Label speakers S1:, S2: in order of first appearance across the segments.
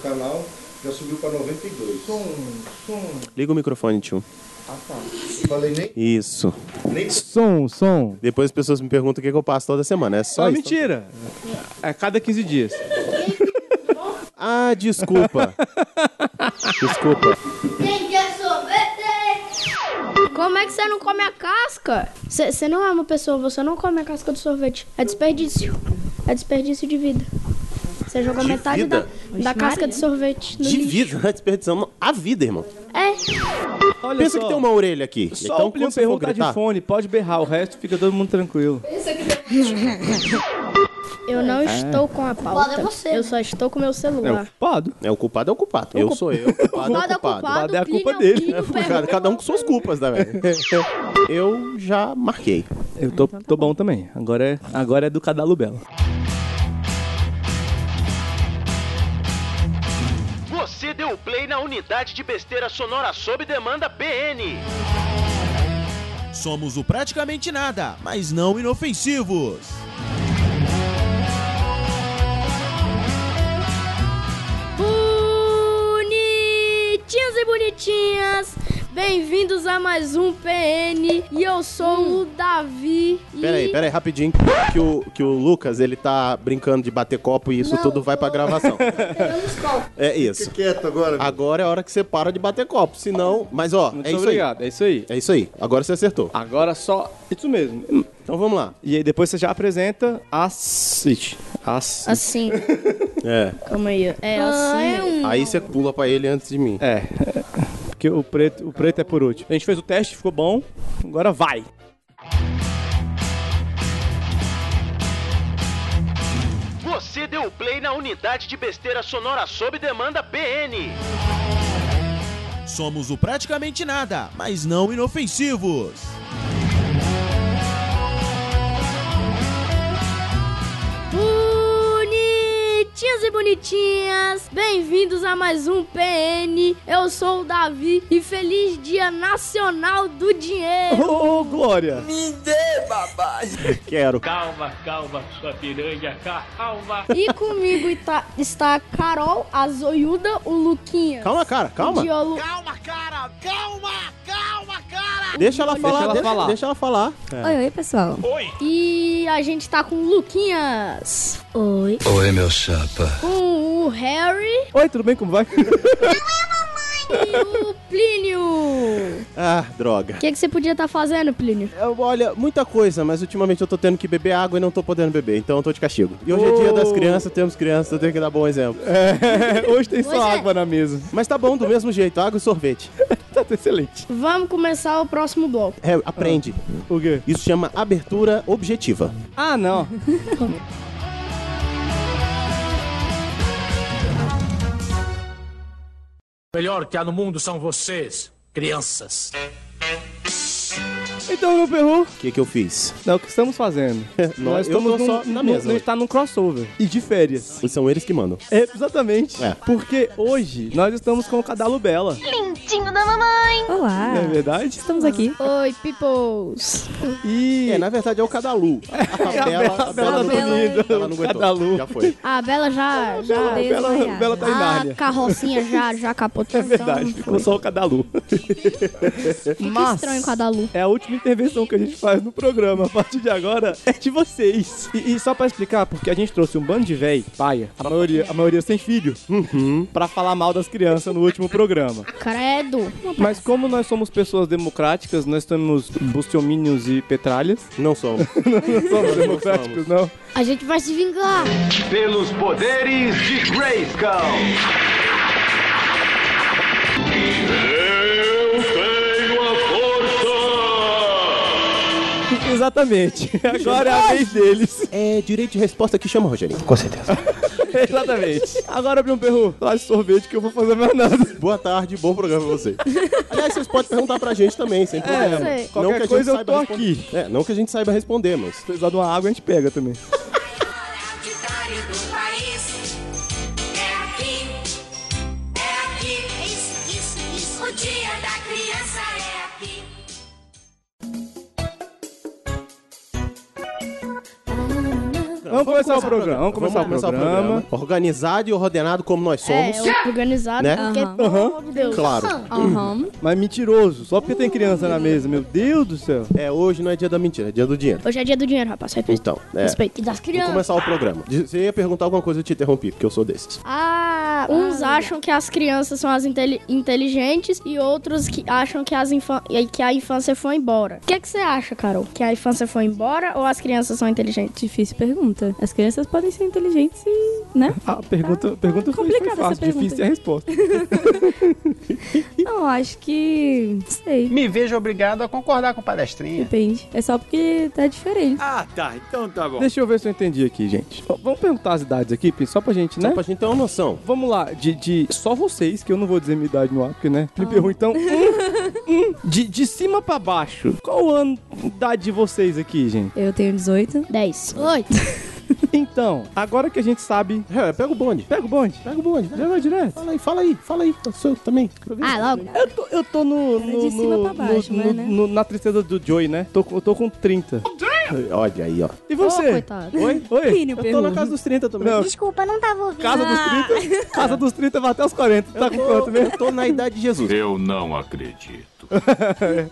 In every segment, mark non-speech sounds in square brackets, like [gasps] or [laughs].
S1: O canal já subiu para 92.
S2: Liga o microfone, tio.
S1: Falei nem,
S2: Isso.
S1: nem
S3: Som, som.
S2: Depois as pessoas me perguntam o que, que eu passo toda semana. É só
S3: ah,
S2: isso.
S3: mentira. É a cada 15 dias.
S2: Ah,
S3: [laughs]
S2: desculpa. desculpa.
S4: Quem quer sorvete? Como é que você não come a casca? Você não é uma pessoa, você não come a casca do sorvete. É desperdício. É desperdício de vida. Você joga
S2: De
S4: metade
S2: vida?
S4: da, da casca de sorvete no
S2: De
S4: lixo.
S2: vida, nós desperdiçamos a vida, irmão.
S4: É.
S3: Olha
S2: Pensa que tem uma orelha aqui.
S3: Só
S2: então,
S3: o Plínio
S2: quando você for
S3: Perro tá
S2: gritar...
S3: de fone, pode berrar, o resto fica todo mundo tranquilo.
S4: Eu não estou com a pauta.
S5: é você,
S4: Eu só estou com o meu
S3: É
S4: celular.
S3: o culpado.
S2: É, o culpado é o culpado. Eu sou eu, o culpado é o culpado.
S3: culpado é a culpa dele.
S4: Plínio,
S2: Cara,
S4: Perro.
S2: cada um com suas culpas, né,
S3: [laughs]
S2: velho? Eu já marquei.
S3: Eu tô, tô Então tá bom também. Agora é, agora é do Cadalo Belo.
S6: Você deu play na unidade de besteira sonora sob demanda PN.
S7: Somos o praticamente nada, mas não inofensivos.
S4: Bonitinhos e bonitinhas, bem-vindos a mais um PN. E eu sou o Davi. e-
S2: Pera aí, pera aí, rapidinho. Que o, que o Lucas, ele tá brincando de bater copo e isso
S4: Não,
S2: tudo vai pra
S4: tô- [laughs]
S2: gravação. é isso.
S1: Fica quieto agora. viu?
S2: Agora é a hora que você para de bater copo, senão... Mas, ó,
S3: Muito
S2: é isso
S3: obrigado, Ah. é isso aí.
S2: aí. É isso aí. Agora você acertou.
S3: Agora só. Isso mesmo.
S2: Então vamos lá.
S3: E aí depois você já apresenta a City. A City.
S5: Assim,
S2: É.
S5: calma aí. É
S4: Ah, Hum.
S5: assim.
S2: Aí você pula pra ele antes de mim.
S3: É. Porque o preto, o preto é por último. A gente fez o teste, ficou bom. Agora vai.
S6: Você deu play na unidade de besteira sonora sob demanda PN.
S7: Somos o praticamente nada, mas não inofensivos.
S4: Bonitinhos um e bonitinhas, bem-vindos a mais um PN. Eu sou o Davi e feliz Dia Nacional do Dinheiro. [laughs]
S3: Ô, Glória!
S2: Quero.
S8: Calma, calma, sua piranha, calma.
S4: E comigo está, está a Carol, a Zoiuda, o Luquinha.
S2: Calma, cara, calma.
S4: O Diolo,
S2: Deixa ela falar, deixa ela falar. Deixa ela falar.
S9: Oi, oi, pessoal.
S4: E a gente tá com o Luquinhas. Oi. Oi, meu chapa. Com o Harry
S3: Oi, tudo bem? Como vai? [laughs]
S4: e o Plínio.
S2: Ah, droga.
S4: O que, que você podia estar fazendo, Plínio?
S2: Eu- olha, muita coisa, mas ultimamente eu tô tendo que beber água e não tô podendo beber, então eu tô de castigo. E hoje é dia das crianças, temos crianças, eu tenho que dar bom exemplo.
S3: Hoje tem só
S4: Pois é.
S3: água na mesa.
S2: Mas tá bom, do mesmo jeito, água e sorvete.
S3: Tá excelente.
S4: Vamos começar o próximo bloco.
S2: É, aprende.
S3: O quê?
S2: Isso chama abertura objetiva.
S3: Ah, não.
S8: Melhor que há no mundo são vocês, crianças.
S3: Então, meu perru,
S2: O que que eu fiz?
S3: é o que estamos [laughs] fazendo.
S2: Nós eu tô só na mesa
S3: A
S2: hoje.
S3: gente tá num crossover. E de férias.
S2: E são eles que mandam.
S3: É, exatamente.
S2: É.
S3: Porque hoje nós estamos com o Cadalo Bela.
S5: Lindinho da mamãe.
S9: Olá.
S3: Não é verdade?
S9: Estamos aqui.
S4: Oi, peoples.
S3: E.
S2: É, na verdade é o Cadalu. A Bela, a Bela
S9: tá
S2: não-
S9: dormindo.
S2: Ela não aguentou.
S3: Cadalu.
S2: Já foi.
S4: A Ah, Bela já... já...
S9: Bela-
S3: Bela, Bela tá em
S4: A
S3: Nárnia.
S4: carrocinha já, já capotou. Então,
S3: É verdade, ficou só o Cadalu.
S4: Que estranho com a da Lu.
S3: É a última intervenção que a gente faz no programa. A partir de agora é de vocês. E, e só pra explicar, porque a gente trouxe um bando de véi, paia, a maioria, a maioria sem filho, pra falar mal das crianças no último programa.
S4: Credo.
S3: Mas como nós somos pessoas democráticas, nós temos bustiomínios e [laughs] petralhas.
S2: Não são.
S3: Não somos democráticos, não.
S4: A gente vai se vingar.
S6: Pelos poderes de Grayskull.
S3: [laughs] Exatamente. Agora é a vez deles.
S2: É direito de resposta que chama, Rogerinho.
S3: [laughs] Exatamente. Agora, Bruno Perru, lá de sorvete que eu vou fazer mais nada.
S2: Boa tarde, bom programa pra você. É. Aliás, vocês podem perguntar pra gente também, sem
S3: É,
S2: problema. não
S4: sei.
S2: que a
S3: Qualquer
S2: gente
S3: coisa eu
S2: saiba
S3: tô
S2: responder.
S3: aqui.
S2: É, não que a gente saiba responder, mas.
S3: Precisar de uma água, a gente pega também.
S10: do país. É aqui, é aqui, é isso, isso, isso. O dia da criança é aqui.
S3: Vamos começar o programa, vamos começar o programa.
S2: Organizado e ordenado como nós somos.
S4: É, organizado,
S2: Né?
S4: porque,
S9: Aham.
S4: pelo amor de Deus.
S2: Claro.
S9: Aham.
S3: Mas mentiroso, só porque tem criança na mesa, meu Deus do céu.
S2: É, hoje não é dia da mentira, é dia do dinheiro.
S4: Hoje é dia do dinheiro, rapaz. Respeito.
S2: Então, é.
S4: Respeito. E das
S2: Vamos começar o programa. Diz- Você ia perguntar alguma coisa, eu te interrompi, porque eu sou desses.
S4: Ah, uns acham que as crianças são as inteli- inteligentes e outros que acham que, as infan- e que a infância foi embora. O que, que você acha, Carol? Que a infância foi embora ou as crianças são inteligentes?
S9: Difícil pergunta. As crianças podem ser inteligentes e,
S11: [laughs]
S9: né?
S3: Ah, pergunta, pergunta foi, foi
S9: complicada essa
S3: fácil,
S9: pergunta.
S3: difícil é a resposta.
S9: Não, acho que. não sei.
S11: Me vejo obrigado a concordar com o palestrinha.
S9: Depende. É só porque tá diferente.
S11: Ah, tá. Então tá bom.
S3: Deixa eu ver se eu entendi aqui, gente. Ó, Vamos perguntar as idades aqui, Pi, só pra gente, né?
S2: Só pra gente ter uma noção.
S3: Vamos lá, de, de- só vocês, que eu não vou dizer minha idade no ar, porque, né? Felipe é ruim, então. um, um, de, de cima pra baixo. Qual o ano idade de vocês aqui, gente?
S9: Eu tenho 18.
S4: 10. 8.
S3: Então, agora que a gente sabe.
S2: É, pega o bonde.
S3: Pega o bonde.
S2: Pega o bonde. né?
S3: Já vai direto.
S2: Fala aí, fala aí, fala aí. Eu sou eu também.
S4: Ah, logo.
S3: Eu tô, eu tô no. no
S9: É de cima
S3: no-
S9: pra baixo,
S3: no-
S9: mas,
S3: no-
S9: né?
S3: no- Na tristeza do Joey, né? Tô, com- eu tô com 30.
S2: [laughs] Olha aí, ó.
S3: E você?
S9: coitado.
S3: Oi? Oi?
S9: Plínio
S2: Tô na
S9: pergunta. Ah.
S2: casa dos 30 também.
S3: Não,
S5: Desculpa, não tava ouvindo.
S3: casa dos 30. Casa dos 30 vai até os 40. Tá com quanto mesmo?
S2: Eu tô na idade de Jesus. É
S8: Eu não acredito.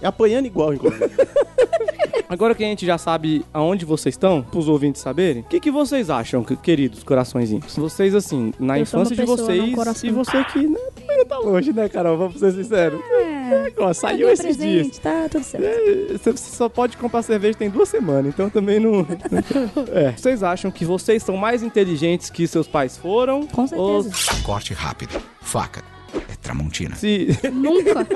S2: Apanhando igual, inclusive.
S3: Agora que a gente já sabe aonde vocês estão, pros ouvintes saberem, o que, que vocês acham, que- queridos coraçõezinhos? Vocês, assim, na
S4: Eu sou uma
S3: infância
S4: pessoa,
S3: de vocês
S4: não um coração.
S3: e você que né, também não tá longe, né, Carol? Vamos ser sinceros.
S9: É.
S4: Tá
S3: Ó,
S9: Eu
S3: saiu
S9: dei
S3: esses dias.
S9: presente, tá tudo certo.
S3: É, Você você só pode comprar cerveja tem duas semanas, então também não.
S4: [laughs]
S3: É. Vocês acham que vocês são mais inteligentes que seus pais foram?
S9: Com certeza.
S10: Corte rápido. Faca. É Tramontina.
S4: [laughs]
S3: Se...
S4: Nunca.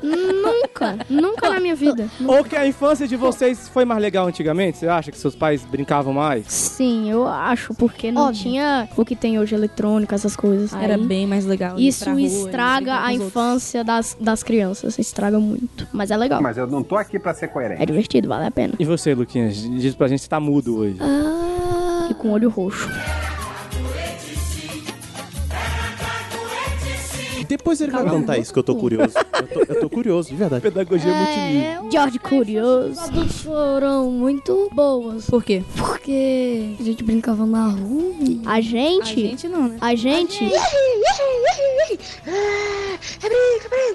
S4: Nunca. Nunca na minha vida.
S3: Ou que a infância de vocês foi mais legal antigamente? Você acha que seus pais brincavam mais?
S4: Sim, eu acho, porque não
S9: Óbvio.
S4: tinha o que tem hoje, eletrônico, essas coisas.
S9: Era
S4: Aí-
S9: bem mais legal. ir
S4: Isso
S9: pra rua,
S4: estraga
S9: brincar com
S4: a
S9: os outros.
S4: infância das, das crianças. Estraga muito. Mas é legal.
S11: Mas eu não tô aqui pra ser coerente.
S4: É divertido, vale a pena.
S3: E você, Luquinhas? Diz pra gente se tá mudo hoje.
S4: Ah,
S9: Ah.
S4: E com olho roxo.
S2: Depois ele vai contar isso que eu tô curioso. Eu tô, eu tô curioso, de verdade.
S4: é,
S3: Pedagogia
S9: É
S3: multimídia.
S4: George Curioso.
S12: adultos foram muito boas,
S9: Por quê?
S12: porque a gente brincava na rua.
S4: A
S9: A
S4: gente.
S9: gente não, né?
S4: A gente.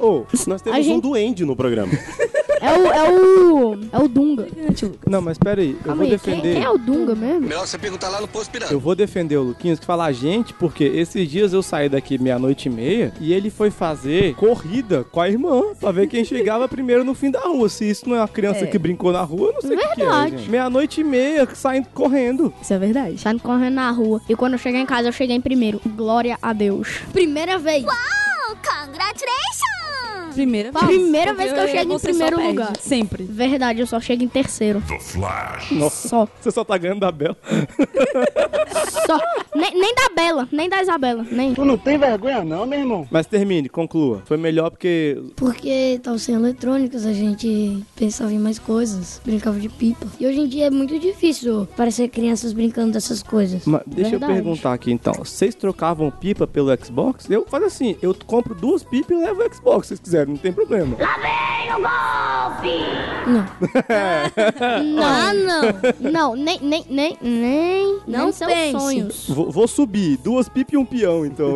S3: Ô,
S2: Nós temos um
S4: gente-
S2: duende no programa.
S4: É o. É o. É o Dunga.
S3: não, mas pera aí. Eu
S4: Calma
S3: vou
S4: aí, quem,
S3: defender.
S4: quem é o Dunga mesmo?
S10: Melhor você perguntar lá no posto pirata.
S3: Eu vou defender o Luquinhas que fala a gente, porque esses dias eu saí daqui meia-noite e meia e ele foi fazer corrida com a irmã pra ver quem chegava [laughs] primeiro no fim da rua. Se isso não é uma criança
S9: É.
S3: que brincou na rua, eu não sei o que, que é.
S4: Verdade.
S3: gente. Meia-noite e meia saindo correndo.
S9: Isso é verdade.
S4: Saindo correndo na rua. E quando eu cheguei em casa, eu cheguei em primeiro. Glória a Deus. Primeira vez.
S5: Congratulations!
S9: Primeira vez.
S4: Primeira vez que eu
S9: Porque
S4: chego em
S9: você só
S4: primeiro
S9: perde.
S4: lugar.
S9: Sempre.
S4: Verdade, eu só chego em terceiro.
S3: Nossa,
S4: Só.
S3: você só tá ganhando da Bela.
S4: Só. nem, nem da Bela. Nem da Isabela. Nem.
S11: não tem vergonha não, meu irmão.
S3: Mas termine, conclua. Foi melhor porque
S12: Porque
S4: tá
S12: tal sem eletrônicos a gente pensava em mais coisas, brincava de pipa. E hoje em dia é muito difícil parecer crianças brincando dessas coisas.
S3: Ma- deixa
S4: Verdade.
S3: eu perguntar aqui então. Vocês trocavam pipa pelo Xbox? Eu faço assim, eu compro duas pipas e levo o Xbox, se vocês quiserem, não tem problema.
S4: Não, ah, não. Não, nem, nem, nem, nem.
S12: Não
S4: nem seus
S12: pense.
S4: sonhos.
S3: Vou, vou subir, duas pipas e um peão, então.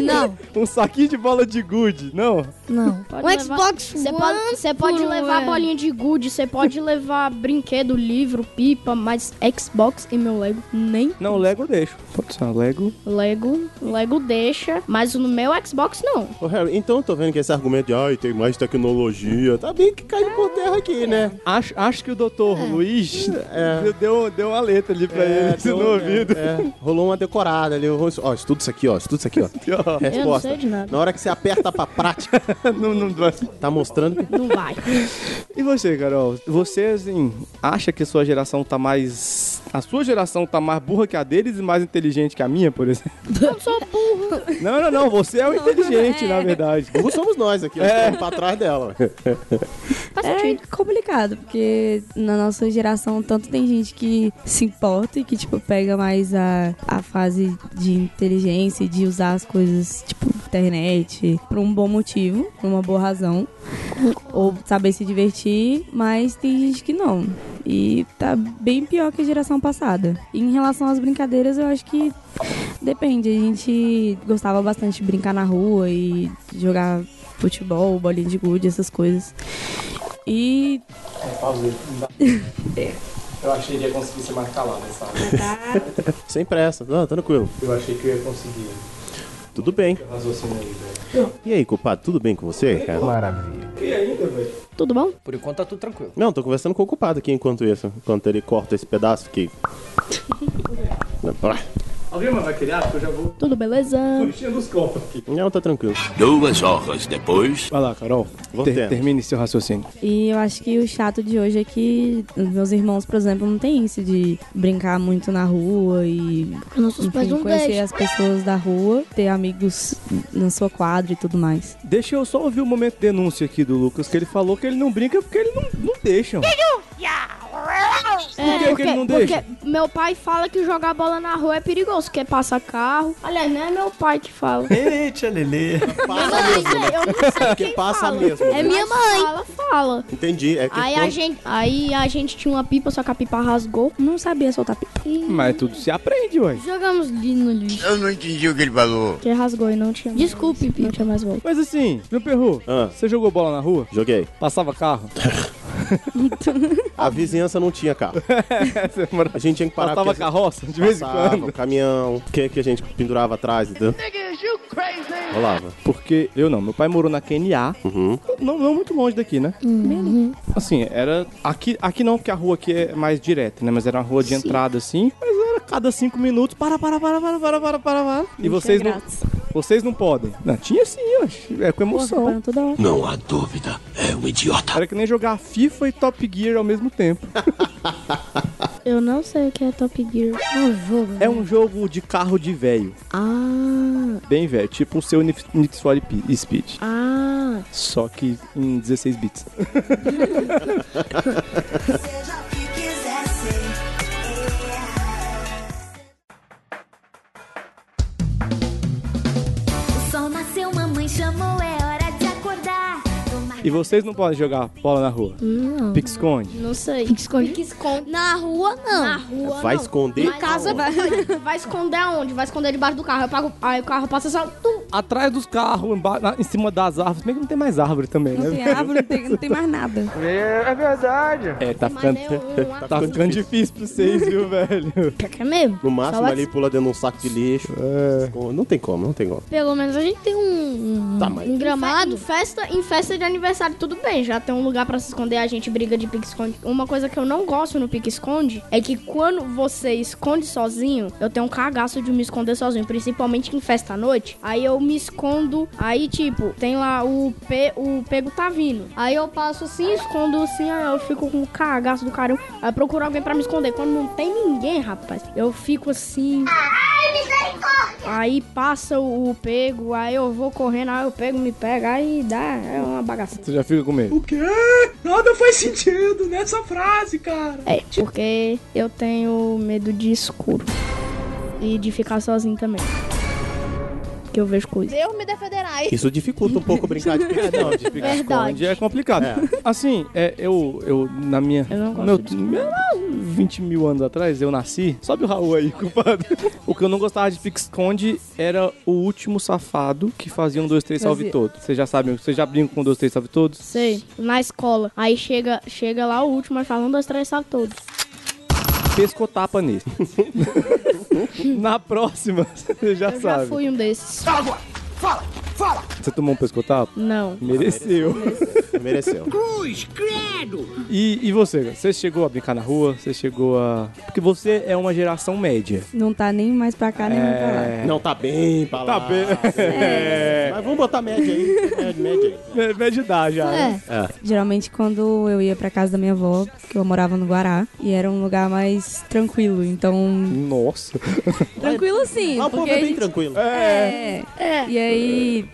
S12: Não,
S3: um saquinho de bola de gude, não?
S12: não.
S4: Pode
S12: O
S4: levar-
S12: Xbox
S4: Um Você
S12: One
S4: pode, você pode
S12: por
S4: levar
S12: um,
S4: bolinha de gude, você pode levar brinquedo, livro, pipa, mas Xbox e meu Lego nem.
S3: Não, Lego eu deixo. Pode ser, é um Lego.
S4: Lego, Lego deixa, mas no meu Xbox não.
S2: Ô, Harry, então eu tô vendo que esse argumento de ai, tem mais tecnologia, tá bem que caiu por terra aqui, né?
S3: Acho, acho que o doutor Luiz deu, deu uma letra ali
S4: É,
S3: pra ele, [laughs]
S2: deu-
S3: no ouvido.
S2: é, rolou uma decorada ali. Ó, isso- ó, estuda isso aqui, ó, estuda isso aqui, ó.
S3: assim, Ó,
S2: Resposta.
S4: [laughs] Eu não sei de nada.
S2: Na hora que você aperta pra
S4: [laughs]
S2: prática,
S3: [laughs] não, não vai.
S2: tá mostrando que
S4: Não vai.
S3: É. E você, Carol? Você, assim, acha que sua geração tá mais... A sua geração tá mais burra que a deles e mais inteligente que a minha, por exemplo?
S4: Eu sou burro.
S3: Não, não, não. Você é o inteligente, na verdade.
S2: burro somos nós aqui, ó,
S4: É.
S2: estamos pra trás dela.
S4: Faz
S9: É
S4: sentido.
S9: complicado, porque na nossa geração tanto tem gente que se importa e que, tipo, pega mais a, a fase de inteligência e de usar as coisas, tipo, internet, por um bom motivo, por uma boa razão, ou saber se divertir, mas tem gente que não. E E tá bem pior que a geração passada. E em relação às brincadeiras, eu acho que depende. A gente gostava bastante de brincar na rua e jogar futebol, bolinha de gude, essas coisas. E
S3: Eu achei que ia conseguir ser mais calado, sabe?
S2: Sem pressa, não, tranquilo.
S3: Eu achei que eu ia conseguir.
S2: Tudo bem.
S3: velho.
S2: E aí, culpado, tudo bem com você, cara?
S3: Maravilha. E ainda, velho?
S4: Tudo bom?
S13: Por enquanto tá tudo tranquilo.
S2: Não, tô conversando com o culpado aqui enquanto isso. Enquanto ele corta esse pedaço
S4: [laughs]
S2: que.
S3: Alguém mais vai criar? Porque eu já vou.
S4: Tudo beleza?
S3: Enchendo os copos aqui.
S2: Não, tá tranquilo.
S14: Duas horas depois.
S3: Vai lá, Carol.
S2: Voltemos.
S3: Ter- termine seu raciocínio.
S9: E eu acho que o chato de hoje é que meus irmãos, por exemplo, não tem isso de brincar muito na rua e
S12: nossos
S9: enfim,
S12: pais não
S9: conhecer
S12: deixam.
S9: as pessoas da rua, ter amigos na sua quadra e tudo mais.
S3: Deixa eu só ouvir o momento de denúncia aqui do Lucas, que ele falou que ele não brinca porque ele não, não deixam. Por que que
S4: É, porque,
S3: ele não deixa?
S4: porque meu pai fala que jogar bola na rua é perigoso, que passa carro. Aliás, não é meu pai que fala.
S13: Eita, Lelê.
S2: que passa
S4: fala.
S2: mesmo.
S4: É minha
S2: Mas
S4: mãe. Fala, fala.
S2: Entendi. É que
S4: Aí a,
S2: quando-
S4: gente, aí a gente tinha uma pipa, só que a pipa rasgou. Não sabia soltar pipa. E
S3: [laughs] Mas tudo se aprende, ué.
S4: jogamos li- no lixo.
S3: Eu não entendi o que ele falou.
S4: Que rasgou e não tinha Desculpe, mais, Não tinha mais volta.
S3: Mas assim, meu perru,
S13: Ah.
S3: você jogou bola na rua?
S2: Ah, Joguei.
S3: Passava carro?
S2: A vizinhança não tinha carro. a gente tinha que
S3: [laughs]
S2: parar.
S3: [laughs] Passava
S2: porque a gente-
S3: carroça, de vez em
S2: Passava,
S3: quando?
S2: caminhão, o que, que a gente pendurava atrás, entendeu? Rolava.
S3: Porque eu não, meu pai morou na QNA. Não, não muito longe daqui, né?
S9: Uhum.
S3: Assim, era. Aqui, aqui não, porque a rua aqui é mais direta, né? Mas era uma rua de entrada assim. Mas era cada cinco minutos. Para, para, para, para, para, para, para, para. E
S9: Não
S3: vocês
S9: tinha
S3: não. Vocês não podem. Não, tinha sim, eu acho. É com emoção.
S9: Porra, tá toda hora.
S14: Não há dúvida, é um idiota.
S3: Era que nem jogar FIFA e Top Gear ao mesmo tempo.
S4: Eu não sei o que é Top Gear. É um jogo.
S3: É um jogo de carro de velho.
S4: Ah.
S3: Bem velho. Tipo o seu Need Need for Speed.
S4: Ah.
S3: Só que em 16 bits.
S10: O sol nasceu, mamãe chamou, é hora de acordar.
S3: E vocês não podem jogar bola na rua.
S4: Não.
S3: Pique-esconde.
S4: Não sei. Fica esconde. Na rua, não. Na rua,
S2: Vai
S4: não.
S2: esconder
S4: Em casa, vai, vai esconder aonde? Vai esconder debaixo do carro. Eu pago, aí o carro passa só... Tum.
S3: Atrás dos carros, emba- na- em cima das árvores. Meio que não tem mais árvore também, né?
S9: Não tem árvore, não tem, não tem mais nada.
S3: É, verdade. É, tá ficando,
S4: um
S3: tá
S2: Tá
S3: ficando difícil pra vocês, [laughs] viu, velho?
S4: É mesmo?
S2: No máximo
S4: Só
S2: ali pula dentro de um saco de lixo.
S3: É.
S2: Não tem como, não tem como.
S4: Pelo menos a gente tem um, um,
S2: Tá, mas-
S4: um gramado. Em festa, em festa de aniversário, tudo bem. Já tem um lugar pra se esconder, a gente briga de pique-esconde. Uma coisa que eu não gosto no pique-esconde é que quando você esconde sozinho, eu tenho um cagaço de me esconder sozinho, principalmente em festa à noite. Aí eu me escondo, aí tipo, tem lá o, pe, o pego tá vindo. Aí eu passo assim, escondo assim, aí eu fico com um cagaço do caramba. Aí eu procuro alguém pra me esconder. Quando não tem ninguém, rapaz, eu fico assim. Aí passa o o pego, aí eu vou correndo, aí eu pego, me pega, aí dá, é uma bagaceira.
S3: Você já fica com medo.
S4: O quê? Nada faz sentido nessa frase, cara. É, porque eu tenho medo de escuro. E de ficar sozinho também. Que eu vejo coisas.
S5: Deus me defenderá.
S2: Isso dificulta um pouco brincar de pique
S3: Não, de
S5: pique-esconde Verdade.
S3: é complicado. Assim, é, eu, eu, na minha. Eu não meu, meu, 20 mil anos atrás, eu nasci. Sobe o Raul aí, [laughs] culpado. o que eu não gostava de pique-esconde era o último safado que fazia um, dois, três, salve
S4: Fazia.
S3: todo. Vocês já sabem, vocês já brincam com um, dois, três, salve todos?
S4: Sei, na escola. Aí chega, chega lá o último, e fala um, dois, três, salve todos.
S3: Pescotapa [laughs] nele. na próxima, você já
S4: eu
S3: sabe.
S4: já fui um desses.
S10: Fala, fala.
S3: Você tomou um pescotapa?
S4: Não.
S3: Mereceu.
S2: Mereceu.
S10: Cruz, credo.
S3: E, e você? Você chegou a brincar na rua? Você chegou a. Porque você é uma geração média.
S9: Não tá nem mais pra cá, nem mais pra lá.
S2: Não, tá bem pra lá.
S3: Tá bem. É.
S2: Mas vamos botar média aí. Média, média
S3: aí. É, Média dá já.
S9: né? Geralmente quando eu ia pra casa da minha avó, que eu morava no Guará, e era um lugar mais tranquilo, então
S3: Nossa.
S9: Tranquilo sim.
S10: Lá o
S2: Ah,
S9: porque
S10: povo é
S9: a
S10: bem
S9: gente-
S2: tranquilo.
S9: É. E aí,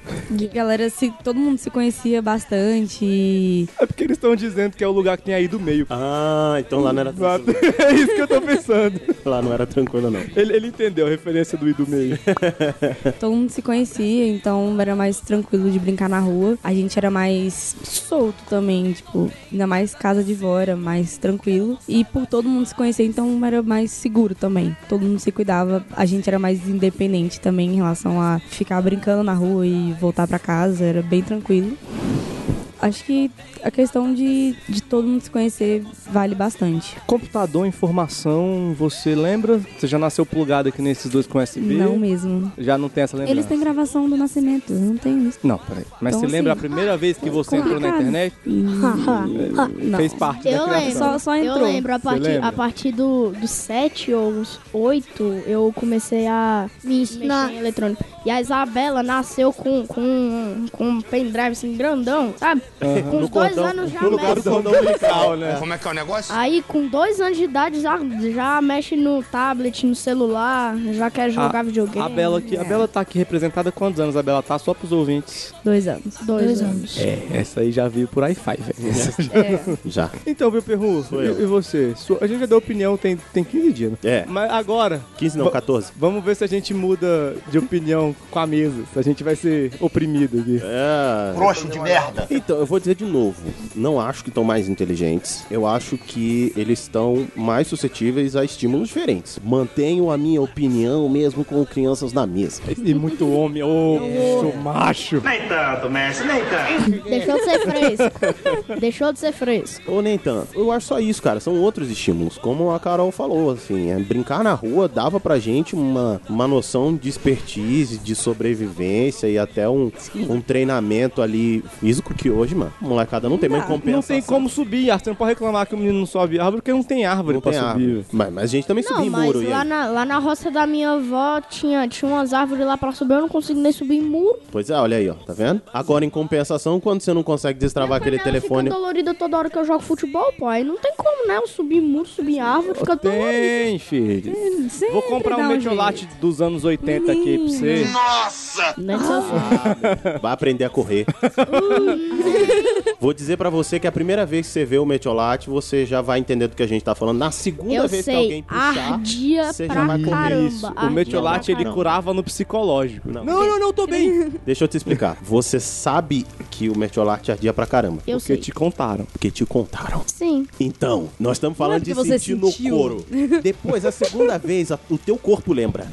S9: Galera, se, todo mundo se conhecia bastante.
S3: É porque eles estão dizendo que é o lugar que tem aí do meio.
S2: Ah, então lá não era tranquilo.
S3: [laughs] É isso que eu tô pensando.
S2: Lá não era tranquilo, não.
S3: Ele, ele entendeu a referência do Ido Meio.
S9: Todo mundo se conhecia, então era mais tranquilo de brincar na rua. A gente era mais solto também, tipo, ainda mais casa de vó, era mais tranquilo. E por todo mundo se conhecer, então era mais seguro também. Todo mundo se cuidava, a gente era mais independente também em relação a ficar brincando na rua e voltar pra casa, era bem tranquilo. Acho que a questão de, de todo mundo se conhecer vale bastante.
S3: Computador, informação, você lembra? Você já nasceu plugado aqui nesses dois com USB?
S9: Não mesmo.
S3: Já não tem essa lembrança?
S9: Eles têm gravação do nascimento, eu não tem isso.
S3: Não, peraí. Mas
S9: Então,
S3: você lembra a
S9: assim,
S3: primeira vez que você entrou na
S9: complicado.
S3: internet?
S9: Não.
S3: Fez parte
S4: Eu
S3: da criação.
S4: lembro, eu lembro, a
S3: Você
S4: partir,
S3: lembra?
S4: a partir do, do 7 ou os 8, eu comecei a me ensinar em eletrônico. E a Isabela nasceu com, com, com um pendrive assim, grandão, sabe?
S2: Aham.
S4: Com
S2: No
S4: os dois
S2: cordão-
S4: anos já
S2: no lugar do
S4: mexe.
S2: cordão umbilical, né?
S13: Como é que é o negócio?
S4: Aí com dois anos de idade já, já mexe no tablet, no celular, já quer jogar
S3: a,
S4: videogame.
S3: A Bela, aqui, a Bela tá aqui representada quantos anos a Bela tá? Só pros ouvintes.
S9: Dois anos.
S4: Dois, anos.
S3: É, essa aí já veio por Wi-Fi, velho.
S2: Já.
S3: [laughs] Então, meu perru, e, e você? Sua- a gente já deu opinião tem, tem 15 dias, né?
S2: É.
S3: Mas agora.
S2: 15 não,
S3: va-
S2: 14.
S3: Vamos ver se a gente muda de opinião com a mesa. Se a gente vai ser oprimido aqui.
S2: É.
S3: Trouxa de merda.
S2: Então, eu vou dizer de novo. Não acho que estão mais inteligentes. Eu acho que eles estão mais suscetíveis a estímulos diferentes. Mantenho a minha opinião mesmo com crianças na mesa.
S3: E muito homem, ô, sou macho.
S13: Nem tanto, mestre, nem tanto.
S4: Deixou de
S2: [laughs]
S4: ser fresco. Deixou de ser fresco.
S2: Ou nem tanto. Eu acho só isso, cara. São outros estímulos. Como a Carol falou, assim, é, brincar na rua dava pra gente uma, uma noção de expertise, de sobrevivência e até um, um treinamento ali físico que hoje, mano, a molecada não tem mais
S3: Não
S2: compensa.
S3: tem como subir, Arthur. Você não pode reclamar que o menino não sobe árvore, porque não tem árvore
S2: Não
S3: pra
S2: tem
S3: subir.
S2: árvore. Mas, mas a gente também
S4: Não,
S2: subia em
S4: mas
S2: muro. e
S4: lá
S2: aí?
S4: na, lá na roça da minha avó tinha, tinha umas árvores lá pra subir, eu não consigo nem subir em muro.
S2: Pois é, olha aí, ó, tá vendo? Agora, em compensação, quando você não consegue destravar aquele telefone.
S4: Fica dolorido toda hora que eu jogo futebol, pô. Aí não tem como, né? Eu subir em muro, subir em árvore, fica dolorido.
S3: Tem, filho.
S4: Sempre
S3: Vou comprar
S4: dá
S3: um
S4: um
S3: metiolate dos anos 80 aqui pra você.
S13: Nossa!
S2: Vai aprender a correr. Vou dizer pra você que a primeira vez que você vê o metiolate, você já vai entender do que a gente tá falando. Na segunda
S4: Eu
S2: vez que
S4: sei,
S2: alguém puxar,
S4: ardia
S2: você já
S4: pra
S2: vai comer
S4: caramba.
S2: isso. O
S4: ardia
S3: metiolate,
S4: pra
S3: ele
S4: caramba.
S3: curava no psicológico. Não,
S2: não, tô bem. Deixa eu te explicar. Você sabe que o metiolate ardia pra caramba.
S4: Eu
S2: porque tipo-
S4: sei.
S2: te contaram. Porque te contaram.
S4: Sim.
S2: Então, nós estamos falando
S4: porque
S2: de
S4: você
S2: sentir
S4: sentiu.
S2: no couro. Depois, a segunda vez, a- o teu corpo lembra.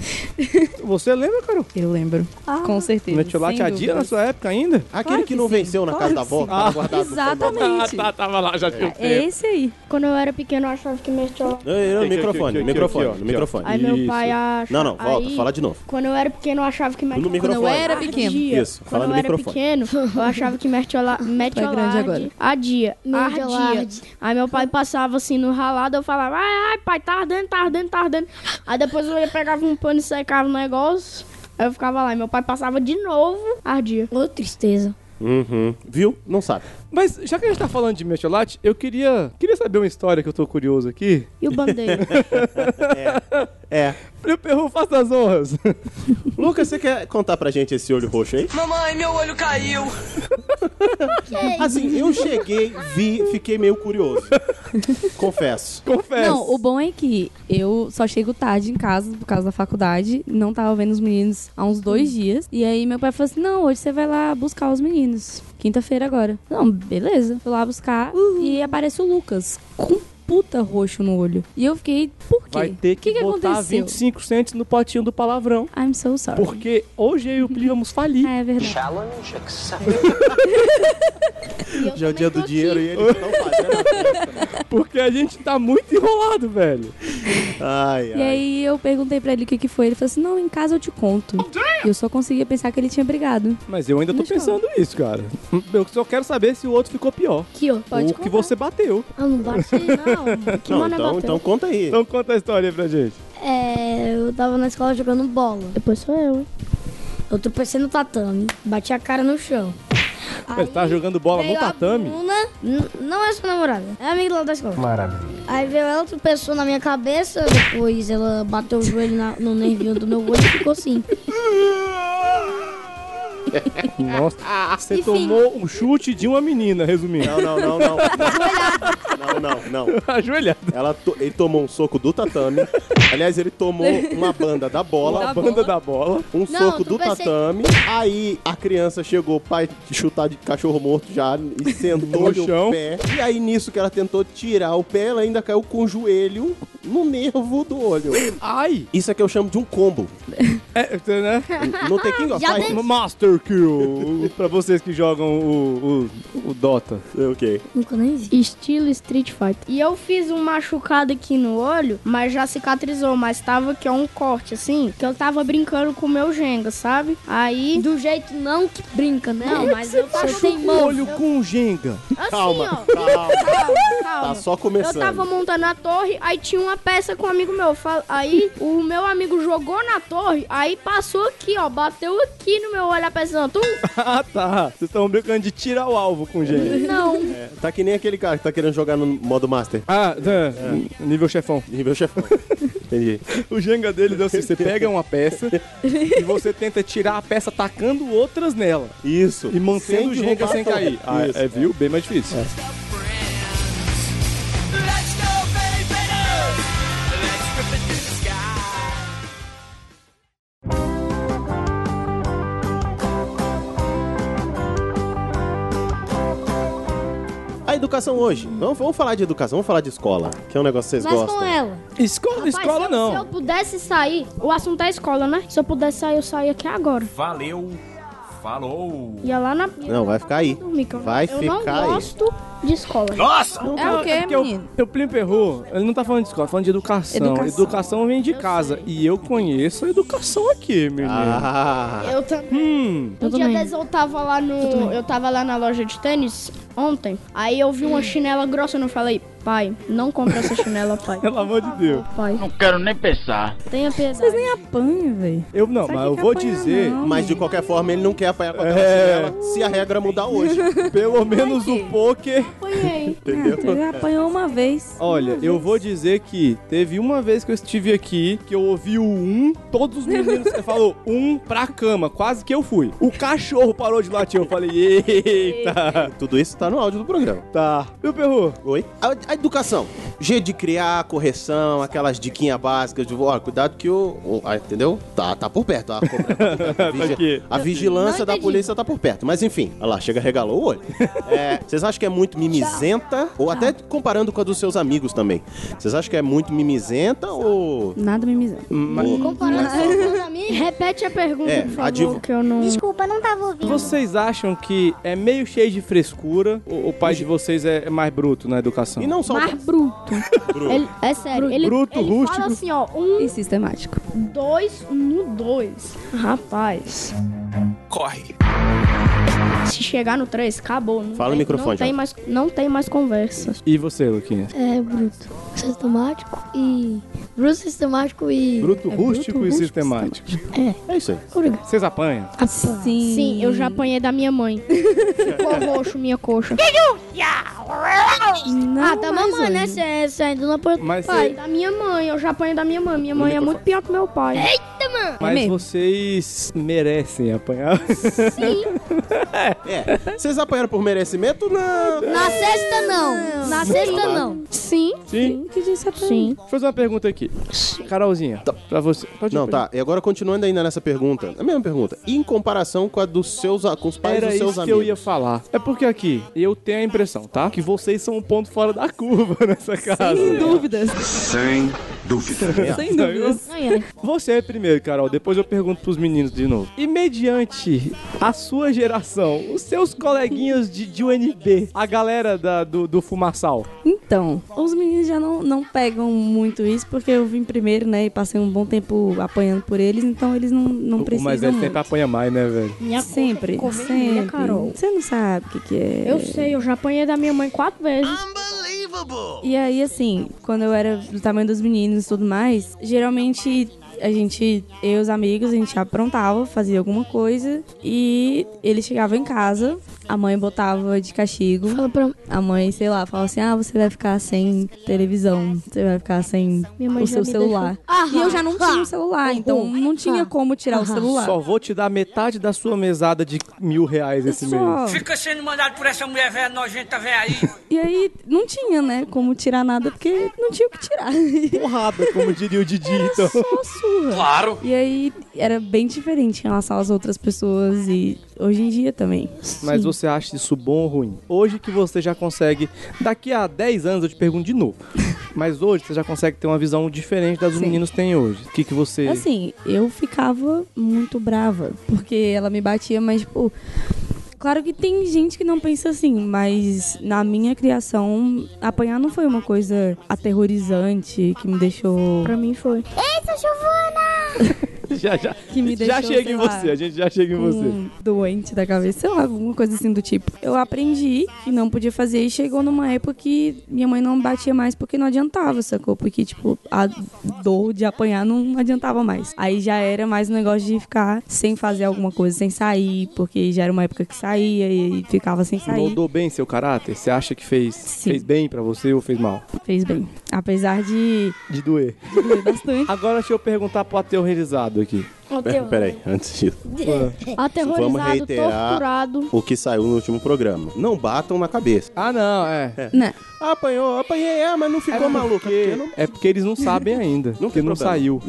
S3: Você lembra, Carol?
S9: Eu lembro.
S3: Ah.
S9: Com certeza.
S3: Metiolate
S9: sem
S3: adia na
S9: dúvidas.
S3: sua época ainda?
S2: Aquele que não venceu na casa da avó, que tava guardado no fundo da
S9: Exatamente.
S2: Ah, tá,
S3: tava lá já tinha
S2: É tempo.
S9: esse aí.
S4: Quando eu era pequeno, eu achava que metiolate
S2: Ei, ei,
S3: Aqui,
S2: microfone,
S3: aqui, aqui,
S2: microfone,
S3: aqui, ó,
S2: microfone.
S4: Aí meu pai acha.
S2: Não, não, volta,
S4: aí,
S2: fala de novo.
S4: Quando eu era pequeno, eu achava que Mertiola.
S2: microfone. Quando eu era pequeno. Isso,
S4: Ah, Quando
S2: fala
S4: eu
S2: no
S4: era
S2: microfone.
S4: pequeno, eu achava que Mertiola.
S9: grande
S4: Mertiola.
S9: agora.
S4: Adia. Ardia.
S9: Mertiolarde.
S4: Aí meu pai passava assim no ralado, eu falava, ai, ai, pai, tá ardendo, tá ardendo, tá ardendo. Aí depois eu ia, pegava um pano e secava o negócio. Aí eu ficava lá, e meu pai passava de novo, ardia.
S12: Ô, tristeza.
S2: Uhum. Viu? Não sabe.
S3: Mas já que a gente tá falando de metiolate, eu queria, queria saber uma história que eu tô curioso aqui.
S4: E o band-aid?
S2: É.
S3: Meu perro, faça as honras. [laughs]
S2: Lucas, você quer contar pra gente esse olho roxo aí?
S10: Mamãe, meu olho
S2: [laughs]
S10: caiu.
S2: Assim, eu cheguei, vi, fiquei meio [laughs] curioso. Confesso.
S3: Confesso.
S9: Não, o bom é que eu só chego tarde em casa por causa da faculdade. Não tava vendo os meninos há uns dois
S3: Hum.
S9: dias. E aí meu pai falou assim: não, hoje você vai lá buscar os meninos. Quinta-feira agora. Não, beleza. Fui lá buscar e aparece o Lucas com um puta roxo no olho. E eu fiquei, por quê?
S3: Vai ter que,
S9: que
S3: botar
S9: aconteceu?
S3: 25 centos no potinho do palavrão.
S9: I'm so sorry.
S3: Porque hoje eu e o Pli vamos falir.
S9: É verdade.
S10: Challenge accepted.
S2: Já é o dia do dinheiro e ele não faz.
S9: É.
S3: Porque a gente tá muito enrolado, velho.
S2: Ai,
S9: E aí eu perguntei pra ele o que, que foi. Ele falou assim: não, em casa eu te conto.
S4: Oh,
S9: E eu só conseguia pensar que ele tinha brigado.
S3: Mas eu ainda tô pensando isso, cara. Eu só quero saber se o outro ficou pior.
S12: Que ó,
S3: o que você bateu.
S12: Ah, não bate não.
S3: Não, então- então
S2: conta aí.
S3: Então conta a história aí pra gente.
S12: [laughs] É, eu tava na escola jogando bola.
S4: Depois sou eu, hein?
S12: Eu tropecei no tatame, bati a cara no chão.
S3: Você tá jogando bola no
S12: Veio a
S3: tatame?
S12: Bruna, n- não é sua namorada, é amiga lá da escola.
S3: Maravilha.
S12: Aí veio ela, tropeçou na minha cabeça, depois ela bateu o joelho na- no nervinho do meu olho e ficou assim.
S3: Nossa, você tomou um chute de uma menina, resumindo.
S2: Não, não, não, não. Não, não, não.
S3: [laughs] Ajoelhado.
S2: Ela to- Ele tomou um soco do tatame. Aliás, ele tomou uma banda da bola.
S3: Da Uma banda bola. da bola.
S2: Um
S3: Não,
S2: soco
S3: tu
S2: do
S3: pensei-
S2: tatame. Aí a criança chegou, o pai de chutar de cachorro morto já
S3: [laughs]
S2: e sentou
S3: No
S2: no
S3: chão.
S2: pé. E aí nisso que ela tentou tirar o pé, ela ainda caiu com o joelho no nervo do olho.
S3: Ai!
S2: Isso é que eu chamo de um combo.
S3: É, tu- né?
S2: No The King of
S3: Já
S2: Fighters.
S3: dei- Master Kill. pra vocês que jogam o, o, o Dota.
S2: Ok.
S4: Nunca nem Estilo Street Fighter. E eu fiz um machucado aqui no olho, mas já cicatrizou, mas tava aqui, ó, um corte, assim, que eu tava brincando com o meu Jenga, sabe? Aí... Do jeito não que brinca, né? Não, mas eu tava
S3: o olho com Jenga. [laughs]
S4: Assim,
S2: calma,
S4: ó.
S2: calma.
S4: Calma.
S2: Tá só começando.
S4: Eu tava montando a torre, aí tinha uma peça com um amigo meu. Fa- Aí o meu amigo jogou na torre, aí passou aqui, ó, bateu aqui no meu olho a peça. Tum,
S3: Ah, tá. Vocês estão brincando de tirar o alvo com Jenga.
S4: não.
S2: É, tá que nem aquele cara que tá querendo jogar no modo master. [laughs]
S3: Ah, nível chefão.
S2: Nível chefão. Entendi.
S3: O Jenga dele deu assim: você pega uma peça e você tenta tirar a peça atacando outras nela.
S2: Isso.
S3: E mantendo
S2: Sem
S3: o É. Jenga
S2: derrubar
S3: sem
S2: a torre.
S3: cair. Ah,
S2: Isso.
S3: é, viu? Bem mais difícil.
S2: A educação hoje. Vamos, vamos falar de educação, vamos falar de escola, que é um negócio que vocês
S4: Mas
S2: gostam.
S4: com ela.
S3: Escola,
S4: se eu, Se eu pudesse sair, o assunto é escola, né? Se eu pudesse sair, eu saía aqui agora.
S8: Valeu, falou.
S4: Ia lá na.
S2: Não, vai ficar aí.
S4: dormir, que eu-
S2: Vai
S4: eu não
S2: ficar aí.
S4: gosto de escola. É o quê,
S3: que eu,
S4: menino?
S3: eu Plim Perru, ele não tá falando de escola, tá falando de educação.
S4: Educação.
S3: Educação, vem de casa. E eu conheço a educação aqui, menino.
S2: Ah.
S4: Eu também.
S3: Hum.
S4: Um dia desse eu tava lá no. Eu tava lá na loja de tênis ontem. Aí eu vi uma chinela grossa e eu falei, pai, não compra essa chinela, pai.
S3: Pelo amor de Deus.
S4: Não
S8: quero nem pensar.
S4: [laughs] Tenha piedade. Vocês nem
S9: apanham, velho.
S3: Eu não, mas eu vou dizer.
S2: Mas de qualquer forma, ele não quer apanhar com aquela
S3: É.
S2: chinela se a regra mudar
S3: [laughs]
S2: hoje.
S3: Pelo menos o poker.
S2: Entendeu?
S9: É, Ele apanhou uma vez.
S3: Olha, eu vou dizer que teve uma vez que eu estive aqui, que eu ouvi o um, todos os meninos, você falou um pra cama, quase que eu fui. O cachorro parou de latir, eu falei, eita.
S2: Tudo isso tá no áudio do programa.
S3: Tá. Meu perro.
S2: Oi? A, a educação. Jeito de criar, correção, aquelas diquinhas básicas de, ó, cuidado que o... o- ah, entendeu? Tá, tá por perto. A, cobra tá por
S3: [laughs]
S2: perto.
S3: Tá aqui.
S2: a vigilância
S3: Não
S2: da
S3: entendi.
S2: polícia tá por perto. Mas enfim, olha lá, chega, regalou
S3: [laughs]
S2: o olho. É, Vocês acham que é muito mimizenta? Ou até comparando com a dos seus amigos também. Vocês acham que é muito mimizenta ou...
S9: Nada me mizando.
S4: Comparando com amigos. Repete a pergunta,
S3: É,
S4: por favor,
S3: adiv-
S4: que eu não.
S5: Desculpa, não tava ouvindo.
S3: Vocês acham que é meio cheio de frescura? O, o pai de vocês é é mais bruto na educação?
S2: E não só.
S4: Mar bruto. Ele- é sério, ele,
S3: Bruto,
S4: ele
S3: rústico.
S4: fala assim, ó, um,
S9: E sistemático.
S4: dois, no dois. Rapaz.
S8: Corre.
S4: Se chegar no três, acabou. Não
S3: Fala no
S4: tem,
S3: microfone,
S4: Não tem,
S3: Jota.
S4: mais, não tem mais conversa.
S3: E você, Luquinha?
S12: É bruto, sistemático e. Bruto, sistemático e.
S3: Bruto,
S12: é
S3: rústico e
S12: rústico.
S3: sistemático.
S2: É isso aí.
S4: Obrigado.
S3: Vocês apanham?
S4: Sim. Assim, Sim, eu já apanhei da minha [laughs] mãe. Ficou roxo minha coxa.
S12: ah,
S4: tá mamãe, né? Você ainda não apanhou
S3: Mas
S4: pai.
S3: cê-
S4: Da minha mãe, eu já apanhei da minha mãe. Minha mãe é muito pior que meu pai. Eita, mano!
S3: Mas vocês merecem apanhar. [laughs]
S2: É. Vocês apanharam por merecimento? Não.
S12: Na sexta não. Na sexta não.
S4: Sim.
S3: Sim.
S9: Que disse apanhar?
S4: Sim.
S3: Deixa eu fazer uma pergunta aqui. Carolzinha, pra você. Pode
S2: Não,
S3: ir,
S2: tá. E agora continuando ainda nessa pergunta. A mesma pergunta. E Em comparação com a dos seus a- com os pais
S3: Era
S2: dos seus
S3: isso que
S2: amigos.
S3: eu ia falar. É porque aqui, eu tenho a impressão, tá? Que vocês são um ponto fora da [laughs] curva nessa casa.
S9: Sem dúvidas.
S14: Sem dúvida.
S9: Sem dúvidas.
S3: Você é primeiro, Carol. Depois eu pergunto pros meninos de novo. E mediante a sua geração, os seus coleguinhas de, de UNB, a galera da- do, do Fumaçal.
S9: Então, os meninos já não, não pegam muito isso, porque eu vim primeiro, né? E passei um bom tempo apanhando por eles, então eles não, não
S3: O
S9: precisam.
S3: mais velho
S9: muito.
S3: sempre apanha mais, né, velho?
S4: É
S9: sempre,
S4: ficou vermelha,
S9: sempre.
S4: Carol.
S9: Você não sabe o que, que é.
S4: Eu sei, eu já apanhei da minha mãe quatro vezes.
S9: E aí, assim, quando eu era do tamanho dos meninos e tudo mais, geralmente A gente, eu e os amigos, a gente aprontava, fazia alguma coisa e ele chegava em casa, a mãe botava de castigo. A mãe, sei lá, falava assim: ah, você vai ficar sem televisão, você vai ficar sem
S4: Minha mãe
S9: o
S4: já
S9: seu
S4: me
S9: celular.
S4: deixou. Aham.
S9: E eu já não tinha
S4: Ah. [laughs]
S9: um celular, então não tinha como tirar o celular.
S3: Só vou te dar metade da sua mesada de mil reais
S9: É
S3: esse mês.
S15: Fica sendo mandado por essa mulher velha nojenta velha aí.
S9: E aí não tinha, né, como tirar nada, porque não tinha o que tirar.
S3: [laughs] Porrada, como diria o Didi, então.
S9: É Só surra.
S3: Claro.
S9: E aí era bem diferente em relação às outras pessoas e hoje em dia também.
S3: Mas
S9: Sim.
S3: você acha isso bom ou ruim? Hoje que você já consegue, daqui a 10 anos eu te pergunto de
S9: [laughs]
S3: novo. Mas hoje você já consegue ter uma visão diferente das que os meninos têm hoje. O que, que você.
S9: Assim, eu ficava muito brava, porque ela me batia, mas, tipo. Claro que tem gente que não pensa assim, mas na minha criação, apanhar não foi uma coisa aterrorizante que me deixou. Pra
S4: mim foi.
S10: Eita, Giovana!
S3: [laughs] já, já.
S9: Que me
S3: já
S9: deixou,
S3: chega
S9: sei
S3: em
S9: lá, Hum,
S3: você, a gente já chega em você.
S9: com Doente da cabeça, sei lá, alguma coisa assim do tipo. Eu aprendi que não podia fazer e chegou numa época que minha mãe não batia mais porque não adiantava, sacou? Porque, tipo, a dor de apanhar não adiantava mais. Aí já era mais um negócio de ficar sem fazer alguma coisa, sem sair, porque já era uma época que saía e ficava sem sair.
S3: Moldou bem seu caráter? Você acha que fez, fez bem pra você ou fez mal?
S9: Fez bem. Apesar de.
S3: De doer.
S9: de doer bastante.
S3: Agora deixa eu perguntar pro aterrorizado aqui.
S4: Ateu.
S2: Peraí, antes disso. Vamos
S4: Aterrorizado,
S2: reiterar
S4: torturado.
S2: o que saiu no último programa. Não batam na cabeça.
S3: Ah, não, é. Tá
S9: Não.
S2: Apanhou, apanhei, é, mas não ficou maluca. Porque não...
S3: É porque eles não sabem ainda. porque
S2: problema.
S3: não saiu.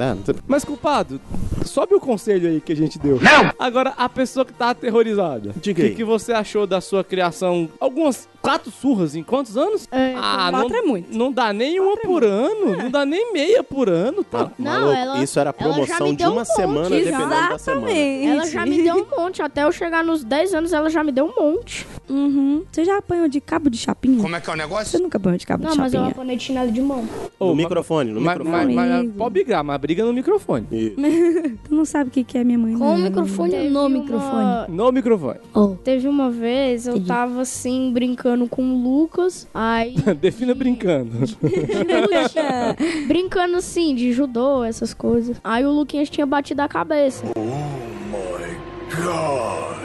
S3: Mas, culpado, sobe o conselho aí que a gente deu. Não! Agora, a pessoa que tá aterrorizada.
S2: Diga
S3: O
S2: aí.
S3: que, que você achou da sua criação? Algumas quatro surras em quantos anos? ah,
S9: quatro
S3: não, é muito. Não dá nem uma por ano. Não dá nem meia por ano, tá?
S4: Não, Maluco, ela-
S2: isso era promoção de
S4: um
S2: uma semana, dependendo da semana.
S4: Ela já me deu um monte. Até eu chegar nos 10 anos, ela já me deu um monte.
S9: Uhum. Você já apanhou de cabo de chapinha? Como
S2: é que é o negócio?
S9: Você nunca apanhou de cabo
S4: Não,
S9: de
S4: mas eu
S9: chapinha?
S4: apanhei de chinelo de mão.
S3: Ô,
S2: no
S3: mas-
S2: microfone, no
S3: mas-
S2: microfone.
S3: mas- mas pode brigar, mas briga no microfone.
S9: tu não sabe o que que é minha mãe.
S4: Com o
S9: não.
S4: microfone no microfone.
S3: No microfone.
S4: Teve uma vez, eu tava assim, brincando com o Lucas. [laughs] Aí
S3: Defina brincando.
S4: Luquinha, [laughs] brincando assim, de judô, essas coisas. Aí o Luquinhas tinha batido a cabeça.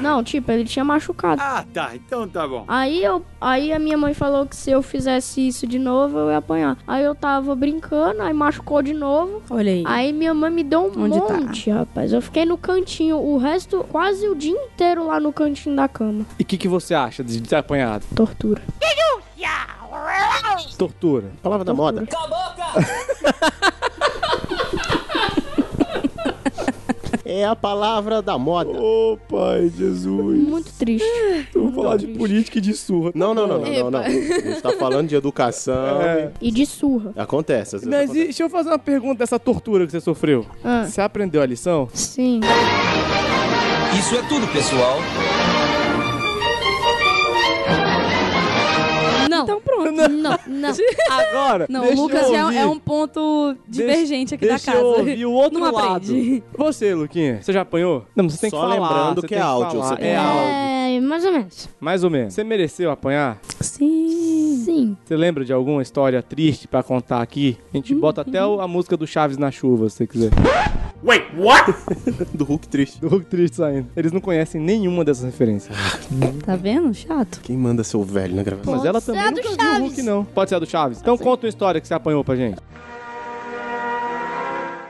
S4: Não, tipo, ele tinha machucado.
S11: Ah, tá. Então tá bom.
S4: Aí eu, aí a minha mãe falou que se eu fizesse isso de novo, eu ia apanhar. Aí eu tava brincando, aí machucou de novo.
S9: Olha aí.
S4: Aí minha mãe me deu um
S9: Onde tá?
S4: monte, rapaz. Eu fiquei no cantinho, o resto quase o dia inteiro lá no cantinho da cama.
S3: E o que, que você acha de ser apanhado?
S4: Tortura.
S3: Tortura.
S2: Palavra da moda. [laughs] É a palavra da moda.
S3: Ô, pai Jesus.
S4: Muito triste.
S3: Vamos falar de política e de surra.
S2: Não, não, não, não, não, não.
S4: Epa.
S2: A gente tá falando de educação.
S3: É.
S4: E de surra.
S2: Acontece. às vezes
S3: Mas e- deixa eu fazer uma pergunta dessa tortura que você sofreu.
S4: Ah.
S3: Você aprendeu a lição?
S4: Sim.
S7: Isso é tudo, pessoal.
S9: Não. Então pronto. Não, não. [laughs]
S3: Agora,
S9: Não,
S3: deixa
S9: o Lucas
S3: eu
S9: é,
S3: ouvir.
S9: é um ponto divergente aqui
S3: Deixa
S9: da casa.
S3: eu ouvir o outro
S9: não
S3: lado.
S9: aprende. [laughs]
S3: Você, Luquinha, você já apanhou? Não, você tem que
S2: Só
S3: falar.
S2: lembrando
S3: você
S2: que
S3: tem
S2: é áudio,
S3: falar.
S2: você tem
S3: é
S2: que
S3: áudio.
S4: É, mais ou menos.
S3: Mais ou menos. Você mereceu apanhar?
S9: Sim. Sim.
S3: Você lembra de alguma história triste pra contar aqui? A gente bota até o- a música do Chaves na chuva, se você quiser.
S10: Wait, what?
S2: Do Hulk triste.
S3: [laughs] Do Hulk triste saindo. Eles não conhecem nenhuma dessas referências.
S9: Tá vendo? Chato.
S2: Quem manda seu velho na gravação?
S3: Mas ela também nunca viu o Hulk, não. Pode ser a do Chaves. Então conta uma história que você apanhou pra gente.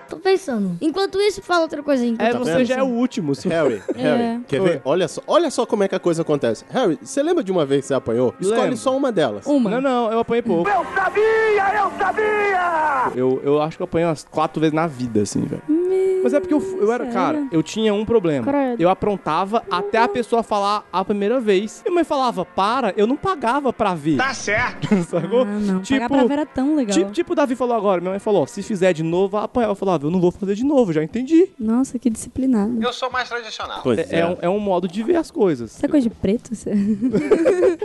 S12: Tô pensando. Enquanto isso, fala outra coisa. enquanto
S3: É,
S12: eu
S3: você
S12: penso.
S3: já é o último. Su-
S2: Harry, Harry,
S12: É.
S2: quer ver? Olha só, olha só como é que a coisa acontece. Harry, você lembra de uma vez que você apanhou? Escolhe
S3: Lembro. Um.
S2: só uma delas.
S3: Uma. Não, não, eu apanhei pouco.
S10: Eu sabia, eu sabia!
S3: Eu, eu acho que eu apanhei umas quatro vezes na vida, assim, velho. Mas é porque eu, eu era, cara, eu tinha um problema.
S10: Credo.
S3: Eu aprontava até a pessoa falar a primeira vez. Minha mãe falava, para, eu não pagava pra ver.
S10: Tá certo.
S3: [laughs] Sacou?
S9: Ah, Não, pagar pra ver era tão legal.
S3: Tipo, tipo o Davi falou agora, minha mãe falou, ó, se fizer de novo, vai apanhar. Eu falava, eu não vou fazer de novo, já entendi.
S9: Nossa, que disciplinado.
S3: Eu
S6: sou mais tradicional.
S3: É, é um, é um modo de ver as coisas.
S9: Isso é coisa de preto? Isso é-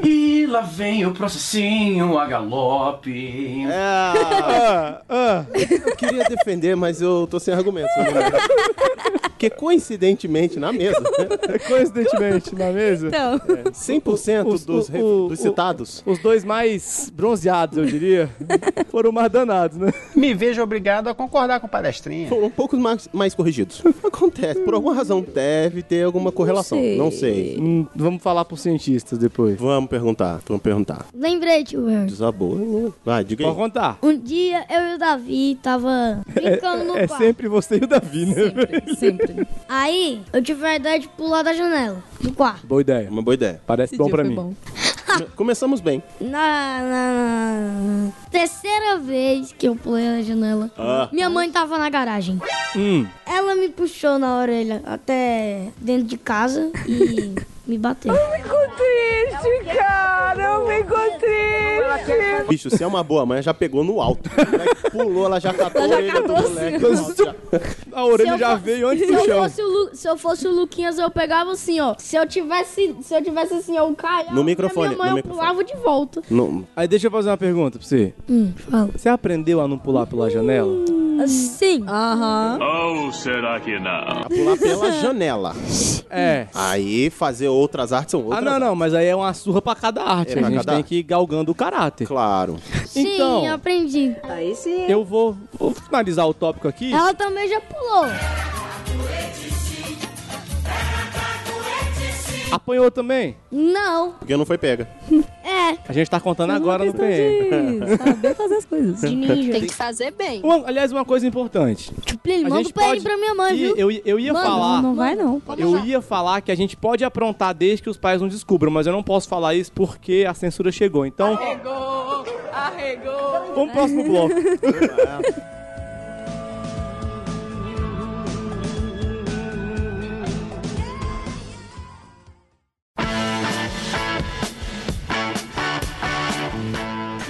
S6: E lá vem o processinho a galope.
S2: É,
S10: ah.
S2: Ah, eu queria defender, mas eu tô sem argumentos. Porque coincidentemente na mesa.
S3: [laughs]
S2: né,
S3: Coincidentemente na mesa.
S9: [laughs] Então.
S2: É, 100%
S3: Os-
S2: dos,
S3: o-
S2: re-
S3: o-
S2: dos
S3: o-
S2: citados.
S3: Os dois mais bronzeados, eu diria, foram mais danados, né?
S16: Me vejo obrigado a concordar com o palestrinha.
S2: Foram um pouco mais, mais corrigidos. Acontece, por alguma razão deve ter alguma correlação.
S4: sei.
S2: Não sei.
S3: Hum, vamos falar pros cientistas depois.
S2: Vamos perguntar, vamos perguntar.
S4: Lembrei, tio Harry.
S2: Desabou. Vai, diga aí.
S3: Pode contar.
S4: Um dia eu e o Davi tava brincando no
S3: É
S4: parque.
S3: sempre você e o Davi, né?
S4: Aí eu tive a ideia de pular da janela do quarto.
S3: Boa ideia.
S2: Uma boa ideia.
S3: Parece bom pra mim.
S2: Tá. Começamos bem.
S4: Na, na- na terceira vez que eu pulei da janela,
S2: Ah.
S4: minha mãe tava na garagem.
S2: Hum.
S4: Ela me puxou na orelha até dentro de casa
S3: [laughs]
S4: e me bateu.
S17: triste, cara. Eu fico triste.
S2: Bicho, se é uma boa mãe, já pegou no alto. Moleque Pulou, [laughs] ela já catou
S4: Ela já
S2: ele do
S4: catou, sim.
S2: moleque. no alto, já.
S3: A
S4: Se
S3: orelha
S4: eu
S3: já
S4: fo-
S3: veio antes
S4: se
S3: do
S4: eu
S3: chão.
S4: fosse o Lu- se eu fosse o Luquinhas, eu pegava assim, ó. Se eu tivesse, se eu tivesse assim, eu caía.
S3: No microfone,
S4: Minha mãe,
S3: no
S4: eu pulava de volta.
S3: Aí deixa eu fazer uma pergunta pra você.
S4: Hum,
S3: Você aprendeu a não pular pela janela?
S4: Sim.
S9: Aham.
S18: Ou será que não?
S2: Pular [laughs] pela janela.
S3: É.
S2: Aí fazer outras artes são outras.
S3: Ah, não, não, mas aí é uma surra pra cada arte.
S2: É,
S3: a
S2: pra
S3: gente
S2: cada
S3: tem
S2: arte.
S3: que ir galgando o caráter.
S2: Claro.
S4: Sim,
S3: Então,
S4: aprendi. Aí sim.
S3: eu vou, vou finalizar o tópico aqui.
S4: Ela também já pulou.
S3: Apanhou também?
S4: Não.
S2: Porque não foi pega.
S4: É.
S3: A gente tá contando agora no PM.
S9: Saber fazer as coisas.
S3: De ninja.
S9: Tem que fazer bem.
S3: Uma- aliás, uma coisa importante.
S4: Ele
S3: A
S4: manda
S3: gente
S4: o PN
S3: pode-
S4: pra minha mãe,
S3: E
S4: viu?
S3: eu, eu ia
S4: Manda,
S3: falar.
S9: Não vai não.
S3: Eu ia falar que a gente pode aprontar desde que os pais não descubram, mas eu não posso falar isso porque a censura chegou. Então,
S17: Arregou,
S3: vamos
S17: arregou.
S3: pro próximo bloco.
S2: [laughs]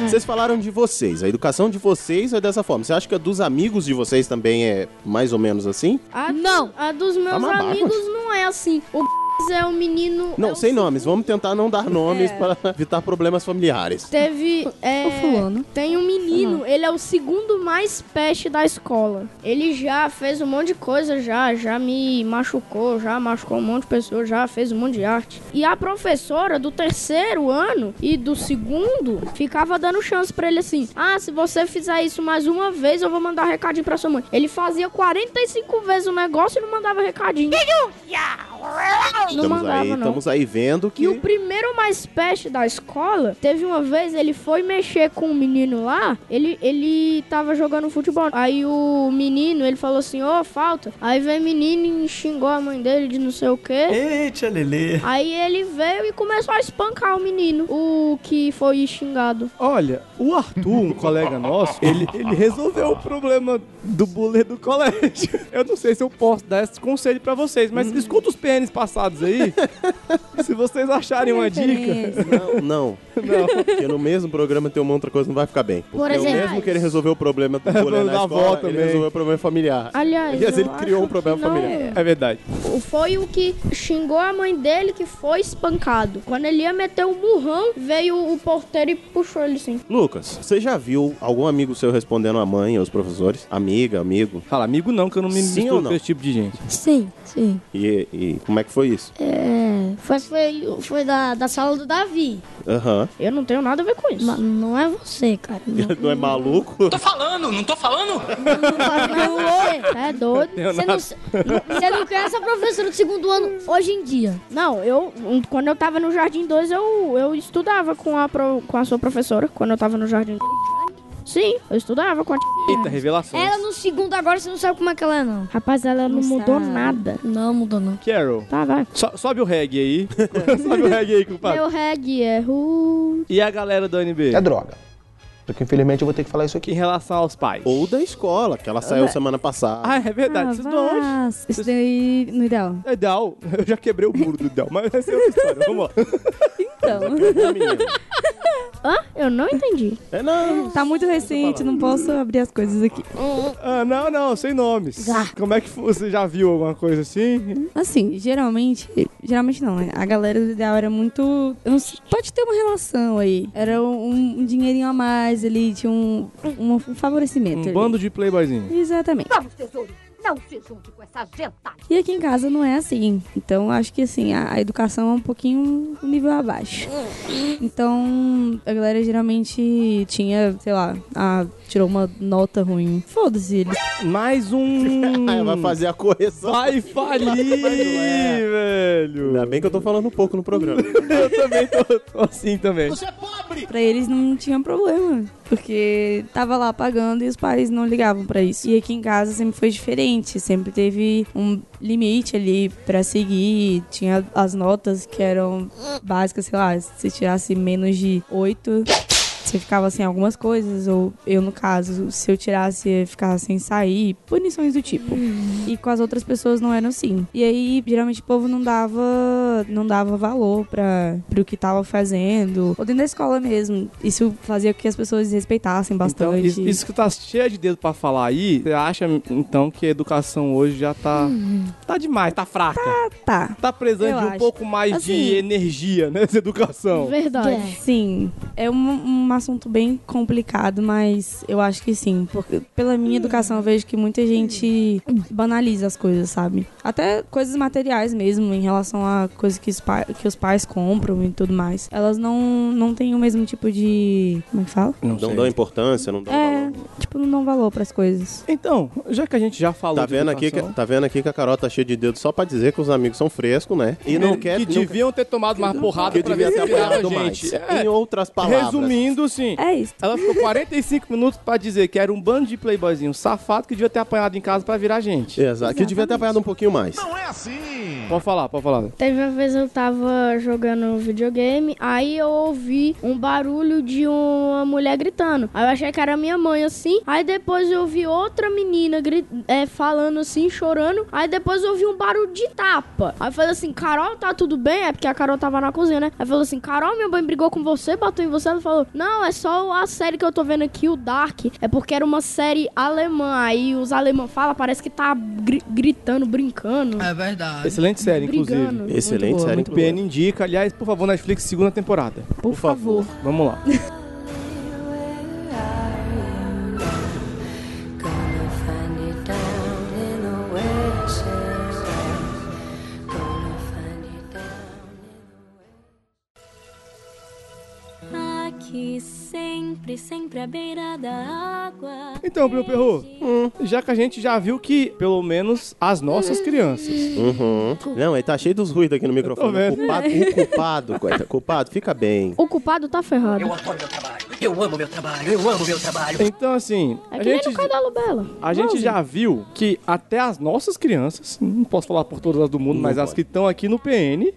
S2: Vocês falaram de vocês, a educação de vocês é dessa forma. Você acha que a dos amigos de vocês também é mais ou menos assim?
S4: A não. A
S3: Tá
S4: dos meus
S2: mamar,
S4: amigos não é assim. O [laughs] é um menino.
S2: Não, sem nomes. Vamos tentar não dar nomes
S4: É.
S2: para [laughs] evitar problemas familiares.
S4: Teve. É,
S9: o fulano. Uhum.
S4: Tem um menino, ele é o segundo mais peste da escola. Ele já fez um monte de coisa, já, já me machucou, já machucou um monte de pessoas, já fez um monte de arte. E a professora do terceiro ano e do segundo ficava dando chance pra ele assim: ah, se você fizer isso mais uma vez, eu vou mandar recadinho pra sua mãe. Ele fazia 45 vezes o negócio e não mandava recadinho. Não
S2: estamos
S4: mandava,
S2: aí,
S4: não.
S2: estamos aí vendo que
S4: E o primeiro mais peste da escola, teve uma vez, ele foi mexer com um menino lá, ele, ele tava jogando futebol. Aí o menino, ele falou assim, ô, falta. Aí veio o menino e xingou a mãe dele de não sei o quê.
S17: Eita, Lelê.
S4: Aí ele veio e começou a espancar o menino, o que foi xingado.
S3: Olha, o Arthur, um colega nosso, ele, ele resolveu o problema do bullying do colégio. [laughs] Eu não sei se eu posso dar esse conselho pra vocês, mas
S2: Uhum.
S3: escuta os PNs passados
S2: [laughs]
S3: aí. se vocês acharem uma dica.
S2: Não, não.
S3: Não.
S2: Porque no mesmo programa tem uma outra coisa não vai ficar bem. Porque
S4: Por exemplo.
S2: mesmo que ele resolveu o problema
S3: [laughs]
S2: do bullying
S3: problema
S2: na
S3: da
S2: escola,
S3: avó
S2: ele
S3: também.
S2: resolveu o problema familiar.
S4: Aliás,
S2: Aliás,
S4: eu
S2: ele criou
S4: acho
S2: um problema
S4: que não.
S2: familiar.
S3: É verdade.
S4: O- Foi o que xingou a mãe dele que foi espancado. Quando ele ia meter o burrão, veio o porteiro e puxou ele assim.
S2: Lucas, você já viu algum amigo seu respondendo a mãe aos professores? Amiga, amigo?
S3: Fala, amigo não, que eu não me
S2: Sim
S3: misturo
S2: ou
S3: com
S2: não?
S3: esse tipo de gente.
S4: Sim, sim.
S2: E, e como é que foi isso?
S4: É, foi, foi, foi da, da sala do Davi.
S2: Aham.
S4: Eu não tenho nada a ver com isso. não é você, cara.
S2: [laughs] Não é maluco?
S17: falando, não tô falando? tá
S4: é doido.
S17: Tenho
S4: Você não,
S17: nada.
S4: se- você não conhece a professora do segundo ano hoje em dia. Não, eu. um, Quando eu tava no Jardim 2, eu, eu estudava com a, pro- com a sua professora. Quando eu tava no Jardim 2. Sim, eu estudava com a
S3: Eita, revelações.
S4: Ela no segundo agora, você não sabe como é que ela é, não. Rapaz, ela não, mudou nada. Não mudou, não.
S3: Carol.
S4: Tá, vai.
S3: So- sobe o reggae aí. [laughs] sobe o reggae aí, compadre.
S4: Meu reggae é ru.
S3: E a galera do NB? É droga. Porque infelizmente eu vou ter que falar isso aqui. Em relação aos pais.
S2: Ou da escola, que ela saiu semana passada.
S3: Ah, é verdade.
S9: Ah,
S3: Vocês dão onde?
S9: vaz. Isso daí no ideal.
S3: É Dal. Eu já quebrei o muro do Dal, mas essa é outra história. Vamos lá.
S9: Então.
S4: Hã? Eu não entendi.
S2: É, não.
S9: Tá muito recente, não posso abrir as coisas aqui.
S3: Ah, não, não, sem nomes. Como é que foi? você já viu alguma coisa assim?
S9: Assim, geralmente. Geralmente não, né? A galera do ideal era muito. eu não sei, pode ter uma relação aí. Era um, um dinheirinho a mais ali, tinha um, um, um favorecimento.
S3: Um
S9: ali.
S3: bando de playboyzinho.
S9: Exatamente.
S19: Não se junte com essa gentalha.
S9: E aqui em casa não é assim. Então acho que assim, a, a educação é um pouquinho um nível abaixo. Então a galera geralmente tinha, sei lá, a- tirou uma nota ruim. Foda-se eles.
S3: Mais [laughs] um.
S2: Vai fazer a correção.
S3: [laughs] Vai falir, velho.
S2: Ainda bem que eu tô falando pouco no
S3: [laughs]
S2: programa.
S3: eu também tô, tô assim também.
S9: Pra eles não tinha problema, porque tava lá pagando e os pais não ligavam pra isso. E aqui em casa sempre foi diferente, sempre teve um limite ali pra seguir, tinha as notas que eram básicas, sei lá, se tirasse menos de 8, você ficava sem algumas coisas, ou eu no caso, se eu tirasse, ia ficar sem sair, punições do tipo. E com as outras pessoas não eram assim. E aí, geralmente, o povo não dava, não dava valor pra, pro que tava fazendo, ou dentro da escola mesmo. Isso fazia com que as pessoas respeitassem
S3: Então,
S9: bastante.
S3: isso, isso que tá cheio de dedo pra falar aí, você acha então que a educação hoje já tá. Tá demais, tá fraca.
S9: Uhum. Tá, tá.
S3: Tá precisando
S9: Eu
S3: de um
S9: acho.
S3: pouco mais
S9: Assim-
S3: de energia nessa educação.
S9: É. Sim. É um, um assunto bem complicado, mas eu acho que sim. Porque pela minha educação eu vejo que muita gente banaliza as coisas, sabe? Até coisas materiais mesmo, em relação a coisas que os, pa- que os pais compram e tudo mais. Elas não, não têm o mesmo tipo de. Como é que fala?
S2: Não, dão importância, não dão
S9: É, tipo, não dão valor pras coisas.
S3: Então, já que a gente já falou
S2: Tá
S3: de
S2: vendo, aqui que,
S3: educação-
S2: tá vendo aqui que a Carol tá cheia de dedo só pra dizer que os amigos são frescos, né? E não quer...
S3: que
S2: não
S3: deviam ter tomado mais porrada
S2: que
S3: pra
S2: devia
S3: ver se
S2: ter
S3: virava
S2: apanhado
S3: gente. É,
S2: mais. Em outras palavras.
S3: Resumindo, sim.
S9: É isso.
S3: Ela ficou 45 minutos pra dizer que era um bando de playboyzinho safado que devia ter apanhado em casa pra virar gente.
S2: Exato. Que devia ter apanhado um pouquinho mais.
S3: Pode falar, pode falar.
S4: Teve uma vez eu tava jogando um videogame, aí eu ouvi um barulho de uma mulher gritando. Aí eu achei que era minha mãe assim. Aí depois eu ouvi outra menina gri- é, falando assim, chorando. Aí depois eu ouvi um barulho de tapa. Aí eu falei assim: Carol, tá tudo bem? É porque a Carol tava na cozinha, né? Aí falou assim: Carol, minha mãe brigou com você, bateu em você. Ela falou: Não, é só a série que eu tô vendo aqui, o Dark. É porque era uma série alemã. Aí os alemães falam, parece que tá gri- gritando, brincando. É verdade.
S3: Excelente série,
S4: Brigando.
S3: inclusive.
S2: Excelente Muito boa, série, muito
S3: O PN indica. Aliás, por favor, Netflix, segunda temporada.
S9: Por, favor.
S3: Vamos lá.
S20: Aqui sempre, sempre à beira da água.
S3: Então, meu perro, já que a gente já viu que, pelo menos, as
S20: Hum.
S3: nossas crianças.
S2: Uhum. Não, ele tá cheio dos ruídos aqui no microfone. O
S3: vendo.
S2: culpado, o culpado, coitado. Culpado, fica bem.
S4: O culpado tá ferrado.
S21: Eu amo meu trabalho, eu amo meu trabalho.
S3: Então, assim,
S4: É
S3: a
S4: que nem
S3: gente,
S4: no Cadalo Bela.
S3: a gente
S4: Igualzinho.
S3: já viu que até as nossas crianças, não posso falar por todas as do mundo, mas as que estão aqui no PN,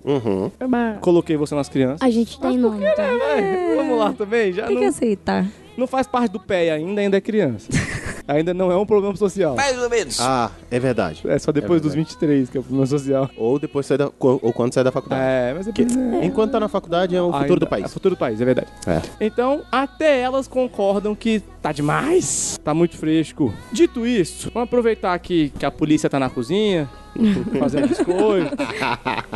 S9: É,
S3: coloquei você nas crianças.
S9: A gente tem nome, tá?
S3: É, Vamos lá também, já
S9: Tem
S3: não,
S9: que é aceitar.
S3: não faz parte do PE ainda, ainda é
S9: [laughs]
S3: criança. ainda não é um problema social.
S2: Mais ou menos. Ah, é verdade.
S3: É só depois dos 23 que é o problema social.
S2: Ou depois sai da, ou quando sai da faculdade.
S3: É, mas depois é-
S2: Enquanto tá na faculdade é o futuro
S3: Ainda-
S2: do
S3: É o
S2: país.
S3: futuro do país, é verdade.
S2: É.
S3: Então, até elas concordam que tá demais, tá muito fresco. Dito isso, vamos aproveitar aqui que a polícia tá na cozinha, [laughs] fazendo biscoito.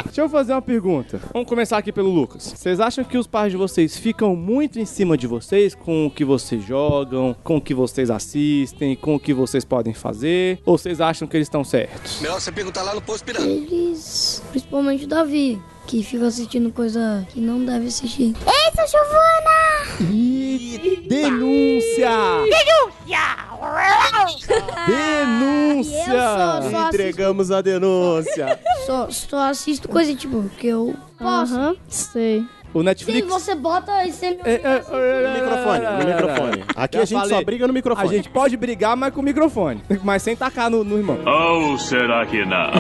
S3: Deixa eu fazer uma pergunta. Vamos começar aqui pelo Lucas. Vocês acham que os pais de vocês ficam muito em cima de vocês com o que vocês jogam, com o que vocês assistem, com o que vocês podem fazer? Ou vocês acham que eles estão certos?
S22: Melhor você perguntar lá no posto pirâmide.
S17: É, Eles, principalmente o Davi, que fica assistindo coisa que não deve assistir.
S23: Eita, Giovana!
S3: Denúncia!
S17: Eu
S2: Denúncia!
S17: sou- sou
S2: Entregamos a denúncia.
S17: Só, só assisto coisa tipo que eu posso.
S4: Aham, sei.
S3: O
S17: Sim, você bota e você.
S4: É.
S3: No
S2: microfone, no microfone. Aqui
S3: Já
S2: a gente só
S3: falei.
S2: briga no microfone.
S3: [laughs]
S2: Ah.
S3: A gente pode brigar, mas com o microfone. Mas sem tacar no, no irmão.
S24: Ou será que não?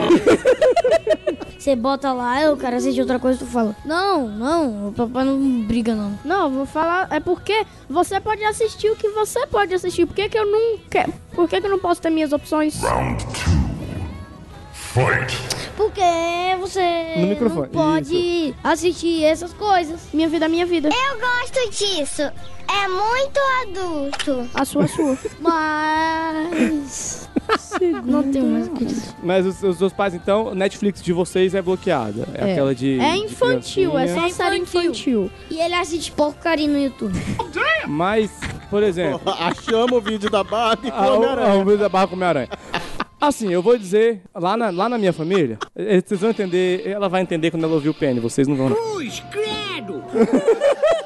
S17: Você bota lá, o cara assiste outra coisa e tu fala. Não, não, o papai não briga não.
S4: Não, eu vou falar. É porque você pode assistir o que você pode assistir. Por que, que eu não quero? Por que, que eu não posso ter minhas opções?
S17: Porque você
S4: No microfone,
S17: não pode assistir essas coisas.
S4: Minha vida é minha vida.
S17: Eu gosto disso. É muito adulto.
S4: A sua,
S3: [laughs]
S4: a sua.
S17: Mas. Não tenho mais o que dizer.
S3: Mas os, os seus pais, então, Netflix de vocês é bloqueada. É, aquela de.
S17: É
S3: de
S17: infantil,
S3: criancinha.
S17: é só série infantil. E ele assiste porcaria no YouTube.
S3: Mas, por exemplo.
S2: [laughs] [laughs] Achamos o vídeo da Barbie
S3: Ah, com Homem-Aranha. O vídeo da Barbie com Homem-Aranha. Assim, eu vou dizer, lá na, lá na minha família, eh, vocês vão entender, ela vai entender quando ela ouvir o pene, vocês não vão. não.
S25: Cruz, credo!
S3: [laughs]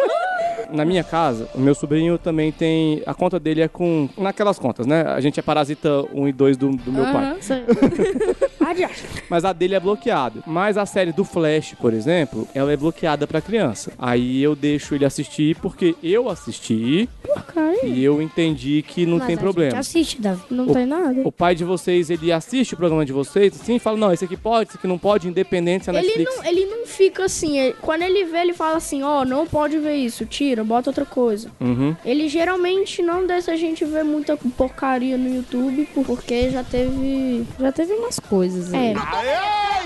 S3: Na minha casa, o meu sobrinho também tem. A conta dele é com. Naquelas contas, né? A gente é parasita 1 e 2 do, do
S17: Ah,
S3: meu pai. [laughs] Mas a dele é bloqueada. Mas a série do Flash, por exemplo, ela é bloqueada pra criança. Aí eu deixo ele assistir porque eu assisti e eu entendi que não
S17: Mas
S3: tem
S17: a
S3: problema.
S17: Gente assiste, Davi.
S3: O- O pai de vocês, ele assiste o programa de vocês, assim, e fala, não, esse aqui pode, esse aqui não pode, independente se é
S4: Ele
S3: Netflix.
S4: não, ele não fica assim. ele- quando ele vê, ele fala assim: ó, não pode ver isso, tira, bota outra coisa.
S3: Uhum.
S4: Ele geralmente não deixa a gente ver muita porcaria no YouTube, porque já teve. Já teve umas coisas
S9: né?
S4: é.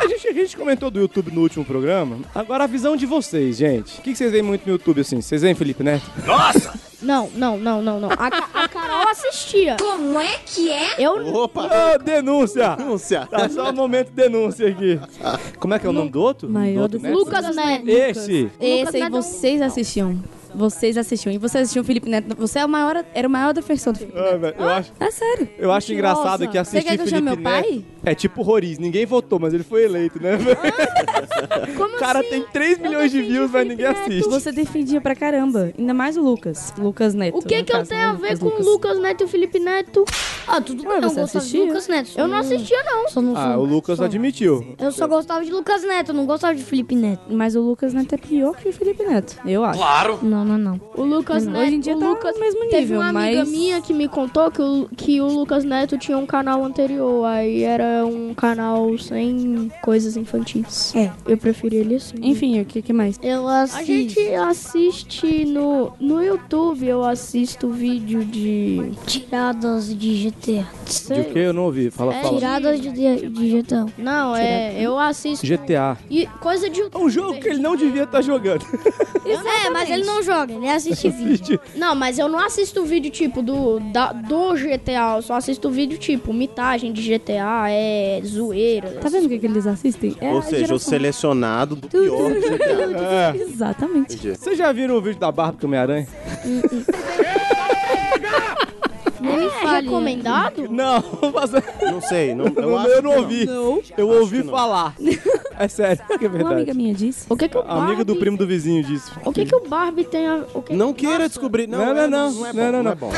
S3: A gente, a gente comentou do YouTube no último programa. Agora a visão de vocês, gente. O que que vocês veem muito no YouTube, assim? Vocês veem, Felipe Neto?
S4: Nossa! Não, não, não, não, não. A, Ca- a Carol assistia. Como é que é? Eu
S3: Opa! Ah, denúncia! Denúncia! Tá só um momento de denúncia aqui. Como é que é o nome do outro?
S9: Maior
S3: do
S9: do
S3: outro
S9: que
S3: Neto?
S9: Lucas Neto.
S3: Esse!
S9: Esse aí vocês assistiam. Vocês assistiam. E vocês assistiam o Felipe Neto. Você é o maior, era o maior defensor do Felipe Neto.
S3: Ah, velho, eu acho,
S4: Tá
S9: É sério.
S3: eu acho engraçado que
S9: Você
S3: assistir
S9: quer que eu
S3: Felipe
S9: chame meu pai?
S3: Neto é tipo Roriz. Ninguém votou, mas ele foi eleito, né?
S9: [laughs] Como assim?
S3: o cara tem 3 milhões de views, mas ninguém assiste.
S9: Você defendia pra caramba. Ainda mais o Lucas. Lucas Neto.
S4: O que
S9: no
S4: que eu
S9: caso,
S4: tenho a
S9: né?
S4: ver com o Lucas Neto e o Felipe Neto?
S17: Ah, tudo
S4: bem,
S17: eu você gostava de assistia? Lucas Neto, só
S4: Eu não
S17: não-
S4: assistia, não.
S17: Só não
S3: Ah, o Lucas admitiu.
S17: Eu só gostava de Lucas Neto, não gostava de Felipe Neto.
S9: Mas o Lucas Neto é pior que o Felipe Neto, eu acho.
S17: Claro. Não, não, não.
S4: O Lucas
S9: Não,
S4: Neto.
S9: hoje em dia
S4: o
S9: tá
S4: Lucas,
S9: no mesmo
S4: Teve
S9: nível,
S4: uma amiga
S9: mas-
S4: minha que me contou que o, que o Lucas Neto tinha um canal anterior. Aí era um canal sem coisas infantis. É. Eu preferi ele assim.
S9: Enfim, o que, que mais? Tá
S4: Eu A gente assiste no, no YouTube, eu assisto vídeo de.
S17: Tiradas de GTA.
S3: De o que eu não ouvi? Fala,
S4: É,
S3: fala.
S17: Tiradas de, de GTA.
S4: Não, é. Eu assisto.
S3: GTA.
S4: E coisa de YouTube.
S3: né? Um jogo que ele não devia estar
S9: [laughs]
S3: jogando.
S4: É, mas ele não joga, ele
S17: [laughs]
S4: assiste vídeo. Não, mas eu não assisto vídeo tipo do, da- do GTA, eu só assisto vídeo tipo mitagem de GTA, é zoeira.
S9: Tá vendo o que, que eles assistem? É
S2: Ou
S9: a
S2: seja, o
S9: geração.
S2: selecionado do pior.
S3: É.
S9: Exatamente.
S3: Vocês já viram o vídeo da Barbie com o Homem-Aranha?
S4: Nem me
S17: É
S4: fale. recomendado?
S3: Não, [laughs] mas...
S2: Não sei, não, eu
S3: Eu,
S2: acho
S3: não
S2: que
S3: ouvi. Eu ouvi
S9: [laughs]
S3: falar. É sério, é verdade.
S4: Uma amiga
S9: minha disse.
S4: O que que o
S3: A amiga do
S4: Barbie-
S3: primo do vizinho disse.
S4: O que que o Barbie tem a. O que...
S2: Não queira descobrir. Não,
S3: Não, não,
S2: é- é
S3: não. Não,
S2: bom,
S3: não,
S2: não
S3: não.
S2: é bom.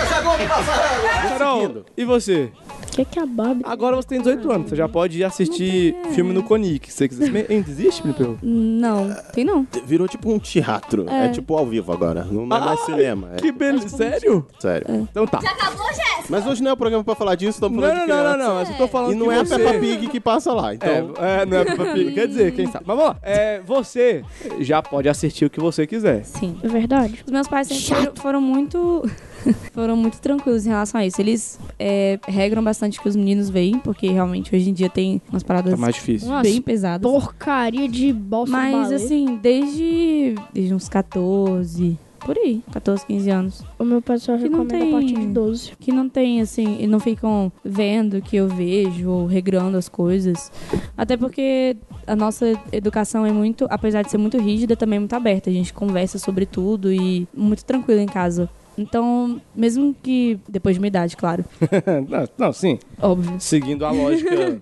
S3: Carol, e você?
S4: O que que a Barbie.
S3: Agora você tem 18 anos, você já pode assistir filme no Conic, se você quiser. Mas Ainda existe, me
S9: Não, tem não.
S2: Virou tipo um teatro. É.
S9: É.
S2: tipo ao vivo agora. Não é mais
S3: Ai,
S2: cinema. é-
S3: Ah, Que beleza, sério?
S2: Sério.
S3: Então tá.
S25: acabou, Jéssica?
S2: Mas hoje não é o programa pra falar disso, estamos
S3: Não,
S2: falando
S3: não,
S2: de
S3: não,
S2: criança.
S3: não, não, mas eu tô falando
S2: E não
S3: que
S2: é
S3: você-
S2: a Peppa Pig que passa lá, então...
S3: É, é, não é Peppa Pig. Quer dizer, quem sabe. Mas vamos lá. É, você já pode assistir o que você quiser.
S9: Sim.
S4: É verdade.
S9: Os meus pais sempre foram, foram muito. [laughs] foram muito tranquilos em relação a isso. Eles é, regram bastante o que os meninos veem, porque realmente hoje em dia tem umas paradas
S3: Tá mais difícil.
S9: bem
S4: Nossa,
S9: pesadas.
S4: Porcaria de bolsa
S9: Mas
S4: ballet.
S9: assim, desde. Desde uns 14. Por aí, 14, 15 anos.
S4: O meu pai só recomenda a partir de 12.
S9: Que não tem, assim, e não ficam vendo o que eu vejo ou regrando as coisas. Até porque a nossa educação é muito, apesar de ser muito rígida, também é muito aberta. A gente conversa sobre tudo e muito tranquila em casa. Então, mesmo que. Depois de uma idade, claro.
S3: [laughs] não, não, sim.
S9: Óbvio.
S3: Seguindo a
S9: [laughs]
S3: lógica.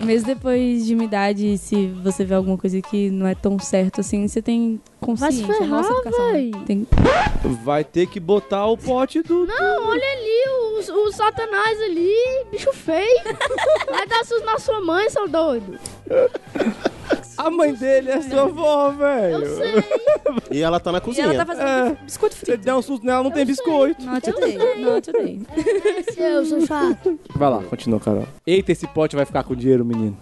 S9: Mesmo depois de uma idade, se você vê alguma coisa que não é tão certo assim, você tem consciência.
S4: ferrar,
S9: nossa educação
S4: véi.
S9: tem
S3: Vai ter que botar o pote do.
S4: Não, olha ali o, o satanás ali, bicho [laughs] feio. Vai
S12: tá
S4: dar susto na sua mãe, seu doido.
S3: A mãe dele é sua avó, velho. Eu sei.
S2: E ela tá na cozinha.
S9: biscoito frito.
S3: Você der um susto nela, não tem biscoito.
S9: Not today, not today.
S17: Eu sou chato.
S3: Vai lá, continua, Carol. Eita, esse pote vai ficar com dinheiro, menino.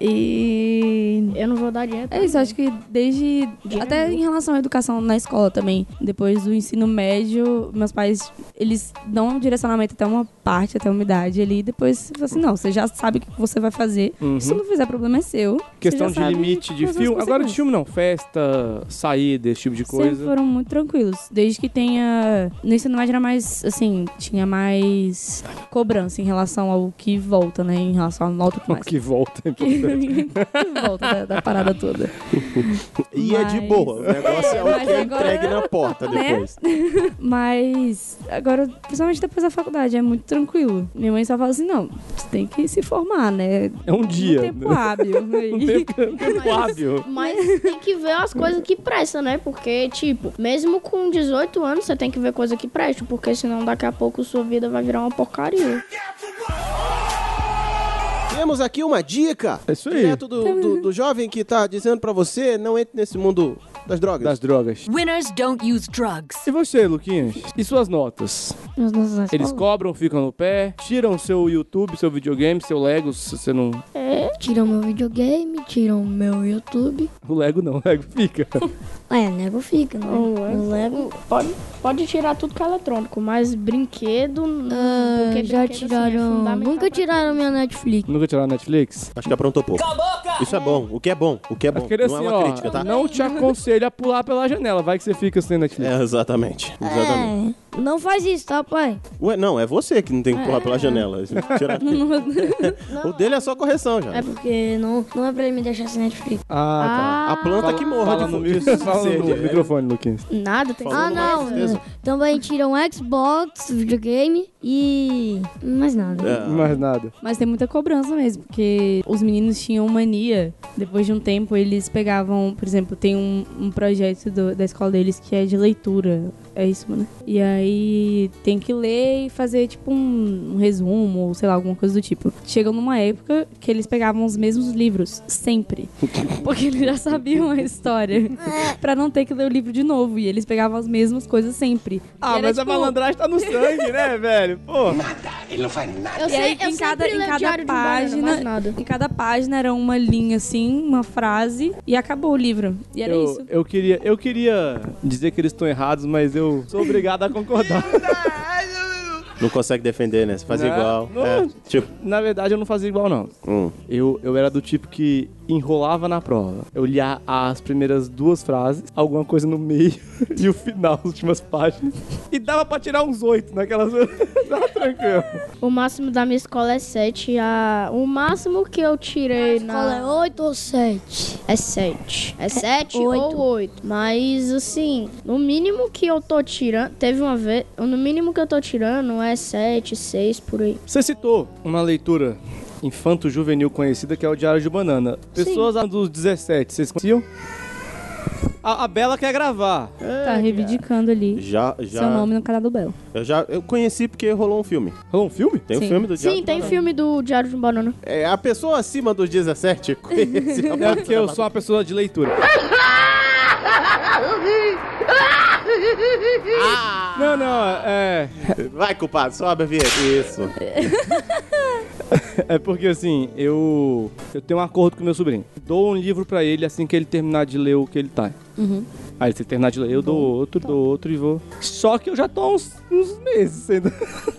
S9: E.
S4: [laughs] Eu não vou dar dieta.
S9: É isso, acho que desde. Até em relação à educação na escola também. Depois do ensino médio, meus pais, eles dão um direcionamento até uma parte, até uma idade ali. E depois, assim, não, você já sabe o que você vai fazer.
S3: Uhum.
S9: Se não fizer, problema é seu. Você
S3: Questão
S9: já
S3: de
S9: sabe.
S3: limite de
S9: com as
S3: filme. Agora de
S9: consequências. é
S3: filme não, festa, saída, esse tipo de
S9: Sempre
S3: coisa.
S9: foram muito tranquilos. Desde que tenha. No ensino médio era mais, assim, tinha mais cobrança em relação ao que volta, né? Em relação ao nota que
S3: O
S9: mais.
S3: que volta
S9: [laughs]
S3: é
S9: Que-
S3: importante.
S9: que volta da, da parada toda.
S2: E é de
S9: Mas-
S2: boa. O negócio é o
S9: Mas
S2: que é
S9: agora-
S2: entregue na porta
S9: Né?
S2: depois.
S9: Mas agora, principalmente depois da faculdade, é muito tranquilo. Minha mãe só fala assim: não, você tem que se formar, né?
S3: É um dia.
S9: Tempo
S2: [laughs]
S9: hábil.
S3: Um tempo, [laughs] um tempo hábil.
S12: Mas tem que ver as coisas que prestam, né? Porque, tipo, mesmo com 18 anos, você tem que ver coisa que presta, porque senão daqui a pouco sua vida vai virar uma porcaria.
S2: Temos aqui uma dica. É isso aí. Direto do, do, do jovem que tá dizendo pra você, não entre nesse mundo das drogas.
S3: Das drogas.
S10: Winners don't use drugs.
S3: E você, Luquinhas? E suas notas? Eles cobram, ficam no pé, tiram seu YouTube, seu videogame, seu Lego, se você não...
S17: Tiram meu videogame, tiram meu YouTube.
S3: O Lego não, o Lego [laughs] fica.
S17: É, nego fica, né?
S9: é.
S17: O Lego.
S12: Pode, pode tirar tudo que é eletrônico, mas brinquedo.
S17: Ah,
S12: porque brinquedo,
S17: já
S12: assim, é
S17: tiraram.
S12: fundamental
S17: Nunca tiraram minha Netflix.
S3: Nunca tiraram Netflix?
S2: Acho que aprontou pouco. Isso é bom. O que é bom. O que é bom.
S3: Aquele
S2: não
S3: assim,
S2: é uma
S3: ó,
S2: crítica, tá?
S3: não te aconselho a pular pela janela, vai que você fica sem Netflix.
S2: É, exatamente. Exatamente.
S17: É, não faz isso, tá, pai?
S2: Ué, não, é você que não tem que pular pela janela. Tirar-
S9: [laughs]
S2: O dele é só correção já.
S17: É porque não, não é pra ele me deixar sem Netflix.
S3: Ah,
S2: tá. A planta
S3: Fala-
S2: que morra de
S3: fala no,
S2: fome.
S3: mi- fala no
S2: Sede, é.
S3: microfone, Luquinhas.
S12: Nada tem
S17: Ah,
S12: que-
S17: não. Também tiram Xbox, videogame e. Mais nada.
S2: É.
S3: Mais nada.
S9: Mas tem muita cobrança mesmo, porque os meninos tinham mania. Depois de um tempo, eles pegavam, por exemplo, tem um, um projeto do- da escola deles que é de leitura. É isso, né? E aí tem que ler e fazer, tipo, um, um resumo, ou sei lá, alguma coisa do tipo. Chegam numa época que eles pegavam os mesmos livros,
S3: [laughs]
S9: sempre. Porque eles já sabiam a história.
S3: É.
S9: pra não ter que ler o livro de novo. E eles pegavam as mesmas coisas sempre.
S3: Ah,
S9: E era,
S3: mas a
S9: tipo,
S3: malandragem tá no sangue, [laughs] né, velho? Pô.
S13: Ele não faz nada.
S12: Eu
S9: e
S12: sei-
S9: aí,
S12: eu
S9: em cada,
S12: sempre
S9: em
S12: leio
S9: cada
S12: Diário de um Banana,
S9: página,
S12: mais nada.
S9: em cada página era uma linha assim, uma frase e acabou o livro. E era
S3: eu,
S9: É isso.
S3: Eu queria, eu queria É. dizer que eles estão errados, mas eu sou obrigado a concordar.
S2: Não consegue defender, né? Você faz
S3: Não,
S2: igual.
S3: não.
S2: É, tipo,
S3: Na verdade, eu não fazia igual, não.
S2: Hum.
S3: Eu, eu era do tipo que enrolava na prova. Eu lia as primeiras duas frases, alguma coisa no meio [laughs] e o final, as últimas páginas. E dava pra tirar uns oito naquelas. [laughs] dava tranquilo.
S12: O máximo da minha escola é 7. A... O máximo que eu tirei na.
S17: escola é
S12: 8 ou 7? É 7. É 7
S17: oito.
S12: ou 8. Mas assim, no mínimo que eu tô tirando. Teve uma vez. No mínimo que eu tô tirando é 7, 6 por aí.
S3: Você citou uma leitura infanto-juvenil conhecida que é o Diário de Banana. Pessoas dos 17, vocês conheciam? A, a Bela quer gravar.
S9: Tá reivindicando ali
S2: já, já.
S9: seu nome no canal do Belo.
S2: Eu já eu conheci porque rolou um filme.
S3: Rolou um filme?
S2: Tem
S9: Sim.
S2: um filme do Diabo
S12: Sim, tem
S2: Banana.
S12: filme do Diário de um Banana.
S2: É, a pessoa acima dos 17 conhece.
S3: É porque eu sou uma pessoa de leitura. Não, não, é.
S2: Vai, culpado, sobe a vinheta. Isso.
S3: É porque assim, eu. Eu tenho um acordo com meu sobrinho. Dou um livro pra ele assim que ele terminar de ler o que ele tá. Aí se ele terminar de ler, eu dou outro, dou outro e vou. Só que eu já tô há uns, uns meses [laughs] sendo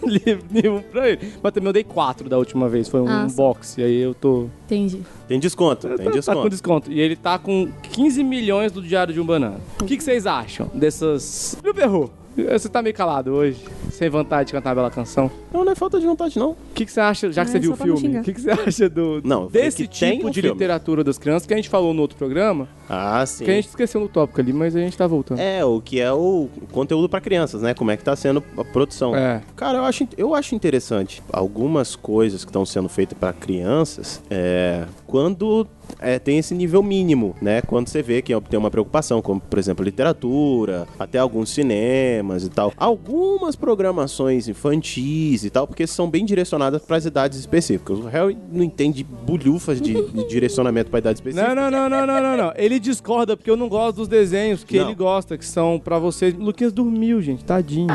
S3: livro, livro pra ele. Mas também eu dei quatro da última vez, foi um
S9: Ah, só.
S3: box. E aí eu tô.
S9: Entendi.
S2: Tem desconto, tem
S3: tá, Tá com
S2: desconto.
S3: desconto. E ele tá com 15 milhões do Diário de um Banana. O que, que vocês acham dessas. Meu perro, você tá meio calado hoje, sem vontade de cantar uma bela canção.
S2: Não, não é falta de vontade, não.
S3: O que, que você acha, já que
S2: É,
S3: você viu o
S2: só pra me
S3: filme,
S2: xingar.
S3: o que, que você acha do,
S2: Não, eu falei
S3: desse
S2: que tem
S3: tipo
S2: um
S3: de
S2: filme.
S3: literatura das crianças que a gente falou no outro programa?
S2: Ah, sim.
S3: Que a gente esqueceu no tópico ali, mas a gente tá voltando.
S2: É, o que é o conteúdo pra crianças, né? Como é que tá sendo a produção.
S3: É.
S2: Cara, eu acho, eu acho interessante. Algumas coisas que estão sendo feitas pra crianças, é, quando é, tem esse nível mínimo, né? Quando você vê que tem uma preocupação, como, por exemplo, literatura, até alguns cinemas e tal. Algumas programações infantis e tal, porque são bem direcionadas pras idades específicas. O Harry não entende bulhufas de, de direcionamento pra idade específica.
S3: Não, não, não, não, não, não, não. Ele discorda porque eu não gosto dos desenhos que
S2: Não.
S3: ele gosta, que são pra você. Luquinhas dormiu, gente, tadinho.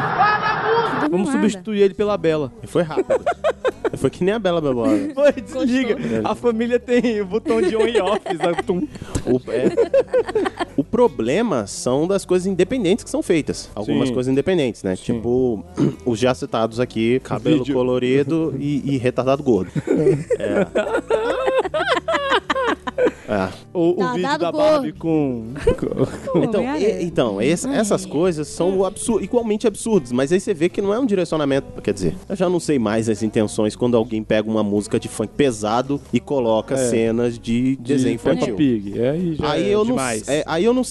S3: Vamos
S9: nada.
S3: substituir ele pela Bela.
S2: Foi
S3: [laughs]
S2: rápido. Foi que nem a Bela Bebola.
S3: Foi, desliga. A família tem o botão de on e off,
S2: [laughs]
S3: sabe? Tum.
S2: O, é, o problema são das coisas independentes que são feitas. Algumas
S3: Sim.
S2: coisas independentes, né? Tipo, [clears throat] os já citados aqui, cabelo
S3: Vídeo.
S2: colorido e, e retardado gordo. É. É.
S3: O, o
S2: Tá
S3: vídeo
S2: dado
S3: da
S2: gordo.
S3: Barbie com. com-
S2: Então,
S9: né?
S2: e- então esse- essas coisas são absur- igualmente absurdas, mas aí você vê que não é um direcionamento. Quer dizer, eu já não sei mais as intenções quando alguém pega uma música de funk pesado e coloca
S3: É.
S2: cenas de, desenho
S3: Peppa
S2: infantil.
S3: Pig. Aí, já
S2: Aí
S3: é
S2: eu, não,
S3: demais.
S2: é, aí eu não,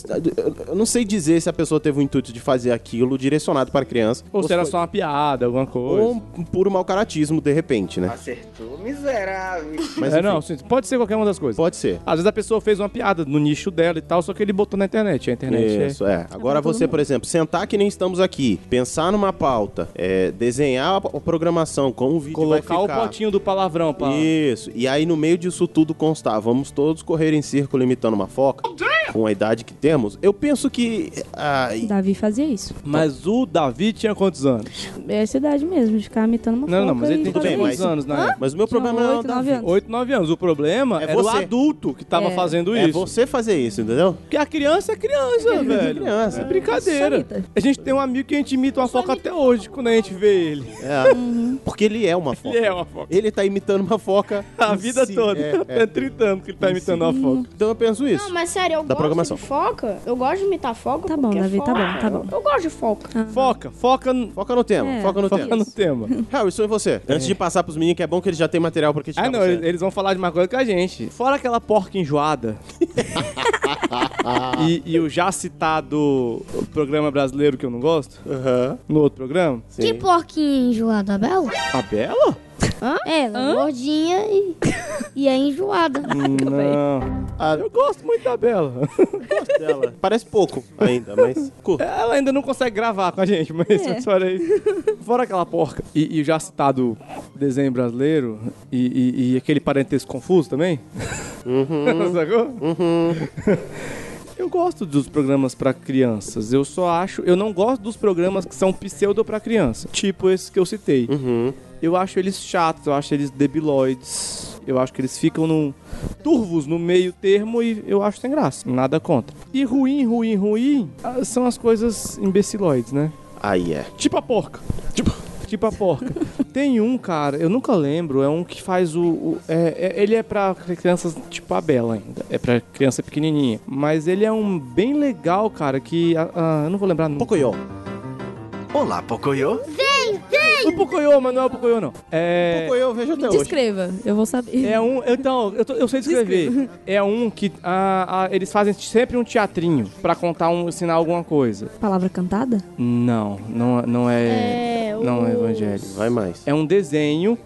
S2: eu não sei dizer se a pessoa teve o intuito de fazer aquilo direcionado para criança.
S3: Ou se era
S2: foi-
S3: só uma piada, alguma coisa.
S2: Ou um puro mau caratismo, de repente, né?
S10: Acertou, miserável.
S3: Mas é, não, sim, pode ser qualquer uma das coisas.
S2: Pode ser.
S3: Às vezes a pessoa fez uma piada no nicho dela e tal, só que ele botou na internet. A internet
S2: Isso, é. Agora você, por exemplo, sentar que nem estamos aqui, pensar numa pauta, é, desenhar a a programação, como o vídeo
S3: Colocar
S2: vai
S3: o
S2: ficar.
S3: potinho do palavrão pra.
S2: Isso. E aí no meio disso tudo constar, vamos todos correr em círculo imitando uma foca, com a idade que temos, eu penso que... ai,
S9: Davi fazia isso.
S3: Mas o Davi tinha quantos anos?
S9: É essa idade mesmo, de ficar imitando uma
S3: Não, não,
S9: foca
S3: mas ele
S9: e
S3: tem
S9: fazer
S3: quantos
S9: isso.
S3: anos,
S9: Hã?
S3: né?
S2: Mas o meu
S9: problema não é o oito, nove Davi. anos.
S3: 8, 9 anos. O problema
S2: É
S3: era o
S2: você.
S3: adulto que tava
S9: É.
S3: fazendo
S2: É
S3: isso.
S2: você fazer isso, entendeu?
S3: Porque a criança é criança,
S2: Criança é
S3: velho.
S2: criança.
S3: É brincadeira. A gente tem um amigo que a gente imita uma foca até hoje quando a gente vê ele.
S2: É. Porque ele é uma foca.
S3: Ele é uma foca.
S2: Ele tá imitando uma foca
S3: [laughs] a vida
S2: Sim,
S3: toda.
S2: é, é.
S3: [laughs] É, 30 anos que ele tá imitando uma foca.
S2: Então eu penso isso.
S4: Não, mas sério, eu
S2: Da
S4: gosto
S2: programação.
S4: de foca. Eu gosto de imitar foca. Tá bom,
S9: Davi, tá bom, tá bom. Ah.
S4: Eu, eu gosto de foca.
S3: Foca, foca no...
S2: Foca no tema,
S4: É,
S2: foca no
S4: foca
S2: tema.
S4: no
S3: tema.
S2: [laughs] Harrison, e você? Antes de passar pros meninos, que é bom que eles já têm material pra criticar
S3: Ah, não,
S2: você.
S3: eles eles vão falar de uma coisa com a gente. Fora aquela
S2: [laughs]
S3: porca enjoada. e, e o já citado programa brasileiro que eu não gosto. No outro programa.
S17: Que porquinho enjoada, a Bela?
S2: Ah,
S3: A Bela?
S17: Ela é gordinha e, e é
S12: [laughs]
S17: enjoada.
S3: Não.
S2: Ah.
S3: Eu gosto muito da Bela.
S2: dela. Parece pouco ainda,
S3: [laughs]
S2: mas. curto.
S3: Ela ainda não consegue gravar com a gente, mas
S2: É.
S3: é. fora isso. Fora aquela porca. E, e o já citado desenho brasileiro e, e- e aquele parentesco confuso também.
S2: Uhum.
S3: [laughs] Sacou? Eu gosto dos programas pra crianças. Eu só acho. Eu não gosto dos programas que são pseudo pra criança. Tipo esses que eu citei. Eu acho eles chatos, eu acho eles debiloides. Eu acho que eles ficam num. turvos no meio termo e eu acho sem graça. Nada contra. E ruim, ruim, ruim ah, são as coisas imbeciloides, né?
S2: Aí é.
S3: Tipo a porca. Tipo. Tipo a [laughs] porca. Tem um, cara, eu nunca lembro, é um que faz o. o- é- é- ele é pra crianças, tipo a Bela ainda. É pra criança pequenininha. Mas ele é um bem legal, cara, que. ah, ah, eu não vou lembrar nunca.
S2: Pocoyo.
S3: Olá, Pocoyo.
S10: Vem, vem!
S3: O Pocoyo, mas não é o Pocoyo, não. É.
S2: Pocoyo eu vejo até
S9: Me descreva, eu vou saber.
S3: É um. Então, eu, tô- eu sei descrever. É um que. ah, ah, eles fazem sempre um teatrinho pra contar um. ensinar alguma coisa.
S9: Palavra cantada?
S3: Não, não, não é.
S9: É,
S3: não é
S9: os-
S3: evangélico.
S2: Vai mais.
S3: É um desenho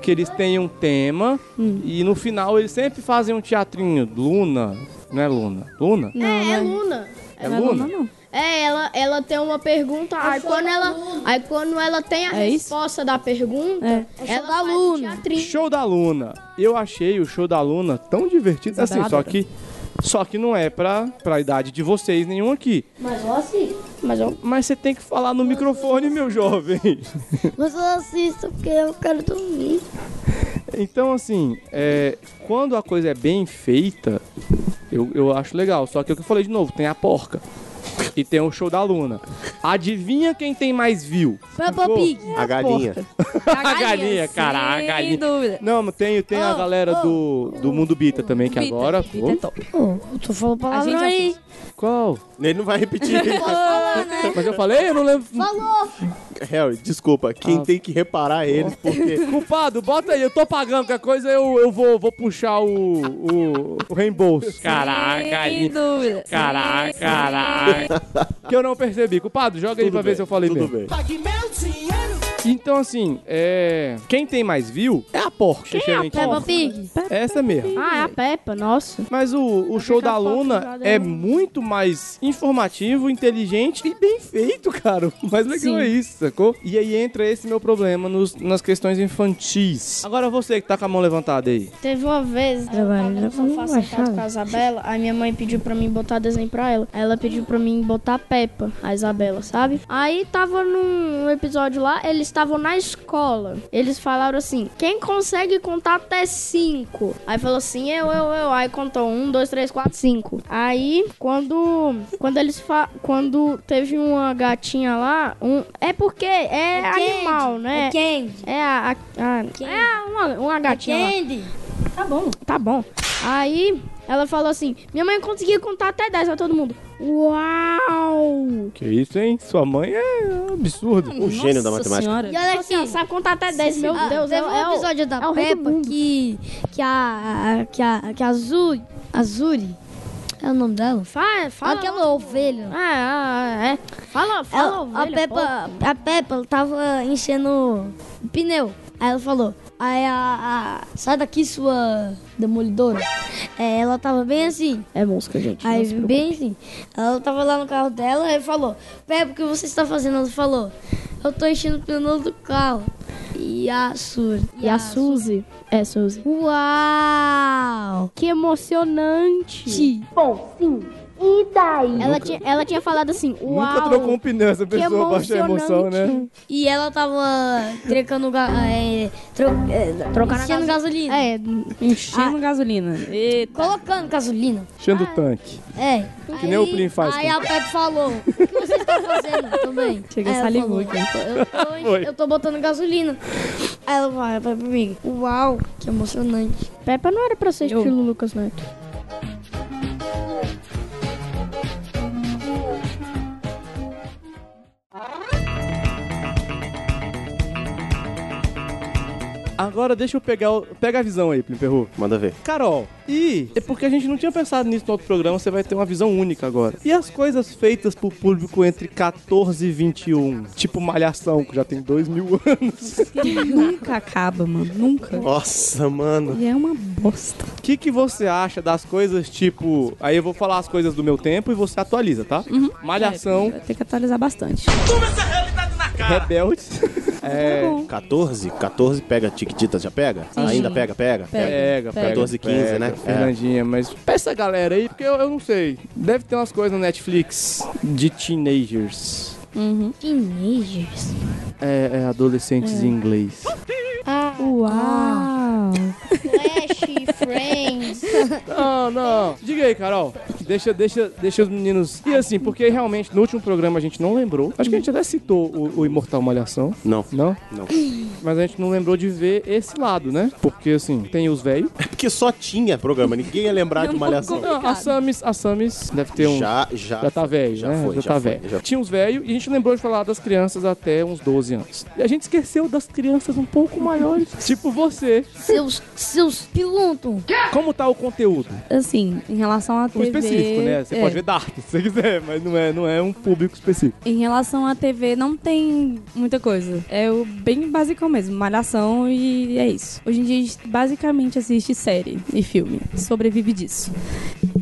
S3: que eles têm um tema e no final eles sempre fazem um teatrinho. Luna. Não é Luna? Luna?
S9: né?
S4: É, é Luna.
S3: É Não é Luna? Luna,
S4: É, ela, ela tem uma pergunta, aí quando, ela, aí quando ela tem a resposta da pergunta, ela da Luna.
S3: Show da Luna. Eu achei o show da Luna tão divertido
S4: Essa
S3: assim,
S4: balada.
S3: só que. Só que não é pra, pra idade de vocês nenhum aqui.
S17: Mas eu assisto.
S3: Mas, você tem que falar no microfone, meu jovem.
S17: Mas eu assisto porque eu quero dormir.
S3: Então, assim, é, quando a coisa é bem feita, eu, eu acho legal. Só que é o que eu falei de novo, tem a porca. E tem o show da Luna. Adivinha quem tem mais view?
S9: Peppa
S3: Sacou?
S9: Pig.
S2: A galinha.
S3: [laughs] A galinha, cara, a
S9: É sem
S3: galinha.
S9: dúvida.
S3: Não, mas tem, tem a
S9: Oh,
S3: galera do, do Mundo Bita também, que
S9: Bita,
S3: agora...
S9: Bita
S3: pô.
S9: é top.
S17: eu tô falando palavrão
S9: A gente
S17: aí.
S3: Qual?
S2: Ele não vai repetir.
S3: Mas eu falei, eu não lembro.
S17: Falou!
S2: Harry, desculpa. Quem
S3: Ah.
S2: tem que reparar é eles, porque.
S3: Culpado, bota aí, eu tô pagando, qualquer coisa eu, eu vou, vou puxar o, o, o reembolso. Caraca,
S9: Sem dúvida.
S3: Caraca, caraca. Que eu não percebi. Culpado, joga aí pra ver se eu falei tudo
S2: bem.
S10: Pague meu dinheiro!
S3: Então, assim, é... quem tem mais view é a porca.
S4: Quem é a
S3: sinceramente.
S4: Peppa Pig?
S3: Essa mesmo.
S4: Ah, é a Peppa, nossa.
S3: Mas o, o show da Luna é
S4: né?
S3: muito mais informativo, inteligente e bem feito, cara. O mais legal
S2: Sim.
S3: é isso, sacou? E aí entra esse meu problema nos- nas questões infantis. Agora você que tá com a mão levantada aí.
S4: Teve uma vez, né, eu tava no sofá sentado com a Isabela, aí minha mãe pediu pra mim botar desenho pra ela. Aí ela pediu pra mim botar Peppa, a Isabela, sabe? Aí tava num episódio lá, eles estavam na escola. Eles falaram assim, quem consegue contar até cinco? Aí falou assim, eu, eu, eu. Aí contou um, dois, três, quatro, cinco. Aí, quando, quando eles, fa quando teve uma gatinha lá, um, é porque é,
S17: Candy,
S4: animal, né?
S17: é Candy.
S4: É a, a- a- é a- uma, uma gatinha lá.
S17: Candy.
S4: Tá bom. Tá bom. Aí Ela falou assim: minha mãe conseguia contar até 10 pra todo mundo. Uau!
S3: Que isso, hein? Sua mãe é um absurdo.
S2: Um gênio da matemática.
S4: E olha aqui, assim, ó, sabe contar até 10, meu
S17: Ah,
S4: Deus.
S17: teve
S4: é, o-
S17: um
S4: é o-
S17: episódio da
S4: é o rei do
S17: Peppa
S4: mundo.
S17: que, que a, a- que a, que a Azuri, Azuri, é o nome dela?
S4: Fala, fala.
S17: Aquela ovelha.
S4: Ah, é. Fala, fala,
S17: Ela-
S4: ovelha,
S17: a Peppa, a Peppa ela tava enchendo o pneu. Aí ela falou, aí a, a- sai daqui sua demolidora. É, ela tava bem assim.
S4: É música, gente.
S17: Aí
S4: não se
S17: bem assim. Ela tava lá no carro dela e falou, Peppa, o que você está fazendo? Ela falou, eu tô enchendo o pneu do carro. E a Suri.
S4: E a Suzy? É, Suzy.
S17: Uau!
S4: Que emocionante!
S10: Bom, sim. E daí?
S4: Ela, tinha, ela tinha falado assim, uau!
S3: Nunca trocou um pneu essa
S4: que
S3: pessoa, baixa a emoção, né?
S17: E ela tava trocando ga é, tro é,
S4: Trocar na
S17: enchendo gasolina.
S4: É,
S9: Enchendo gasolina. Eita.
S17: Colocando gasolina.
S3: Enchendo o tanque.
S17: É.
S3: Que nem o Plim faz
S17: Aí
S3: com-
S17: a Pepe falou, o que você está fazendo
S3: [laughs]
S17: também?
S9: Chega
S17: Aí ela
S9: salivou
S17: falou, Eu tô, eu tô-
S9: Foi.
S17: eu tô botando gasolina. Aí ela vai, vai comigo. Uau, que emocionante.
S4: Peppa não era pra ser estilo Lucas Neto. Ah.
S3: Agora deixa eu pegar o... Pega a visão aí, Plim Perru.
S2: Manda ver.
S3: Carol, e é porque a gente não tinha pensado nisso no outro programa, você vai ter uma visão única agora. E as coisas feitas pro público entre 14 e 21? Tipo Malhação, que já tem dois mil [laughs] anos.
S9: [laughs] Nunca acaba, mano. Nunca.
S2: Nossa, mano.
S9: E é uma bosta.
S3: O que, que você acha das coisas tipo. Aí eu vou falar as coisas do meu tempo e você atualiza, tá? Malhação.
S9: É, tem que atualizar bastante.
S3: Rebeldes. É.
S2: 14? 14 pega Tiquititas, já pega?
S3: Sim.
S2: Ainda pega, pega?
S3: Pega, pega.
S2: 14, 15,
S3: pega,
S2: né?
S3: Fernandinha, mas pra essa galera aí, porque eu, eu não sei. Deve ter umas coisas no Netflix de teenagers.
S17: Uhum. Teenagers.
S3: É, é, adolescentes em inglês.
S9: Uau!
S4: Flash, Friends.
S3: Não, não. Diga aí, Carol. Deixa, deixa, deixa os meninos. E assim, porque realmente no último programa a gente não lembrou. Acho que a gente até citou o, o Imortal Malhação.
S2: Não.
S3: Não?
S2: Não.
S3: Mas a gente não lembrou de ver esse lado, né? Porque assim, tem os velhos.
S9: Tá
S2: Porque só tinha programa, ninguém ia lembrar de Malhação.
S3: Não, a Samis, a Samis deve ter um.
S2: Já, já.
S3: Já tá
S2: foi,
S3: velho,
S2: já
S3: né?
S2: foi,
S3: já,
S2: já
S3: tá
S2: foi,
S3: velho.
S2: já foi.
S3: Tinha uns velhos e a gente lembrou de falar das crianças até uns 12 anos. E a gente esqueceu das crianças um
S2: [laughs]
S3: pouco maiores. tipo você.
S17: Seus, seus piluntos.
S3: Como tá o conteúdo?
S9: Assim, em relação à
S3: Um
S9: TV...
S3: específico, né? Você
S9: é.
S3: pode ver Dark se você quiser, mas não é, não é um público específico.
S9: Em relação à TV, não tem muita coisa. É o bem basicão mesmo, malhação e é isso. Hoje em dia a gente basicamente assiste série e filme, sobrevive disso.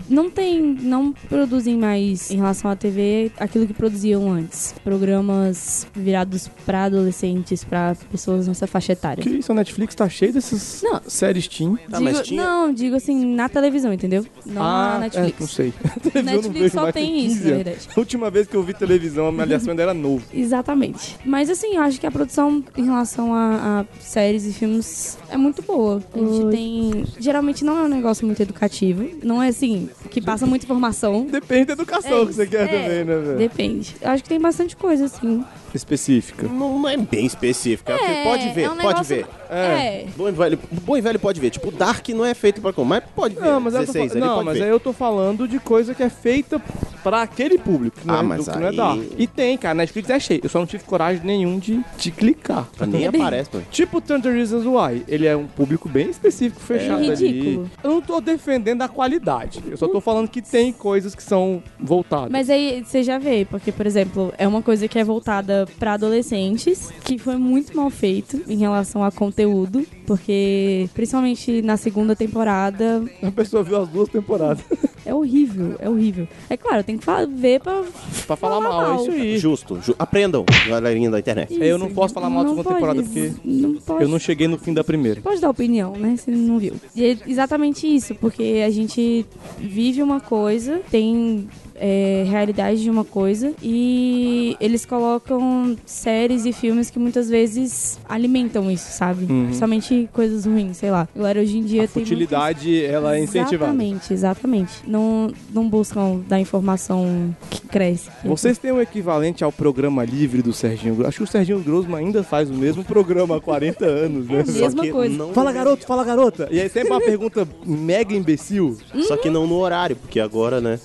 S9: Não tem, não produzem mais em relação à TV aquilo que produziam antes. Programas virados pra adolescentes, pra pessoas nessa faixa etária.
S3: Que isso, a Netflix tá cheio dessas
S9: Não.
S3: séries teen.
S9: Digo- Não, digo assim, na televisão, entendeu? Não
S3: ah,
S9: na Netflix.
S3: é, não
S9: [laughs]
S3: sei. [laughs]
S9: Netflix
S3: Eu não vejo
S9: só
S3: mais
S9: tem isso,
S3: 15
S9: na
S3: anos.
S9: verdade.
S3: A última vez que eu vi televisão, a Malhação ainda era novo.
S9: Exatamente. Mas assim, eu acho que a produção em relação a, a séries e filmes é muito boa. A gente tem. Geralmente não é um negócio muito educativo. Não é assim, que passa
S3: [laughs]
S9: muita informação.
S3: Depende da
S9: É,
S3: educação que você quer também, né, velho?
S9: Depende. Eu acho que tem bastante coisa, assim.
S3: Específica.
S2: Não, não é bem específica.
S9: É,
S2: porque pode ver,
S9: é um
S2: pode
S9: negócio-
S2: ver.
S9: É.
S2: Bom e velho, bom e velho pode ver. Tipo, o Dark não é feito pra como, mas pode ver.
S3: Não, mas, eu tô,
S2: 16,
S3: fal-
S2: ele
S3: não,
S2: pode
S3: mas é
S2: ver.
S3: aí eu tô falando de coisa que é feita pra aquele público. que Não
S2: Ah,
S3: é,
S2: mas
S3: do, que não é
S2: aí-
S3: dark. E tem, cara, Netflix é cheio. Eu só não tive coragem nenhum de, de clicar.
S2: Nem
S9: É
S2: aparece, mano.
S3: Tipo Thunder Reasons Why, ele é um público bem específico, fechado ali.
S9: é ridículo.
S3: Eu não tô defendendo a qualidade, eu só tô falando que tem coisas que são voltadas.
S9: Mas aí você já vê, porque, por exemplo, é uma coisa que é voltada pra adolescentes, que foi muito mal feito em relação a conteúdo, porque principalmente na segunda temporada
S3: A pessoa viu as duas temporadas.
S9: é horrível, é horrível. É claro, tem que fa- ver pra
S3: pra falar mal, é isso aí.
S2: Justo. ju- Aprendam, galerinha da internet.
S3: Eu não posso falar mal da
S9: Não
S3: segunda
S9: pode,
S3: temporada porque
S9: não pode.
S3: eu não cheguei no fim da primeira.
S9: Pode dar opinião, né? Se não viu. E é exatamente isso, porque a gente vive uma coisa, tem é, realidade de uma coisa, e eles colocam séries e filmes que muitas vezes alimentam isso, sabe?
S3: Uhum.
S9: Principalmente coisas ruins, sei lá. Agora hoje em dia tem. muitas-
S3: Futilidade, ela é incentivada.
S9: Exatamente, exatamente. Não não, não buscam da informação que cresce.
S3: Vocês têm um equivalente ao programa livre do Serginho Grosso. Acho que o Serginho Grosso ainda faz o mesmo programa há 40 anos, né?
S9: É a mesma
S3: Só que
S9: coisa.
S3: não- Fala garoto, fala garota. E aí sempre uma pergunta mega imbecil.
S2: Só que não no horário, porque agora, né?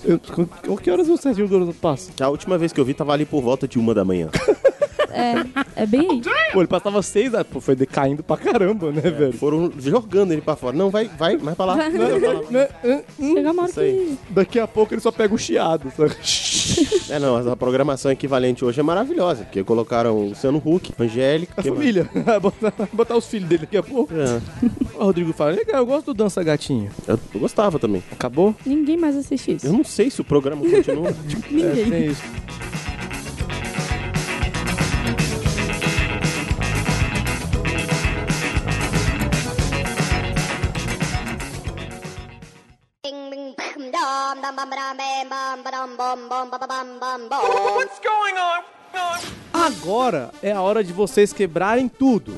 S3: que horas o Serginho Grosso passa?
S2: A última vez que eu vi tava ali por volta de uma da manhã.
S9: É, é bem aí.
S3: Pô, ele passava seis, ah, pô, foi decaindo pra caramba, né, velho?
S2: Foram jogando ele pra fora. Não, vai, vai, vai pra lá.
S3: Vai.
S2: Vai pra lá.
S3: Hum,
S9: Chegar uma hora
S2: Isso aí.
S9: que-
S3: Né, Daqui a pouco ele só pega o chiado. sabe?
S9: [laughs]
S2: É, não, a programação equivalente hoje é maravilhosa, porque colocaram o Luciano Huck, Angélica...
S3: A
S2: quem mais?
S3: [laughs]
S2: É,
S3: família. botar, botar os filhos dele daqui a pouco. O Rodrigo fala, legal, eu gosto do Dança Gatinho. tá
S2: Eu gostava também.
S3: Acabou?
S9: Ninguém mais assiste isso.
S2: Eu não sei se o programa
S3: [laughs]
S2: continua.
S9: Ninguém.
S3: tem É isso.
S26: What's going on?
S3: Agora é a hora de vocês quebrarem tudo.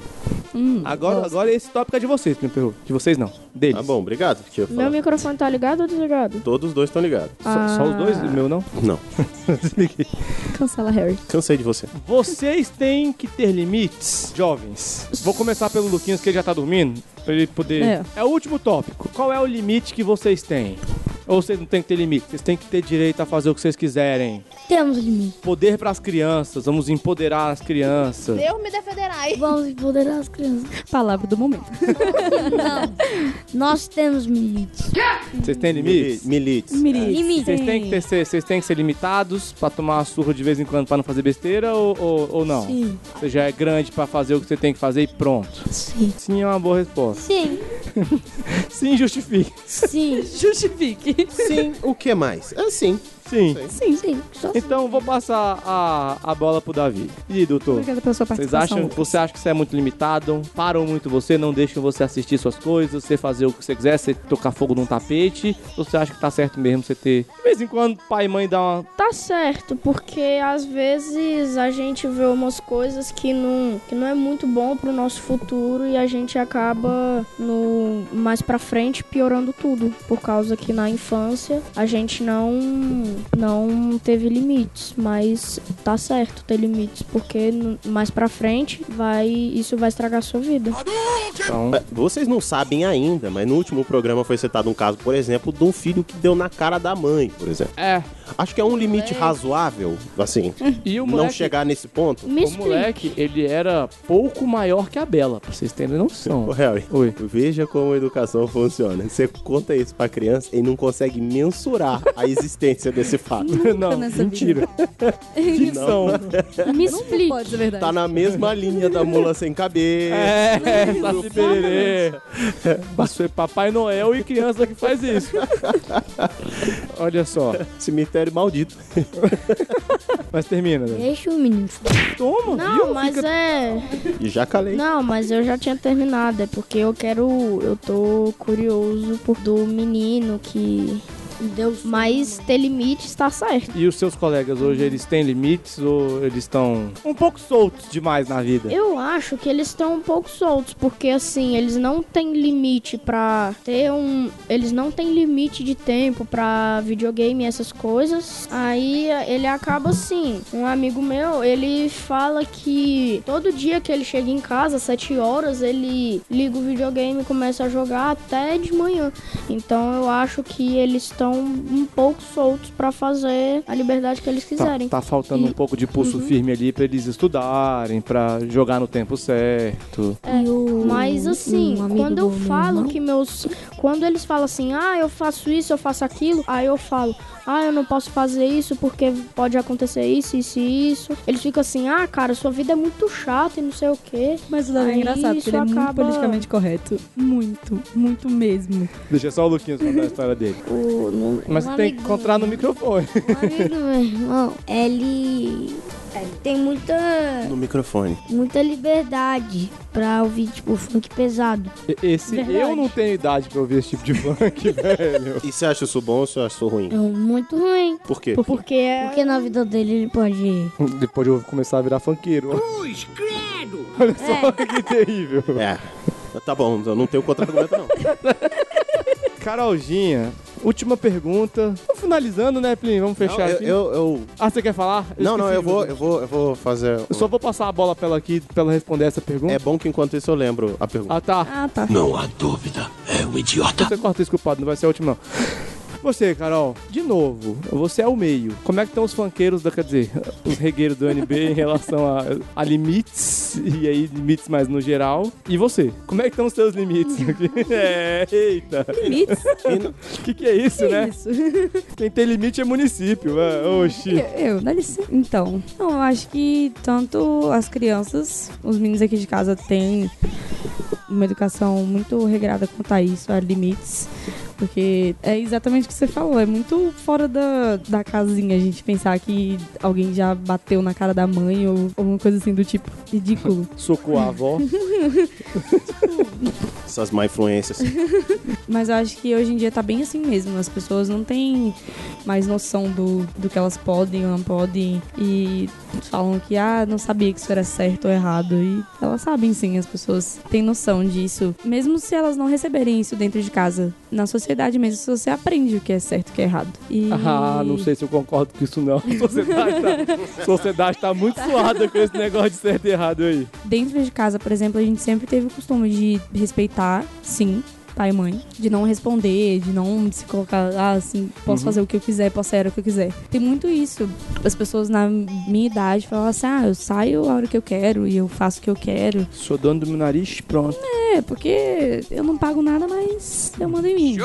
S4: Hum,
S3: agora,
S4: gosto.
S3: agora esse tópico é de vocês, me pergunta. De vocês não. Deles.
S2: Tá bom, obrigado. Deixa eu
S4: Meu
S2: falar.
S4: microfone tá ligado ou desligado?
S2: Todos os dois estão ligados.
S4: Ah.
S3: Só os dois? O [laughs] meu não?
S2: Não.
S3: É,
S9: Cancela, Harry.
S2: Cansei de você.
S3: Vocês têm que ter limites, jovens. Vou começar pelo Luquinhas, que ele já tá dormindo, pra ele poder...
S9: É.
S3: é o último tópico. Qual é o limite que vocês têm? Ou vocês não têm que ter limite? Vocês têm que ter direito a fazer o que vocês quiserem.
S17: Temos limite.
S3: Poder pras crianças, vamos empoderar as crianças.
S17: Deus me defenderai. Vamos empoderar as crianças.
S9: Palavra do momento.
S17: Não. Nós temos limites.
S3: Vocês têm limites?
S2: Milites.
S17: Milites. Limites.
S3: Vocês têm que ter, ser- vocês têm que ser limitados pra tomar uma surra de vez em quando pra não fazer besteira ou, ou, ou não?
S17: Sim.
S3: Você já é grande pra fazer o que você tem que fazer e pronto.
S17: Sim.
S3: Sim é uma boa resposta.
S17: Sim.
S3: Sim, justifique.
S17: Sim.
S9: Justifique.
S2: Sim, o que mais? É sim.
S3: Sim.
S9: Sim,
S17: sim. Só
S3: Então vou passar a, a bola pro Davi. E aí, doutor?
S9: Obrigada pela sua
S3: Vocês
S9: participação.
S3: acham, você acha que você é muito limitado? Param muito você, não deixam você assistir suas coisas, você fazer o que você quiser, você tocar fogo num tapete? Ou você acha que tá certo mesmo você ter. De vez em quando, pai e mãe dá uma.
S4: Tá certo, porque às vezes a gente vê umas coisas que não, que não é muito bom pro nosso futuro e a gente acaba no mais pra frente piorando tudo, por causa que na infância a gente não não teve limites, mas tá certo ter limites, porque n- mais pra frente vai isso vai estragar a sua vida.
S3: então,
S2: É, Vocês não sabem ainda, mas no último programa foi citado um caso, por exemplo, de um filho que deu na cara da mãe, por exemplo.
S3: É.
S2: Acho que é um limite razoável, assim.
S3: E o
S2: não
S3: moleque-
S2: chegar nesse ponto.
S3: o moleque, ele era pouco maior que a Bela, pra vocês terem
S2: [laughs]
S3: noção.
S2: Ô, Harry, veja como a educação funciona. Você conta isso pra criança e não consegue mensurar a existência desse fato.
S3: Não,
S9: nessa
S3: mentira. Ficção.
S9: Me explique.
S17: é
S9: Pode ser verdade.
S2: Tá na mesma linha da mula sem cabeça.
S3: [laughs] É,
S2: do
S3: Saci Pererê. Passou é Papai Noel e criança que faz isso. Olha só.
S2: Cemitério maldito.
S3: Mas termina, né?
S17: Deixa o menino.
S3: Toma,
S4: Não, mas é
S2: E já calei.
S4: Não, mas eu já tinha terminado, é porque eu quero. Eu tô curioso por do menino que. Deus
S17: [laughs]
S4: mas ter limite está certo.
S3: E os seus colegas hoje, eles têm limites ou eles estão um pouco soltos demais na vida?
S4: Eu acho que eles estão um pouco soltos, porque assim, eles não têm limite pra ter um. Eles não têm limite de tempo pra videogame e essas coisas. Aí ele acaba assim. Um amigo meu, ele fala que todo dia que ele chega em casa, às 7 horas, ele liga o videogame e começa a jogar até de manhã. Então eu acho que eles estão um pouco soltos pra fazer a liberdade que eles
S3: Tá,
S4: quiserem.
S3: tá faltando um pouco de
S17: Uhum.
S3: pulso firme ali pra eles estudarem, pra jogar no tempo certo.
S4: É, mas
S17: um
S4: assim,
S17: amigo
S4: quando eu
S17: do meu
S4: falo
S17: irmão-
S4: que meus. Quando eles falam assim, ah, eu faço isso, eu faço aquilo, aí eu falo, ah, eu não posso fazer isso porque pode acontecer isso, isso e isso. Eles ficam assim, ah, cara, sua vida é muito chata e não sei o quê.
S9: Mas o Davi é
S4: Aí
S9: engraçado, porque
S4: isso
S9: ele é muito
S4: acaba-
S9: politicamente correto. Muito, muito mesmo.
S3: Deixa só o Luquinhas contar a história dele. Mas tem
S17: um
S3: que
S17: amigo-
S3: encontrar no
S17: [laughs]
S3: microfone.
S17: Um amigo do meu irmão, ele, ele tem muita,
S2: No microfone.
S17: muita liberdade pra ouvir, tipo, funk pesado.
S3: E- Esse
S17: Verdade.
S3: eu não tenho idade pra ouvir esse tipo de
S17: [laughs]
S3: funk, velho.
S2: E você acha isso bom ou você acha isso ruim?
S17: É muito ruim.
S2: Por quê?
S4: Porque é...
S17: Porque na vida dele ele pode...
S3: Depois eu vou começar a virar funkeiro. Cruz, credo! Olha só que terrível.
S2: É. Tá bom, eu não tenho contra-argumento, não.
S3: Carolzinha, o Última pergunta. Tô finalizando, né, Plin? Vamos fechar
S2: eu-
S3: aqui.
S2: eu- eu-
S3: Ah, você quer falar?
S2: Não, não,
S3: esqueci
S2: eu
S3: de
S2: vou,
S3: você.
S2: eu vou, eu vou fazer. um-
S3: Eu só vou passar a bola pra ela aqui, pra ela responder essa pergunta.
S2: É bom que enquanto isso eu lembro a pergunta.
S3: Ah, tá.
S9: Ah, tá.
S2: Não há dúvida, é um idiota.
S3: Você corta isso, culpado, não vai ser a última, não. Você, Carol, de novo, você é o meio. Como é que estão os funkeiros, da, quer dizer, [laughs] os regueiros do NB em relação a, a limites, e aí limites mais no geral? E você, como é que estão os seus limites? [laughs] é, eita.
S9: [laughs] Limites?
S3: O que, que é isso,
S9: Que
S3: né?
S9: isso?
S3: Quem tem limite é município. é, Oxi.
S9: Eu, eu, dá licença. Então, não, eu acho que tanto as crianças, os meninos aqui de casa têm uma educação muito regrada quanto a isso, a limites. Porque é exatamente o que você falou, é muito fora da, da casinha a gente pensar que alguém já bateu na cara da mãe ou alguma coisa assim do tipo ridículo.
S3: Socorro a avó.
S2: Essas má influências.
S9: Mas eu acho que hoje em dia tá bem assim mesmo. As pessoas não têm mais noção do, do que elas podem ou não podem. E falam que, ah, não sabia que isso era certo ou errado. E elas sabem sim, as pessoas têm noção disso. Mesmo se elas não receberem isso dentro de casa. Na sociedade mesmo, você aprende o que é certo e o que é errado. E...
S3: Ah, não sei se eu concordo com isso, não. [laughs] A sociedade tá, a sociedade tá muito suada com esse negócio de certo e errado aí.
S9: Dentro de casa, por exemplo, a gente sempre teve o costume de respeitar, sim, pai e mãe. De não responder, de não se colocar, ah, assim, posso
S17: Uhum.
S9: fazer o que eu quiser, posso sair a hora que eu quiser. Tem muito isso. As pessoas na minha idade falam assim, ah, eu saio a hora que eu quero e eu faço o que eu quero.
S3: Sou dono do meu nariz, pronto.
S9: É, porque eu não pago nada, mas eu mando em mim.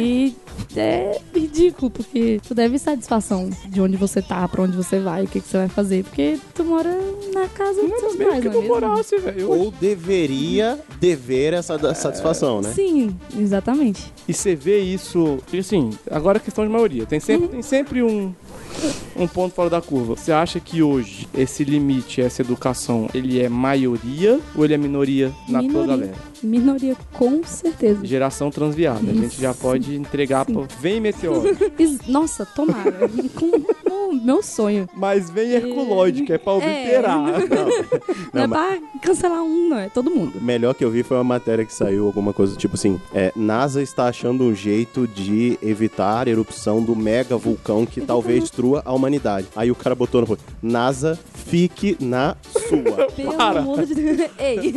S9: E é ridículo, porque tu deve satisfação de onde você tá, pra onde você vai, o que, que você vai fazer, porque tu mora na casa dos seus pais, não é mesmo?
S2: Ou deveria dever essa da- satisfação, né?
S9: Sim, exatamente.
S3: E você vê isso, e assim, agora é questão de maioria. Tem sempre,
S9: Uhum.
S3: tem sempre um, um ponto fora da curva. Você acha que hoje esse limite, essa educação, ele é maioria ou ele é minoria na tua
S9: Minoria.
S3: galera?
S9: Minoria, com certeza.
S3: Geração transviada. A gente já
S9: Sim.
S3: pode entregar pra... Vem,
S9: [laughs]
S3: meteoro.
S9: Is- Nossa, tomara. [laughs] Com o meu sonho.
S3: Mas vem Herculóide, que é pra
S9: [laughs]
S3: obliterar.
S9: Não, é
S2: mas-
S9: pra cancelar um, não. É todo mundo.
S2: O melhor que eu vi foi uma matéria que saiu, alguma coisa tipo assim: é, NASA está achando um jeito de evitar a erupção do mega vulcão que talvez destrua a humanidade. Aí o cara botou no post: NASA, fique na sua.
S9: Pelo
S2: Para.
S9: amor de Deus. [laughs] Ei.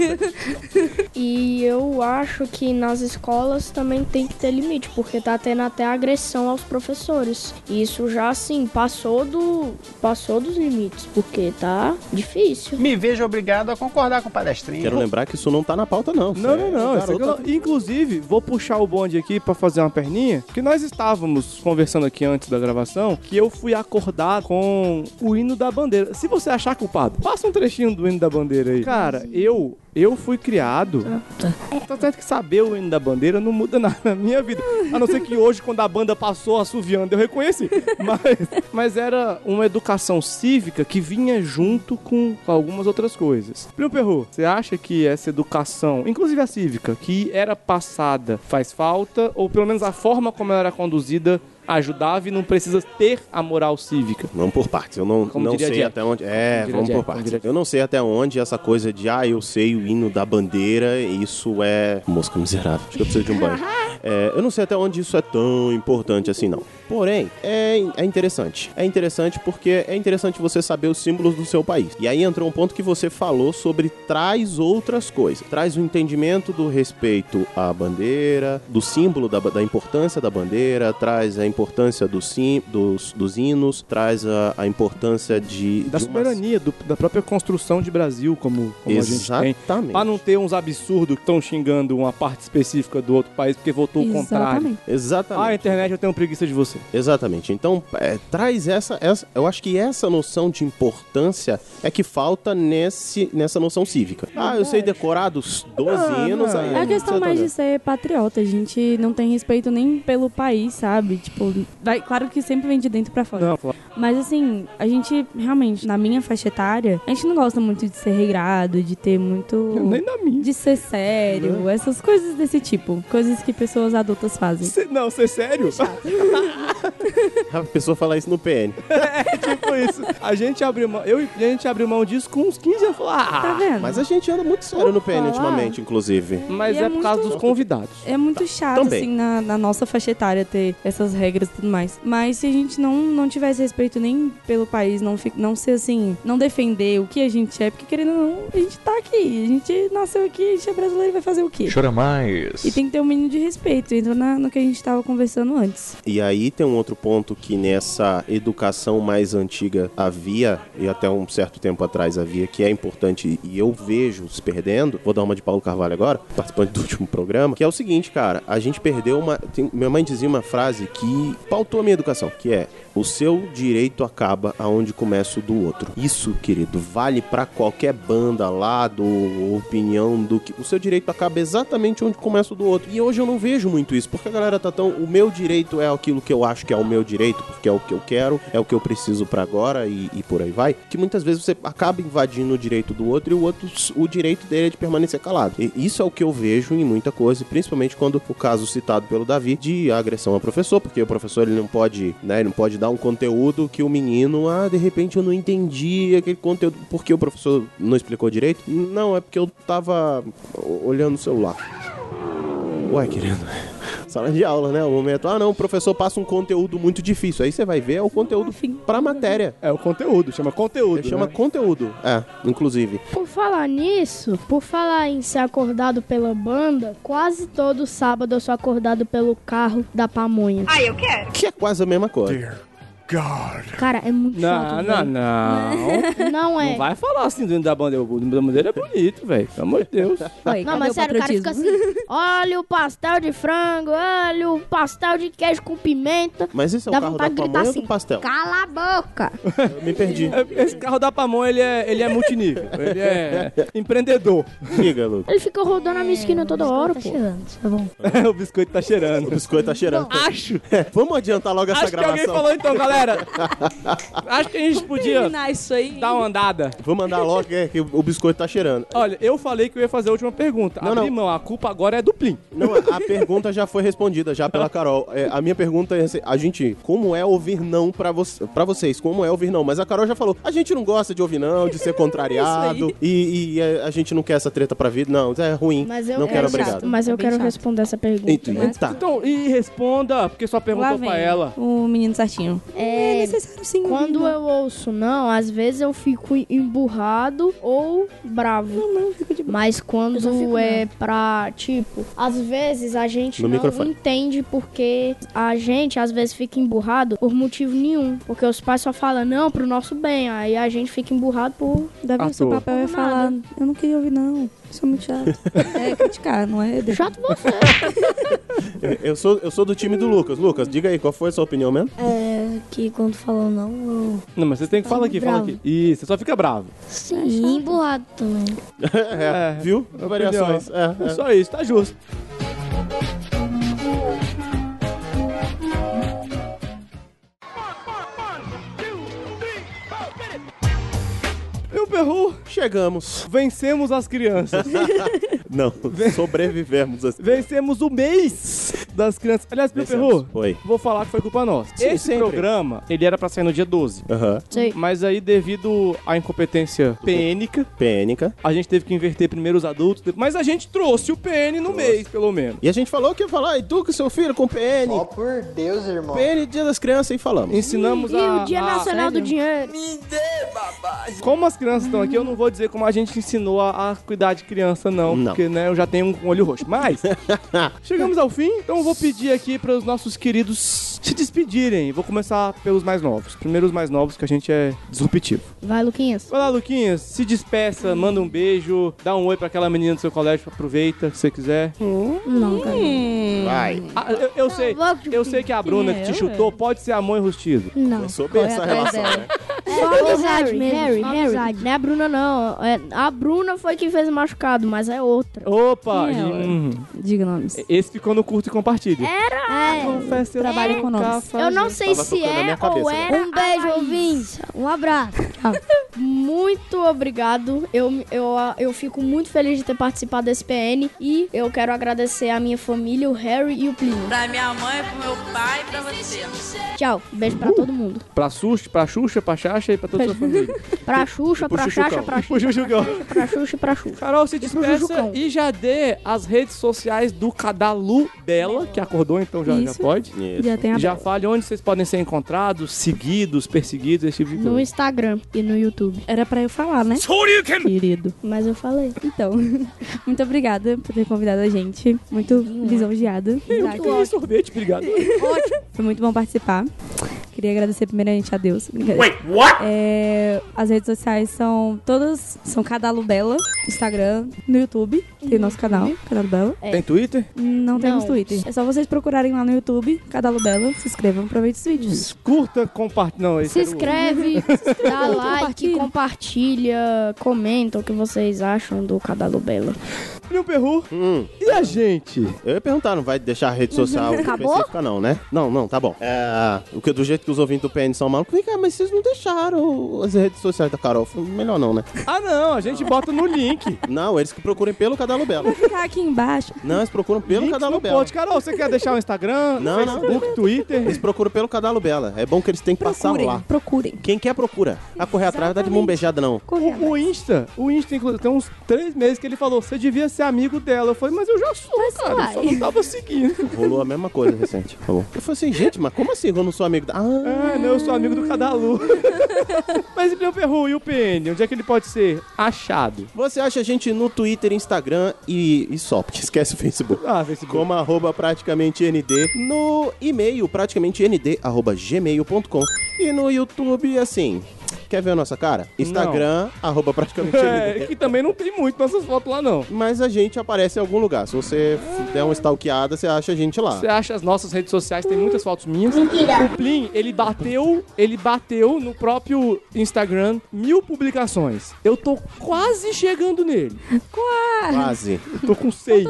S12: E eu acho que nas escolas também tem que ter limite, porque tá tendo até agressão aos professores. E isso já assim passou do passou dos limites, porque tá difícil.
S11: Me vejo obrigado a concordar com o palestrinho.
S2: Quero lembrar que isso não tá na pauta, não.
S3: Não, não, não.
S2: É,
S3: isso aqui eu
S2: garota.
S3: não- Inclusive, vou puxar o bonde aqui pra fazer uma perninha. Que nós estávamos conversando aqui antes da gravação. Que eu fui acordar com o hino da bandeira. Se você achar culpado, passa um trechinho do hino da bandeira aí. Cara, eu. Eu fui criado. Tá certo que saber o hino da bandeira não muda nada na minha vida. A não ser que hoje, quando a banda passou assoviando, eu reconheci. Mas, mas era uma educação cívica que vinha junto com algumas outras coisas. Primo Perru, você acha que essa educação, inclusive a cívica, que era passada, faz falta? Ou pelo menos a forma como ela era conduzida ajudava e não precisa ter a moral cívica?
S2: Vamos por partes. Eu não,
S3: Como
S2: não
S3: diria
S2: sei
S3: Jack.
S2: até onde. É,
S3: Como diria
S2: vamos
S3: Jack,
S2: por
S3: como
S2: partes. Eu não sei até onde essa coisa de, ah, eu sei o hino da bandeira, isso é. Mosca miserável. Acho que eu preciso de um banho. É, eu não sei até onde isso é tão importante assim, não. Porém, é, é interessante. É interessante porque é interessante você saber os símbolos do seu país. E aí entrou um ponto que você falou sobre traz outras coisas. Traz o entendimento do respeito à bandeira, do símbolo da, ba- da importância da bandeira, traz a importância do sim, dos, dos hinos, traz a, a importância de.
S3: Da
S2: de uma
S3: soberania, do- da própria construção de Brasil, como, como a gente tem.
S2: Exatamente.
S3: Pra não ter uns absurdos que estão xingando uma parte específica do outro país porque votou o contrário.
S2: Exatamente.
S3: Ah, internet, eu tenho preguiça de você.
S2: Exatamente. Então, é, traz essa, essa. Eu acho que essa noção de importância é que falta nesse, nessa noção cívica. Ah, eu sei decorar dos 12
S9: Ah,
S2: hinos
S9: não.
S2: aí. tá
S9: É a
S2: não precisa
S9: questão mais
S2: tanto.
S9: de ser patriota. A gente não tem respeito nem pelo país, sabe? Tipo, vai- claro que sempre vem de dentro pra fora.
S3: Não, claro.
S9: Mas assim, a gente realmente, na minha faixa etária, a gente não gosta muito de ser regrado, de ter muito.
S3: Nem na minha.
S9: De ser sério, essas coisas desse tipo. Coisas que pessoas adultas fazem.
S3: não, ser é sério?
S2: A pessoa fala isso no PN.
S3: [laughs] tipo isso. A gente abriu mão, eu e a gente abriu mão disso com uns 15 anos. Falou, ah,
S9: Tá vendo?
S2: Mas a gente anda muito sério no PN
S9: falar.
S2: ultimamente, inclusive.
S3: Mas
S9: E
S3: é,
S9: é
S3: por causa
S9: muito-
S3: dos convidados.
S9: É muito chato,
S2: Também.
S9: assim, na, na nossa faixa etária ter essas regras e tudo mais. Mas se a gente não, não tivesse respeito nem pelo país, não, fi- não ser assim, não defender o que a gente é, porque querendo ou não, a gente tá aqui. A gente nasceu aqui, a gente é brasileiro e vai fazer o quê?
S2: mais.
S9: E tem que ter um mínimo de respeito, entra na- no que a gente tava conversando antes.
S2: E aí tem um outro ponto que nessa educação mais antiga havia, e até um certo tempo atrás havia, que é importante e eu vejo se perdendo. Vou dar uma de Paulo Carvalho agora, participante do último programa, que é o seguinte, cara, a gente perdeu uma. tem- minha mãe dizia uma frase que pautou a minha educação, que é o seu direito acaba aonde começa o do outro. Isso, querido, vale pra qualquer banda, lado, opinião do que. O seu direito acaba exatamente onde começa o do outro. E hoje eu não vejo muito isso, porque a galera tá tão. O meu direito é aquilo que eu acho que é o meu direito, porque é o que eu quero, é o que eu preciso pra agora e, e por aí vai. Que muitas vezes você acaba invadindo o direito do outro e o outro, o direito dele é de permanecer calado. E isso é o que eu vejo em muita coisa, e principalmente quando o caso citado pelo Davi de agressão ao professor, porque o professor ele não pode, né, ele não pode dar um conteúdo que o menino, ah, de repente eu não entendi aquele conteúdo, porque o professor não explicou direito. Não, é porque eu tava olhando o celular. Ué, querido. Sala de aula, né? O momento. Ah, não, o professor passa um conteúdo muito difícil. Aí você vai ver, é o conteúdo
S4: Assim.
S2: pra matéria.
S3: É o conteúdo, chama conteúdo.
S2: Chama
S3: né?
S2: conteúdo, é, inclusive.
S4: Por falar nisso, por falar em ser acordado pela banda, quase todo sábado eu sou acordado pelo carro da pamonha.
S27: Ai, eu quero.
S2: Que é quase a mesma coisa.
S4: Cara, é muito
S3: Não,
S4: chato.
S3: não,
S4: [laughs]
S3: não.
S4: velho. Não é.
S3: Não vai falar assim do hino da bandeira. O hino da bandeira é bonito, velho. Pelo amor de Deus.
S4: não, mas sério, o cara fica assim: olha o pastel de frango, olha o pastel de queijo com pimenta.
S2: Mas esse é o
S4: Dá
S2: carro da
S4: vontade de gritar
S2: pamonha ou
S4: assim,
S2: do pastel?
S4: Cala a boca!
S2: Eu me perdi.
S3: É, Esse carro da Pamon, ele é, ele é multinível. Ele é empreendedor. [laughs]
S2: Diga, Lu.
S4: Ele fica rodando
S9: É,
S4: a minha esquina toda
S9: tá
S17: Tá
S4: hora, pô.
S3: o biscoito tá cheirando.
S2: O biscoito tá cheirando. Acho. Vamos adiantar logo [laughs] essa
S3: Acho que
S2: gravação.
S3: alguém falou
S2: [laughs]
S3: então, galera. Acho que a gente podia
S9: terminar isso aí.
S3: dar uma andada.
S2: Vou mandar logo que, que o biscoito tá cheirando.
S3: Olha, eu falei que eu ia fazer a última pergunta. Não, Abri mão, a culpa agora é do Plim.
S2: Não, a pergunta já foi respondida já pela Carol. É, a minha pergunta é assim, a gente, como é ouvir não pra, vo pra vocês? Como é ouvir não? Mas a Carol já falou, a gente não gosta de ouvir não, de
S4: [laughs]
S2: ser contrariado, e, e a, a gente não quer essa treta pra vida. Não, é ruim.
S4: Mas eu,
S2: não
S4: é
S2: quero,
S4: chato,
S2: obrigado.
S4: Mas eu
S9: É bem
S4: quero
S9: chato.
S4: responder essa pergunta.
S2: Eita, tá.
S3: Então, e responda, porque só
S9: Lá
S3: perguntou
S9: vem
S3: pra ela.
S9: o menino certinho.
S4: É,
S9: necessário sim.
S4: Quando eu ouço não, às vezes eu fico emburrado ou bravo. Não,
S9: não, eu fico de
S4: Mas quando é pra, tipo, às vezes a gente
S2: No
S4: não
S2: microfone.
S4: entende porque a gente às vezes fica emburrado por motivo nenhum. Porque os pais só falam não pro nosso bem. Aí a gente fica emburrado por.
S9: Davi, o seu
S3: Arthur.
S9: papel é
S4: Por
S9: falar,
S4: nada.
S9: eu não queria ouvir não, isso é muito chato. é criticar, não é... deixar.
S4: Chato você.
S2: Eu- Eu sou, eu sou do time do Lucas. Lucas, diga aí, qual foi a sua opinião mesmo?
S17: É que quando falou não, eu... Tá
S3: Não, mas você tem que falar aqui, fala
S17: Bravo.
S3: aqui. Isso, você só fica bravo.
S17: Sim, emburrado também.
S2: É, viu? Variações.
S3: Entendeu?
S2: É, é.
S3: Só isso, tá justo. Meu perru,
S2: Chegamos.
S3: vencemos as crianças.
S4: [laughs]
S2: Não, sobrevivemos assim.
S3: Vencemos o mês das crianças. Aliás, meu perru,
S2: Oi.
S3: vou falar que foi culpa nossa.
S2: Sim,
S3: Esse
S2: sempre.
S3: programa, ele era pra sair no dia 12.
S2: Aham.
S4: Sei.
S3: Mas aí, devido à incompetência pênica,
S2: Pênica.
S3: a gente teve que inverter primeiro os adultos, depois- mas a gente trouxe o PN no mês, pelo menos.
S2: E a gente falou que ia falar, educa seu filho com PN.
S28: Ó, por Deus, irmão.
S2: PN Dia das Crianças e falamos.
S3: Ensinamos
S4: E
S3: a,
S4: o Dia
S3: a-
S4: Nacional né, do Dinheiro.
S3: Como as crianças estão aqui, eu não vou dizer como a gente ensinou a, a cuidar de criança, não,
S2: Não.
S3: Porque, né, eu já tenho um olho roxo. Mas, chegamos ao fim, então eu vou pedir aqui para os nossos queridos se despedirem. Vou começar pelos mais novos. Primeiro os mais novos, que a gente é disruptivo.
S4: Vai, Luquinhas.
S3: Vai lá, Luquinhas, se despeça, manda um beijo, dá um oi para aquela menina do seu colégio, aproveita, se você quiser.
S17: Não, cara.
S2: Vai.
S3: Ah, eu, eu sei,
S4: tipo,
S3: eu sei que a Bruna que te chutou pode ser a mãe rustido.
S17: Não.
S2: Soube
S4: é
S3: Tá
S2: essa relação, né?
S4: Só amizade
S17: Harry,
S4: mesmo.
S17: Harry,
S4: só
S17: Harry.
S4: amizade. Não é a Bruna, não. É, a Bruna foi quem fez o machucado, mas é outra.
S3: Opa!
S9: Quem é ela?
S3: Uhum.
S9: Diga nomes.
S3: Esse ficou no curto e compartilhe.
S17: É,
S3: Confesso, eu
S9: Trabalho
S3: nunca
S9: com nomes.
S3: fazia.
S4: Eu assim, não sei
S2: Tava
S4: se
S2: tocando na
S4: é
S2: minha
S4: ou
S2: cabeça.
S4: era.
S17: um beijo,
S4: a Raíssa.
S17: ouvintes. Um abraço.
S12: Muito obrigado. Eu, eu, eu fico muito feliz de ter participado desse PN e eu quero agradecer a minha família, o Harry e o Plínio.
S10: Pra minha mãe, pro meu pai e pra você.
S12: Tchau. Beijo
S13: Uh!
S12: pra todo mundo.
S3: Pra Xuxa, pra Xuxa, pra Xaxa e pra toda a sua família.
S12: Pra Xuxa,
S3: pro
S12: pra Xaxa,
S3: Xuxucão.
S12: pra
S3: Pro Xuxucão.
S12: pra Xuxa e pra Xuxa.
S3: Carol,
S12: pro
S3: se despeça
S12: Jujucão.
S3: e já dê as redes sociais do Cadalu dela, que acordou, então já, já
S12: Isso.
S3: pode.
S12: Isso. Já tem a-
S3: Já fale onde vocês podem ser encontrados, seguidos, perseguidos, esse tipo de
S12: No
S3: coisa.
S12: Instagram e no YouTube.
S9: Era pra eu falar, né? Querido.
S12: Mas eu falei.
S9: Então, muito obrigada por ter convidado a gente. Muito lisonjeada.
S3: Eu tomei sorvete, obrigado.
S12: É.
S9: Foi muito bom participar. Queria agradecer primeiramente a Deus. Brincadeira.
S10: Wait, what?
S9: É, as redes sociais são todas. São Cadalo Bela, Instagram, no YouTube. Tem nosso canal, Cadalo Bela.
S3: Tem Twitter?
S9: Não temos
S3: Não.
S9: Twitter. É só vocês procurarem lá no YouTube, Cadalo Bela. Se inscrevam, aproveitem os vídeos.
S3: Curta, compartilha. Não, esse é
S12: Se
S3: era o outro.
S13: [laughs]
S12: inscreve, dá like, compartilha, comenta o que vocês acham do Cadalo Bela.
S3: Meu perru.
S2: Hum.
S3: E a gente?
S2: Eu ia perguntar, não vai deixar a rede social
S3: Uhum.
S12: Acabou?
S2: específica, não, né? Não, não, tá bom. É, o que, do jeito que os ouvintes do PN são malucos, vem cá, mas vocês não deixaram as redes sociais da Carol. Foi Melhor não, né? [laughs]
S3: Ah, não, a gente bota no link.
S2: Não, eles que procurem pelo Cadalo Belo.
S9: Ficar aqui embaixo.
S2: Não, eles procuram pelo
S3: Links
S2: Cadalo
S3: não
S2: Belo.
S3: pode. Carol, você quer deixar o Instagram,
S2: Não, não.
S3: Facebook, Twitter?
S2: Eles procuram pelo Cadalo Bela. É bom que eles têm que
S3: Procurem,
S2: passar lá.
S9: Procurem.
S2: Quem quer procura. A correr atrás dá de mão beijada, não.
S3: O, o Insta, o Insta, inclusive, tem uns três meses que ele falou, você devia ser amigo dela. Eu falei, mas eu já sou, cara, eu só não tava seguindo.
S2: [laughs] Rolou a mesma coisa recente. Tá bom. Eu falei assim, gente, mas como assim? Eu não sou amigo da. Ah,
S3: Ah, não, eu sou amigo do Cadalu. [laughs] Mas e meu Ferru e o PN? Onde é que ele pode ser achado?
S2: Você acha a gente no Twitter, Instagram e, e só, porque esquece o Facebook.
S3: Ah, Facebook.
S2: Como arroba praticamente ND no e-mail, praticamente ND, arroba gmail.com. E no YouTube, assim. Quer ver a nossa cara? Instagram, arroba praticamente
S3: [laughs] É,
S2: ND.
S3: que também não tem muito nossas fotos lá, não.
S2: Mas a gente aparece em algum lugar. Se você f- der uma stalkeada, você acha a gente lá.
S3: Você acha as nossas redes sociais, tem muitas fotos minhas. O Plin, ele bateu, ele bateu no próprio Instagram mil publicações. Eu tô quase chegando nele.
S9: Quase.
S2: Quase.
S3: Eu tô com seis.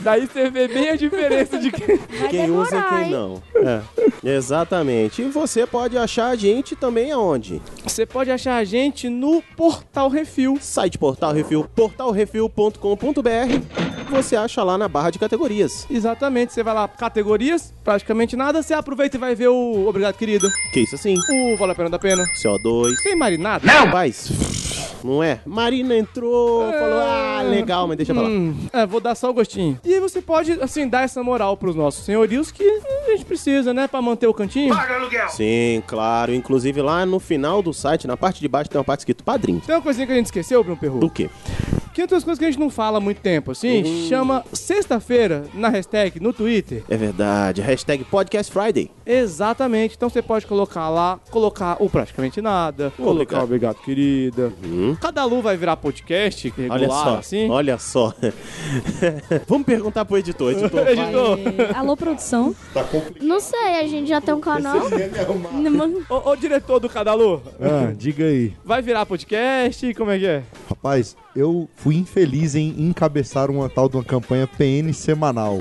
S3: Daí você vê bem a diferença de quem...
S2: quem usa e quem
S3: hein?
S2: não. É, exatamente. E você pode achar a gente também aonde?
S3: Você pode achar a gente no Portal Refil.
S2: Site Portal Refil, portalrefil.com.br. Você acha lá na barra de categorias.
S3: Exatamente, você vai lá, categorias, praticamente nada, você aproveita e vai ver o Obrigado Querido,
S2: Que isso assim?
S3: o Vale a Pena da Pena.
S2: CO2.
S3: Tem marinada?
S2: Rapaz, não é? Marina entrou, falou, ah, legal, mas deixa pra lá.
S3: Hum, é, vou dar só o gostinho. E aí você pode, assim, dar essa moral pros nossos senhorios que hum, a gente precisa, né, pra manter o cantinho. Paga aluguel!
S2: Sim, claro. Inclusive lá no final do site, na parte de baixo, tem uma parte escrito padrinho.
S3: Tem uma coisinha que a gente esqueceu, Bruno Perru?
S2: Do quê?
S3: Que outras coisas que a gente não fala há muito tempo, assim, chama sexta-feira na hashtag, no Twitter.
S2: É verdade. Hashtag Podcast Friday.
S3: Exatamente, então você pode colocar lá, colocar o Praticamente Nada, colocar o Obrigado Querida. Cada Lu vai virar podcast regular,
S2: Uhum. Olha só,
S3: assim.
S2: olha só. [laughs] Vamos perguntar pro editor.
S3: [laughs]
S2: Editor, vai.
S9: Alô, produção.
S2: Tá complicado.
S4: Não sei, a gente já tem um canal.
S3: Ô, ô, diretor do Cadalu,
S13: Ah, diga aí.
S3: vai virar podcast? Como é que é?
S13: Rapaz, eu fui infeliz em encabeçar uma tal de uma campanha PN semanal.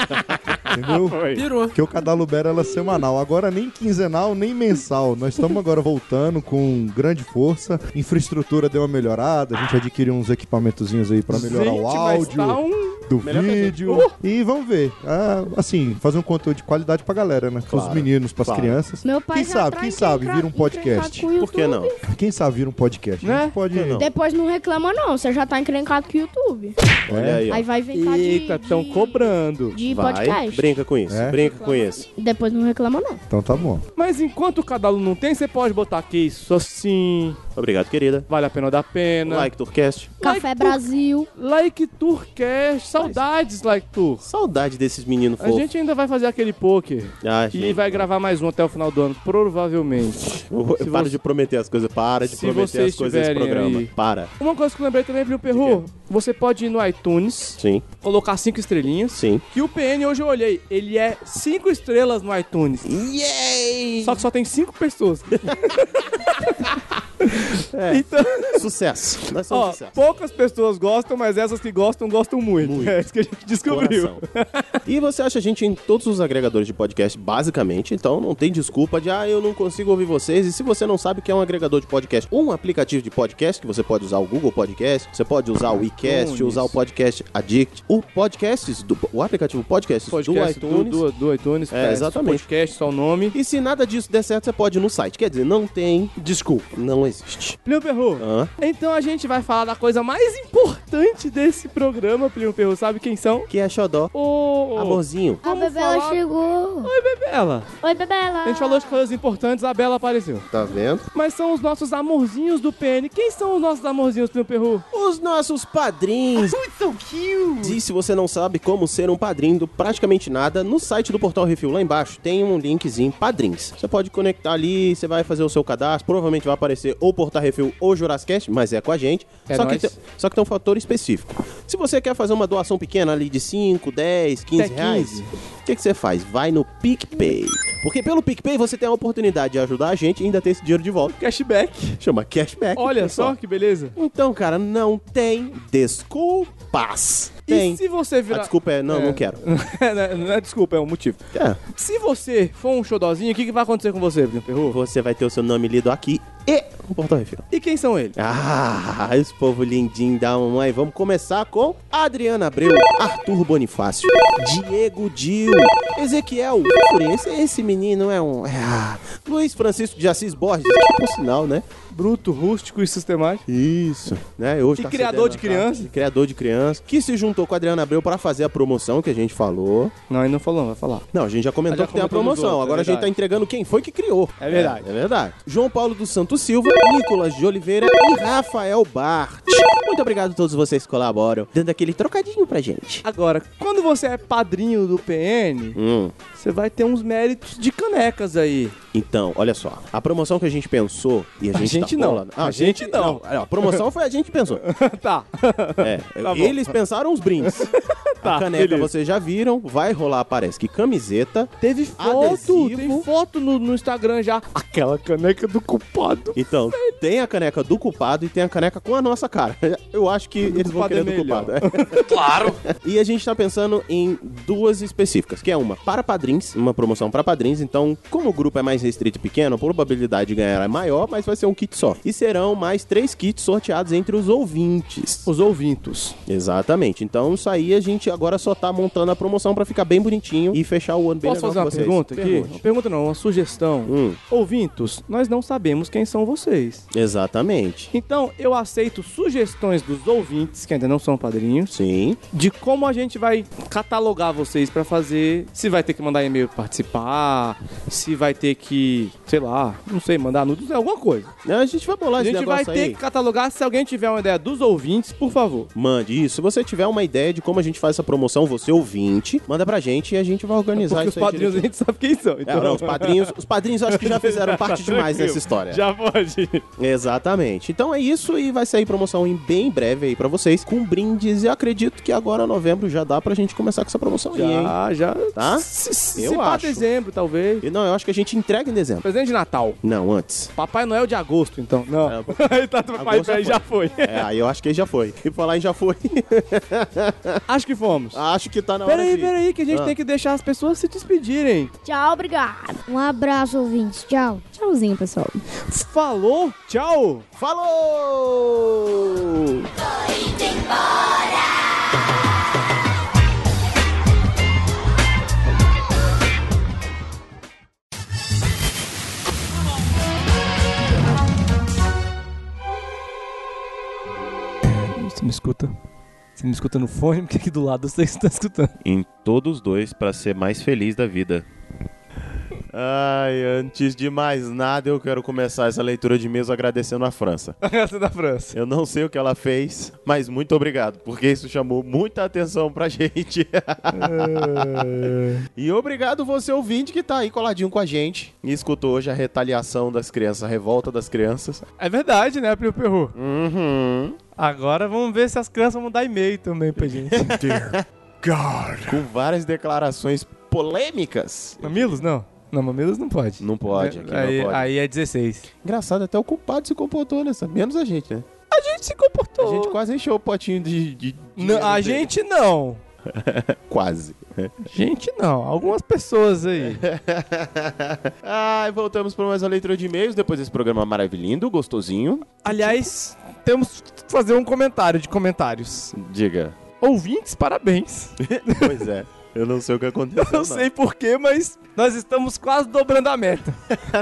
S13: Entendeu?
S3: Foi. Pirou.
S13: Porque o Cadalubera era semanal. Agora nem quinzenal, nem mensal. Nós estamos agora voltando com grande força. Infraestrutura deu uma melhorada. A gente adquiriu uns equipamentozinhos aí pra melhorar
S3: Gente,
S13: o
S3: mas
S13: áudio
S3: tá um-
S13: do
S3: Melhor que a gente.
S13: vídeo.
S11: Uh!
S13: E vamos ver. Ah, assim, fazer um conteúdo de qualidade pra galera, né? Pros
S2: Claro,
S13: meninos, pras
S2: claro.
S13: crianças.
S4: Meu pai
S13: quem
S4: já
S13: sabe,
S4: tá
S13: quem sabe,
S4: encrenca-
S13: vira um podcast.
S4: encrencado com o
S2: Por que não?
S13: Quem sabe vira um podcast. A
S11: Né?
S13: gente pode...
S12: Depois não reclama, não. Você já tá encrencado com o YouTube.
S13: É.
S2: aí, ó.
S12: Aí vai inventar de-
S3: Eita, tão cobrando.
S12: de
S2: Vai,
S12: podcast.
S2: Brinca com isso,
S3: É.
S2: brinca com isso.
S12: Depois não reclama, não.
S13: Então tá bom.
S3: Mas enquanto o Cadalu não tem, você pode botar aqui isso assim.
S2: Obrigado, querida.
S3: Vale a pena dar pena.
S2: Like Tourcast.
S12: Café Brasil.
S3: Like Tourcast. Saudades, Like Tour.
S2: Saudade desses meninos
S3: A
S2: fofos.
S3: gente ainda vai fazer aquele poker.
S2: Ah,
S3: E
S2: gente,
S3: vai gravar mais um até o final do ano, provavelmente.
S2: eu-
S3: Se
S2: eu para
S3: você-
S2: de prometer as coisas, para de
S3: Se
S2: prometer
S3: vocês
S2: as coisas nesse
S3: tiverem
S2: programa.
S3: aí-
S2: Para.
S3: Uma coisa que eu lembrei também, Bruno Perru, você pode ir no iTunes,
S2: Sim.
S3: colocar cinco estrelinhas.
S2: Sim.
S3: Que o PN hoje eu olhei, ele é cinco estrelas no iTunes.
S2: Yay!
S3: [laughs] Só que só tem cinco pessoas.
S2: É. Então... Sucesso. Nós somos
S3: Ó,
S2: sucesso.
S3: poucas pessoas gostam, mas essas que gostam, gostam muito. É isso que a gente descobriu.
S2: Coração. E você acha a gente em todos os agregadores de podcast, basicamente. Então não tem desculpa de, ah, eu não consigo ouvir vocês. E se você não sabe o que é um agregador de podcast ou um aplicativo de podcast, que você pode usar o Google Podcast, você pode usar o iCast,
S3: iTunes.
S2: usar o Podcast Addict, o podcasts, do, o aplicativo podcasts
S3: Podcast
S2: do iTunes.
S3: do, do iTunes.
S2: É,
S3: é,
S2: exatamente.
S3: Podcast, só o nome.
S2: E se nada disso der certo, você pode ir no site. Quer dizer, não tem desculpa. Não existe.
S3: Plínio Perru,
S2: Hã?
S3: então a gente vai falar da coisa mais importante desse programa, Plínio Perru. Sabe quem são?
S2: Que é Xodó.
S3: O...
S2: Amorzinho.
S17: A Bebela
S3: falar-
S17: chegou.
S3: Oi, Bebela.
S17: Oi, Bebela.
S3: A gente falou de coisas importantes, a Bela apareceu.
S2: Tá vendo?
S3: Mas são os nossos amorzinhos do PN. Quem são os nossos amorzinhos, Plínio Perru?
S2: Os nossos padrinhos.
S3: Muito cute.
S2: E se você não sabe como ser um padrinho do praticamente nada, no site do Portal Refil lá embaixo tem um linkzinho padrinhos. Você pode conectar ali, você vai fazer o seu cadastro, provavelmente vai aparecer ou Portal Refil ou Jurassicast, mas é com a gente.
S3: É
S2: só, que
S3: nóis.
S2: tem, só que tem um fator específico. Se você quer fazer uma doação pequena ali de 5, 10, 15
S3: Até
S2: reais,
S3: 15.
S2: o que, que você faz? Vai no PicPay. Porque pelo PicPay você tem a oportunidade de ajudar a gente e ainda ter esse dinheiro de volta.
S3: Cashback.
S2: Chama cashback.
S3: Olha
S2: pessoal.
S3: só que beleza.
S2: Então, cara, não tem desculpas. Tem.
S3: E se você
S2: A
S3: virar...
S2: desculpa é, não,
S3: É.
S2: não quero.
S3: [laughs] não, é, não é desculpa, é um motivo.
S2: É.
S3: Se você for um xodozinho, o que, que vai acontecer com você, Plínio Perru?
S2: Você vai ter o seu nome lido aqui e o Portal Refil.
S3: E quem são eles?
S2: Ah, esse povo lindinho da mamãe. Vamos começar com Adriana Abreu, Arthur Bonifácio, Diego Dil, Ezequiel Furiense. Esse menino é um. é, ah, Luiz Francisco de Assis Borges, que por sinal, né?
S3: Bruto, rústico e sistemático.
S2: Isso. Né? Hoje
S3: E
S2: tá
S3: criador
S2: cedendo
S3: de
S2: a
S3: criança.
S2: tarde. Criador de criança. Que se juntou com a Adriana Abreu pra fazer a promoção que a gente falou.
S3: Não, ainda não falou, não vai falar.
S2: Não, a gente já comentou
S3: Já
S2: que tem a
S3: comentou nos
S2: promoção.
S3: outros, é
S2: Agora a gente tá
S3: verdade.
S2: entregando quem foi que criou.
S3: É verdade.
S2: É, é verdade. João Paulo dos Santos Silva, Nicolas de Oliveira e Rafael Bart. Muito obrigado a todos vocês que colaboram, dando aquele trocadinho pra gente.
S3: Agora, quando você é padrinho do PN,
S2: Hum.
S3: você vai ter uns méritos de canecas aí.
S2: Então, olha só. A promoção que a gente pensou e a
S3: A
S2: gente,
S3: gente
S2: tá
S3: não.
S2: bolando-
S3: A gente não.
S2: olha, A promoção foi a gente que pensou.
S3: [laughs] [laughs] tá.
S2: É,
S3: bom.
S2: eles pensaram os brindes.
S3: [laughs] Tá,
S2: a caneca
S3: beleza.
S2: vocês já viram, vai rolar, parece que camiseta.
S3: Teve foto,
S2: Adesivo.
S3: tem foto no, no Instagram já. Aquela caneca do culpado.
S2: Então, tem a caneca do culpado e tem a caneca com a nossa cara. [laughs] Eu acho que eles vão
S3: culpado é
S2: querer do
S3: melhor.
S2: culpado. claro! E a gente tá pensando em duas específicas, que é uma para padrinhos, uma promoção para padrinhos. Então, como o grupo é mais restrito e pequeno, a probabilidade de ganhar é maior, mas vai ser um kit só. E serão mais três kits sorteados entre os ouvintes.
S3: Os ouvintos.
S2: Exatamente. Então, isso aí a gente agora só tá montando a promoção pra ficar bem bonitinho e fechar o ano bem
S3: Posso
S2: legal
S3: fazer uma
S2: com vocês.
S3: pergunta aqui? Uma
S2: Pergunte.
S3: Pergunta não, uma sugestão.
S2: Hum,
S3: Ouvintos, nós não sabemos quem são vocês.
S2: exatamente.
S3: Então, eu aceito sugestões dos ouvintes, que ainda não são padrinhos,
S2: Sim.
S3: de como a gente vai catalogar vocês pra fazer. Se vai ter que mandar e-mail pra participar, se vai ter que, sei lá, não sei, mandar nudes, é alguma coisa.
S2: Não, A gente vai bolar
S3: A
S2: esse
S3: gente vai
S2: negócio
S3: ter
S2: aí.
S3: que catalogar. Se alguém tiver uma ideia dos ouvintes, por favor.
S2: Mande isso. Se você tiver uma ideia de como a gente faz essa promoção, você ouvinte, manda pra gente e a gente vai organizar
S3: Porque os
S2: isso aí
S3: padrinhos a
S2: direitinho.
S3: gente sabe quem são. Então...
S2: É, não, os padrinhos, os padrinhos eu acho que já fizeram
S3: [laughs]
S2: parte
S3: Tá
S2: demais
S3: tranquilo.
S2: dessa história.
S3: [laughs] Já pode.
S2: Exatamente. Então é isso e vai sair promoção em bem breve aí pra vocês com brindes e acredito que agora novembro já dá pra gente começar com essa promoção aí, hein?
S3: Já, já.
S2: Tá?
S3: Se, se,
S2: Eu
S3: se pá
S2: acho.
S3: dezembro, talvez.
S2: E não, eu acho que a gente entrega em dezembro.
S3: Presente de Natal.
S2: Não,
S3: [laughs]
S2: antes.
S3: Papai Noel de agosto, então.
S2: É,
S3: Não. [laughs] Aí tá, Papai
S2: Agosto já
S3: Noel já foi.
S2: [laughs] É, aí eu acho que aí já foi. E falar em já foi, [laughs]
S3: Acho que fomos.
S2: acho que tá na hora
S3: Peraí,
S2: de-
S3: peraí, que a gente
S2: Ah.
S3: tem que deixar as pessoas se despedirem.
S4: Tchau, obrigado.
S17: Um abraço, ouvintes. Tchau. Tchauzinho, pessoal.
S3: Falou, tchau.
S2: Falou!
S3: Você me escuta? Você me escuta no fone? [laughs] Porque aqui do lado você está escutando.
S29: Em todos dois para ser mais feliz da vida.
S2: Ai, antes de mais nada, eu quero começar essa leitura de mesa agradecendo a França.
S3: Essa é da França.
S2: Eu não sei o que ela fez, mas muito obrigado, porque isso chamou muita atenção pra gente. [laughs] e obrigado você ouvinte que tá aí coladinho com a gente e escutou hoje a retaliação das crianças, a revolta das crianças.
S3: É verdade, né, Pio Perru?
S2: Uhum.
S3: Agora vamos ver se as crianças vão dar e-mail também
S2: [laughs]
S3: pra gente.
S2: Com várias declarações polêmicas.
S3: Mamilos, não? Não, Mamilos não pode.
S2: Não pode, aqui não
S3: aí,
S2: pode.
S3: aí é 16.
S2: Engraçado, até o culpado se comportou nessa. Menos a gente, né?
S3: A gente se comportou.
S2: A gente quase encheu o potinho de. de- de
S3: Não, a
S2: dele.
S3: gente não.
S2: quase.
S3: Gente não. Algumas
S2: [laughs]
S3: pessoas aí.
S2: ah, e voltamos para mais uma leitura de e-mails depois desse programa maravilhindo, gostosinho.
S3: Aliás, temos que fazer um comentário de comentários.
S2: Diga.
S3: Ouvintes, parabéns.
S2: pois é. Eu não sei o que aconteceu.
S3: [laughs] Eu não sei porquê, mas nós estamos quase dobrando a meta.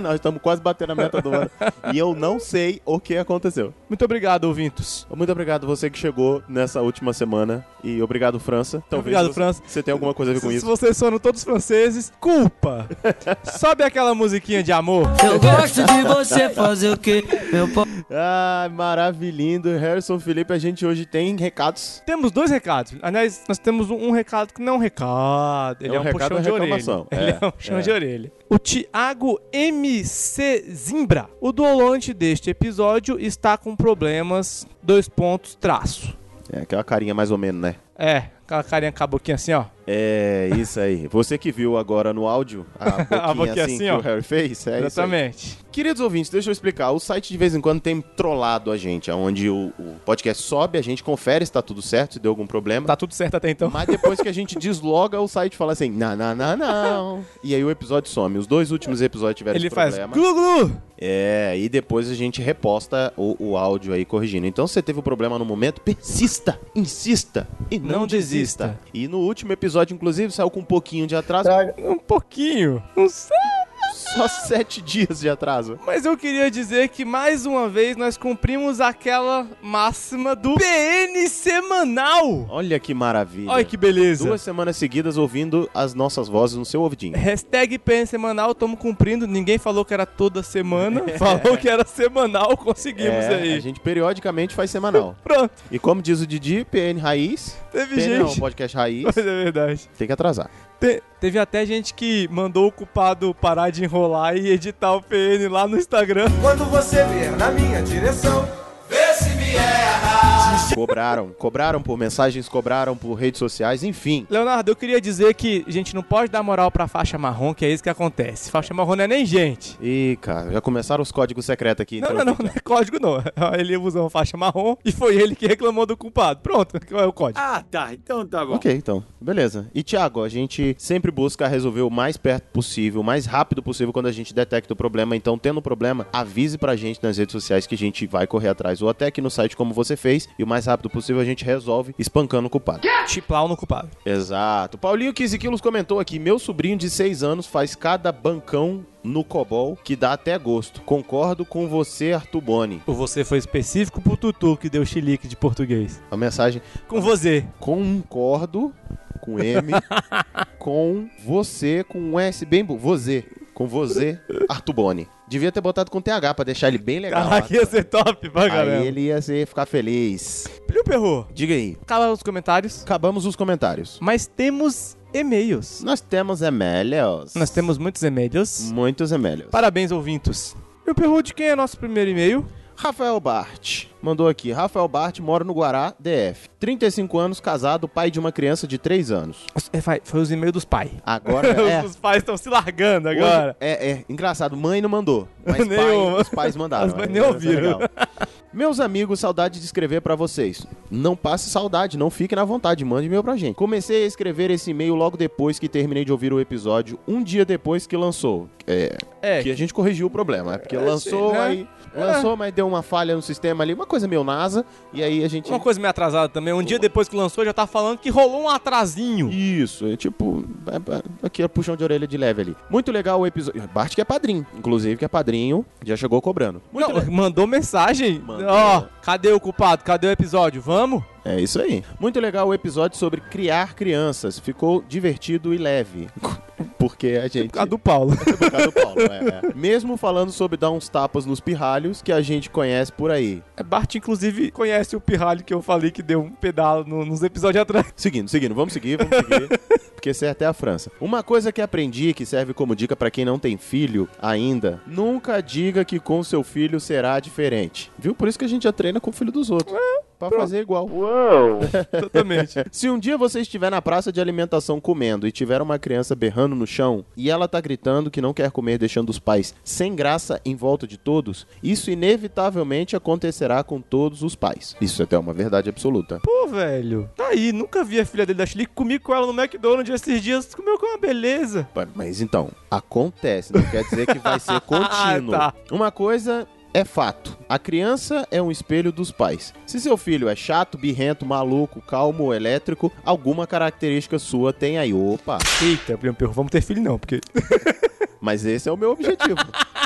S2: Nós estamos quase batendo a meta do ano. e eu não sei o que aconteceu.
S3: Muito obrigado, ouvintos.
S2: Muito obrigado você que chegou nessa última semana. E obrigado, França. Talvez
S3: Obrigado,
S2: você,
S3: França.
S2: Você tem alguma coisa a ver com
S3: Se
S2: isso.
S3: vocês foram todos franceses, culpa.
S2: [laughs]
S3: Sobe aquela musiquinha de amor.
S1: Eu gosto de você fazer o que meu pau.
S2: Ai, Ah, maravilhindo. Harrison Felipe, a gente hoje tem recados.
S3: Temos dois recados. Aliás, nós temos um, um recado que não é um recado. Ele é,
S2: É um
S3: um,
S2: recado,
S3: puxão de
S2: é uma
S3: orelha.
S2: reclamação.
S3: [laughs] Ele
S2: É,
S3: é um puxão
S2: é.
S3: de orelha. O Thiago MC Zimbra. O duolante deste episódio está com problemas, dois pontos, traço.
S2: É, aquela carinha mais ou menos, né?
S3: É, aquela carinha com a boquinha assim, ó.
S2: É, isso aí. Você que viu agora no áudio a boquinha,
S3: [laughs] A boquinha
S2: assim,
S3: assim,
S2: que
S3: ó.
S2: o Harry fez, é isso aí.
S3: Exatamente.
S2: Queridos ouvintes, deixa eu explicar. O site de vez em quando tem trollado a gente, onde o, o podcast sobe, a gente confere se tá tudo certo, se deu algum problema.
S3: Tá tudo certo até então.
S2: Mas depois que a gente desloga, o site fala assim: não, não, não,
S3: [laughs]
S2: não. E aí o episódio some. Os dois últimos episódios tiveram
S3: Ele
S2: esse
S3: faz
S2: problema.
S3: glu-glu.
S2: É, e depois a gente reposta o, o áudio aí corrigindo. Então se você teve um problema no momento, persista, insista e não,
S3: Não
S2: desista.
S3: desista.
S2: E no último episódio, inclusive, saiu com um pouquinho de atraso.
S3: Um pouquinho. Não sei.
S2: Só sete dias de atraso.
S3: Mas eu queria dizer que mais uma vez nós cumprimos aquela máxima do PN semanal.
S2: Olha que maravilha.
S3: Olha que beleza.
S2: Duas semanas seguidas ouvindo as nossas vozes no seu ouvidinho.
S3: Hashtag PN semanal, estamos cumprindo. Ninguém falou que era
S2: [laughs]
S3: toda semana. Falou que era semanal, conseguimos
S2: É,
S3: aí.
S2: A gente periodicamente faz semanal.
S3: Pronto.
S2: E como diz o Didi, PN Raiz.
S3: Teve
S2: PN não,
S3: gente.
S2: podcast Raiz.
S3: Mas é verdade.
S2: Tem que
S3: [laughs]
S2: atrasar.
S3: Te- teve até gente que mandou o culpado parar de enrolar e editar o PN lá no Instagram.
S10: Quando você vier na minha direção, vê se me erra.
S2: Cobraram. Cobraram por mensagens, cobraram por redes sociais, enfim.
S3: Leonardo, eu queria dizer que a gente não pode dar moral pra faixa marrom, que é isso que acontece. Faixa marrom não é nem gente.
S2: Ih, cara, já começaram os códigos secretos aqui.
S3: Não,
S2: então
S3: não, não,
S2: fica.
S3: não é código não. [laughs] Ele usou uma faixa marrom e foi ele que reclamou do culpado. Pronto, qual é o código?
S30: Ah, tá. Então tá bom.
S2: Ok, então. Beleza. E, Thiago, a gente sempre busca resolver o mais perto possível, o mais rápido possível quando a gente detecta o problema. Então, tendo um problema, avise pra gente nas redes sociais que a gente vai correr atrás ou até aqui no site como você fez. E o mais rápido possível a gente resolve espancando o culpado.
S3: Chiplau no culpado.
S2: Exato. Paulinho 15 quilos comentou aqui: meu sobrinho de 6 anos faz cada bancão no Cobol que dá até gosto. Concordo com você, Arthur Boni.
S3: Por você foi específico pro Tutu que deu chilique de português.
S2: A mensagem.
S3: Com você.
S2: Concordo com
S3: [laughs]
S2: M, com você, com um S bem. bo- Você. Com você, Arthur Boni. Devia ter botado com TH pra deixar ele bem legal.
S3: Caraca, ia ser top pra [laughs] galera.
S2: Aí ele ia ser, ficar feliz.
S3: Plio Perro,
S2: Diga aí.
S3: cala os comentários.
S2: Acabamos os comentários.
S3: Mas temos e-mails.
S2: Nós temos emelhos.
S3: Nós temos muitos e-mails.
S2: Muitos emelhos.
S3: Parabéns, ouvintos. Plio Perro, de quem é nosso primeiro e-mail?
S2: Rafael Bart mandou aqui. Rafael Bart mora no Guará, DF. 35 anos, casado, pai de uma criança de 3 anos.
S3: É, vai, Foi os e-mails dos pais.
S2: Agora [laughs]
S3: [laughs]
S2: é.
S3: os pais estão se largando
S2: hoje-
S3: agora.
S2: é, é. Engraçado, mãe não mandou.
S3: [laughs]
S2: Mas
S3: Nem
S2: pai,
S3: eu.
S2: os pais mandaram.
S3: As mães
S2: é,
S3: nem
S2: isso é
S3: ouviram.
S2: legal. Meus amigos, saudade de escrever pra vocês. Não passe saudade, não fique na vontade, mande e-mail pra gente. Comecei a escrever esse e-mail logo depois que terminei de ouvir o episódio, um dia depois que lançou. É,
S3: É,
S2: que a gente corrigiu o problema, é porque lançou,
S3: sim, né?
S2: aí lançou, mas deu uma falha no sistema ali, uma coisa meio NASA, e aí a gente
S3: Uma coisa meio atrasada também. Um dia depois que lançou, já tá falando que rolou um atrasinho.
S2: Isso, é tipo. é- é- Aqui é puxão de orelha de leve ali. Muito legal o episódio. Bart que é padrinho. Inclusive, que é padrinho, já chegou cobrando.
S3: Não, mandou mensagem. Ó, cadê o culpado? Cadê o episódio? Vamos?
S2: É isso aí. Muito legal o episódio sobre criar crianças. Ficou divertido e leve. Porque a gente. tá
S3: A do Paulo.
S2: Por [laughs] causa do Paulo, é, é. Mesmo falando sobre dar uns tapas nos pirralhos que a gente conhece por aí.
S3: É, Bart, inclusive, conhece o pirralho que eu falei que deu um pedalo no- nos episódios atrás. [laughs]
S2: Seguindo, seguindo, vamos seguir, vamos seguir. [laughs] Porque isso é até a França. Uma coisa que aprendi que serve como dica pra quem não tem filho ainda: nunca diga que com seu filho será diferente. Viu? Por isso que a gente já treina com o filho dos outros. Pra fazer igual.
S5: Uou!
S2: Exatamente. Se um dia você estiver na praça de alimentação comendo e tiver uma criança berrando no chão e ela tá gritando que não quer comer, deixando os pais sem graça em volta de todos, isso inevitavelmente acontecerá com todos os pais. Isso até é uma verdade absoluta.
S3: Pô, velho. Tá aí, nunca vi a filha dele da Chilique comigo com ela no McDonald's esses dias. Comeu com uma beleza.
S2: Pa- Mas então, acontece, não quer dizer que vai
S3: [laughs]
S2: ser contínuo.
S3: Ah, tá.
S2: Uma coisa é fato. A criança é um espelho dos pais. Se seu filho é chato, birrento, maluco, calmo ou elétrico, alguma característica sua tem aí. Opa!
S3: Eita, Primo Perro, vamos ter filho não, porque...
S2: Mas esse é o meu objetivo.
S3: [laughs]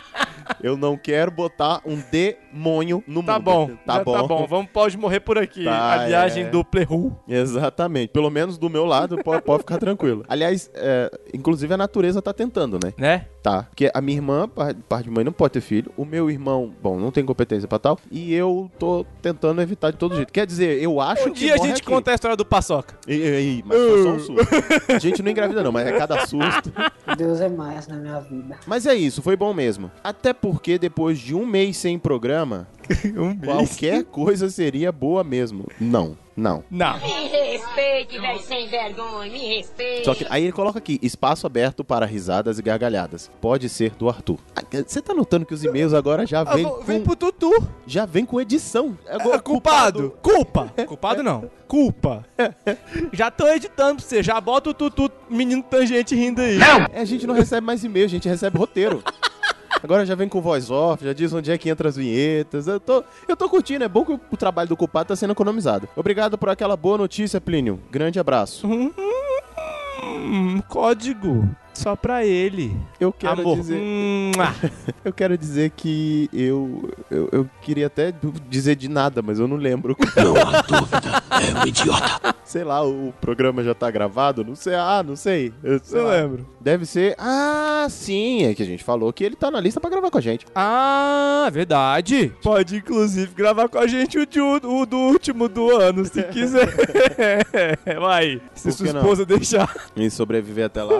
S2: Eu não quero botar um demônio no
S3: Tá
S2: mundo.
S3: bom,
S2: tá
S3: já
S2: bom.
S3: tá bom. Vamos, pode morrer por aqui.
S2: Tá,
S3: a viagem
S2: é.
S3: do Playhu.
S2: Exatamente. Pelo menos do meu lado, po- pode, ficar tranquilo. Aliás, é, inclusive a natureza tá tentando, né?
S3: Né?
S2: Tá. Porque a minha irmã, par- parte de mãe, não pode ter filho. O meu irmão, bom, não tem competência pra tal. E eu tô tentando evitar de todo jeito. Quer dizer, eu acho
S3: Um
S2: que.
S3: dia a
S2: morre
S3: gente
S2: aqui.
S3: conta a história do Paçoca.
S2: Ei, ei, ei, mas foi só um susto. A gente não engravida, não, mas é cada susto.
S30: Deus é mais na minha vida.
S2: Mas é isso, foi bom mesmo. Até porque depois de um mês sem programa,
S3: Um
S2: qualquer coisa seria boa mesmo. Não, não.
S3: Não.
S10: Me respeite, velho sem vergonha, me respeite.
S2: Só que aí ele coloca aqui, espaço aberto para risadas e gargalhadas. Pode ser do Arthur. Ah, Você tá notando que os e-mails agora já vem,
S3: Ah, vem
S2: com,
S3: pro Tutu.
S2: já vem com edição. É,
S3: [laughs] culpado. Culpa. [laughs] Culpado não. [laughs] Culpa. Já tô editando pra você. Já bota o Tutu menino tangente rindo aí. Não!
S2: É, a gente não recebe mais e-mail, a gente recebe roteiro. Agora já vem com voz off, já diz onde é que entra as vinhetas. Eu tô, eu tô curtindo, é bom que o, o trabalho do culpado tá sendo economizado. Obrigado por aquela boa notícia, Plínio. Grande abraço.
S3: Hum, código. Só pra ele.
S2: Eu quero
S3: Amor.
S2: dizer-
S3: Hum, [laughs] ah.
S2: Eu quero dizer que eu, eu. eu queria até dizer de nada, mas eu não lembro. Não há dúvida, é um idiota. Sei lá, o programa já tá gravado, não sei. Ah, não sei. Eu sei
S3: Não é.
S2: lá.
S3: lembro.
S2: Deve ser. Ah, sim, é que a gente falou que ele tá na lista pra gravar com a gente.
S3: Ah, verdade. Pode, inclusive, gravar com a gente o, de, o, o do último do ano, [laughs] se quiser. Vai, se
S2: Por
S3: sua
S2: que não?
S3: esposa deixar.
S2: E sobreviver até lá.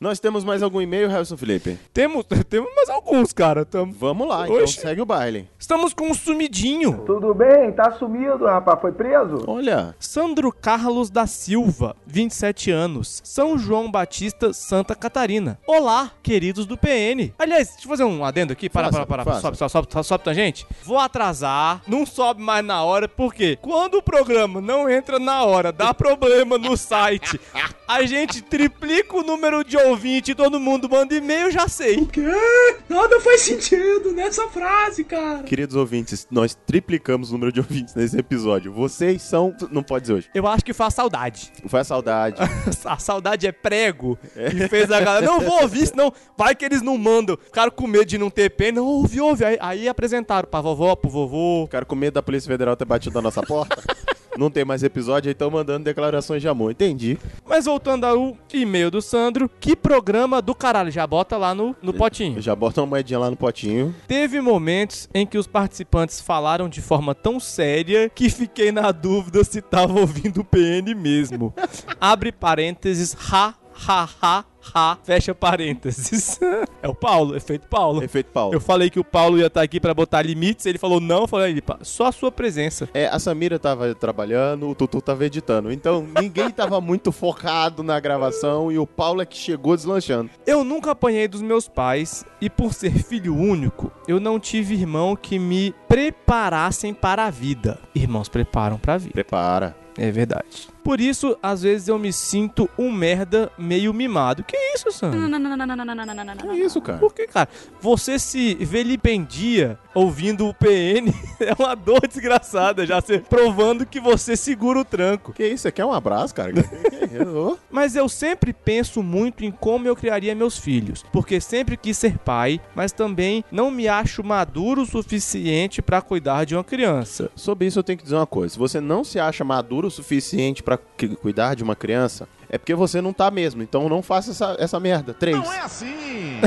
S2: Nós temos mais algum e-mail, Harrison Felipe?
S3: Temos, temos mais alguns, cara. Tamo...
S2: Vamos lá, então
S3: Oxe.
S2: segue o baile.
S3: Estamos com um sumidinho.
S5: Tudo bem? Tá sumido, rapaz. Foi preso?
S2: Olha.
S3: Sandro Carlos da Silva, 27 anos, São João Batista, Santa Catarina. Olá, queridos do PN. Aliás, deixa eu fazer um adendo aqui. Para,
S2: Faça,
S3: para,
S2: faça.
S3: para. Sobe, sobe, sobe, sobe, sobe, tangente. Vou atrasar, não sobe mais na hora, porque quando o programa não entra na
S2: [laughs]
S3: hora, dá problema no site. A gente triplica o número de ouvinte, todo mundo manda e-mail, já sei. O quê? Nada faz sentido nessa frase, cara.
S2: Queridos ouvintes, nós triplicamos o número de ouvintes nesse episódio. Vocês são. Não pode dizer hoje.
S3: Eu acho que faz saudade.
S2: Foi a saudade.
S3: A saudade é prego que fez a galera. Não vou ouvir, senão vai que eles não mandam. Ficaram com medo de não ter pena. Não, ouve, ouve. Aí, aí apresentaram pra vovó, pro vovô.
S2: Ficaram com medo da Polícia Federal ter batido na nossa porta. Não tem mais episódio, aí estão mandando declarações de amor. Entendi.
S3: Mas voltando ao e-mail do Sandro, que programa do caralho. Já bota lá no, no potinho.
S2: Já bota uma moedinha lá no potinho.
S3: Teve momentos em que os participantes falaram de forma tão séria que fiquei na dúvida se tava ouvindo o PN mesmo. [laughs] Abre parênteses, ha, ha, ha, ha, fecha parênteses. [laughs] É o Paulo, efeito Paulo.
S2: Efeito Paulo.
S3: Eu falei que o Paulo ia estar aqui pra botar limites, ele falou não, eu falei, ele, "Pa- só a sua presença.
S2: É, a Samira tava trabalhando, o Tutu tava editando. Então, ninguém tava muito focado na gravação e o Paulo é que chegou deslanchando.
S3: Eu nunca apanhei dos meus pais e por ser filho único, eu não tive irmão que me preparassem para a vida. Irmãos preparam para a vida.
S2: Prepara.
S3: É verdade. Por isso, às vezes eu me sinto um merda meio mimado. Que isso, Sam?
S2: Que isso, cara?
S3: Por que, cara? Você se velipendia ouvindo o PN [laughs] é uma dor desgraçada, já se provando que você segura o tranco.
S2: Que isso? Você quer um abraço, cara?
S3: Mas eu sempre penso muito em como eu criaria meus filhos, porque sempre quis ser pai, mas também não me acho maduro o suficiente pra cuidar de uma criança.
S2: [laughs] Sobre isso eu tenho que dizer uma coisa. Se você não se acha maduro o suficiente pra cu- cuidar de uma criança, é porque você não tá mesmo. Então não faça essa, essa merda. Três.
S7: assim!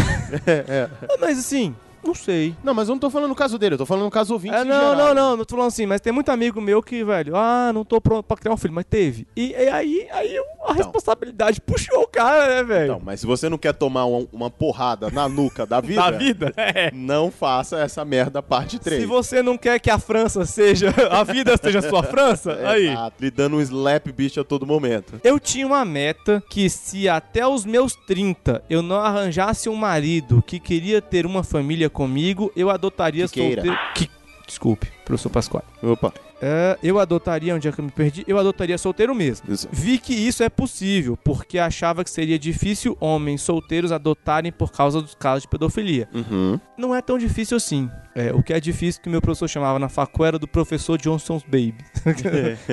S2: É, é.
S3: Mas assim, Não sei.
S2: Não, mas eu não tô falando no caso dele, eu tô falando no caso ouvinte
S3: É,
S2: em
S3: não,
S2: geral.
S3: não, não, não tô falando assim, mas tem muito amigo meu que, velho, ah, não tô pronto pra criar um filho, mas teve. E, e aí, aí
S2: Então.
S3: a responsabilidade puxou o cara, né, velho?
S2: Não, Então, mas se você não quer tomar uma, uma porrada na nuca [laughs] da Então, vida,
S3: Da vida, é.
S2: não faça essa merda parte 3.
S3: Se você não quer que a França seja, [laughs] a vida seja sua França, aí.
S2: Exato, e É, dando um slap bitch a todo momento.
S3: Eu tinha uma meta que se até os meus 30 eu não arranjasse um marido que queria ter uma família comigo, eu adotaria
S2: Que queira.
S3: solteiro. Que... Desculpe, professor Pascoal.
S2: Opa.
S3: É, eu adotaria, onde é que eu me perdi? Eu adotaria solteiro mesmo. Vi que isso é possível, porque achava que seria difícil homens solteiros adotarem por causa dos casos de pedofilia.
S2: Uhum.
S3: Não é tão difícil assim. É, o que é difícil que meu professor chamava na facul era do professor Johnson's Baby. [laughs]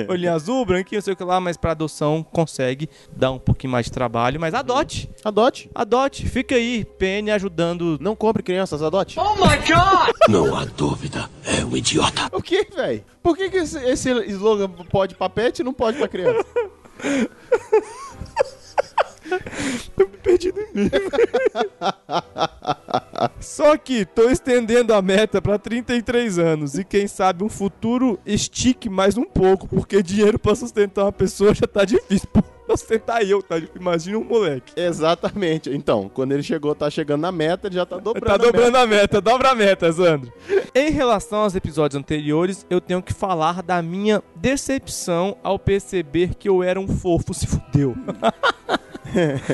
S3: Olhinho azul, branquinho, não sei o que lá, mas pra adoção consegue dar um pouquinho mais de trabalho, mas adote.
S2: Adote.
S3: Adote. Fica aí, PN ajudando.
S2: Não compre crianças, adote.
S10: Oh my god!
S2: Não há dúvida, é um idiota. O que, velho? Por que, que esse, esse slogan pode pra pet e não pode pra [laughs] criança?
S3: [laughs] Só que tô estendendo a meta pra 33 anos e quem sabe um futuro estique mais um pouco, porque dinheiro pra sustentar uma pessoa já tá difícil. Pô, pra sustentar eu, tá? Imagina um moleque.
S2: Exatamente. Então, quando ele chegou, tá chegando na meta, ele já tá dobrando
S3: Tá dobrando
S2: a
S3: a meta, dobra a meta, Sandro. Em relação aos episódios anteriores, eu tenho que falar da minha decepção ao perceber que eu era um fofo se [laughs] fudeu.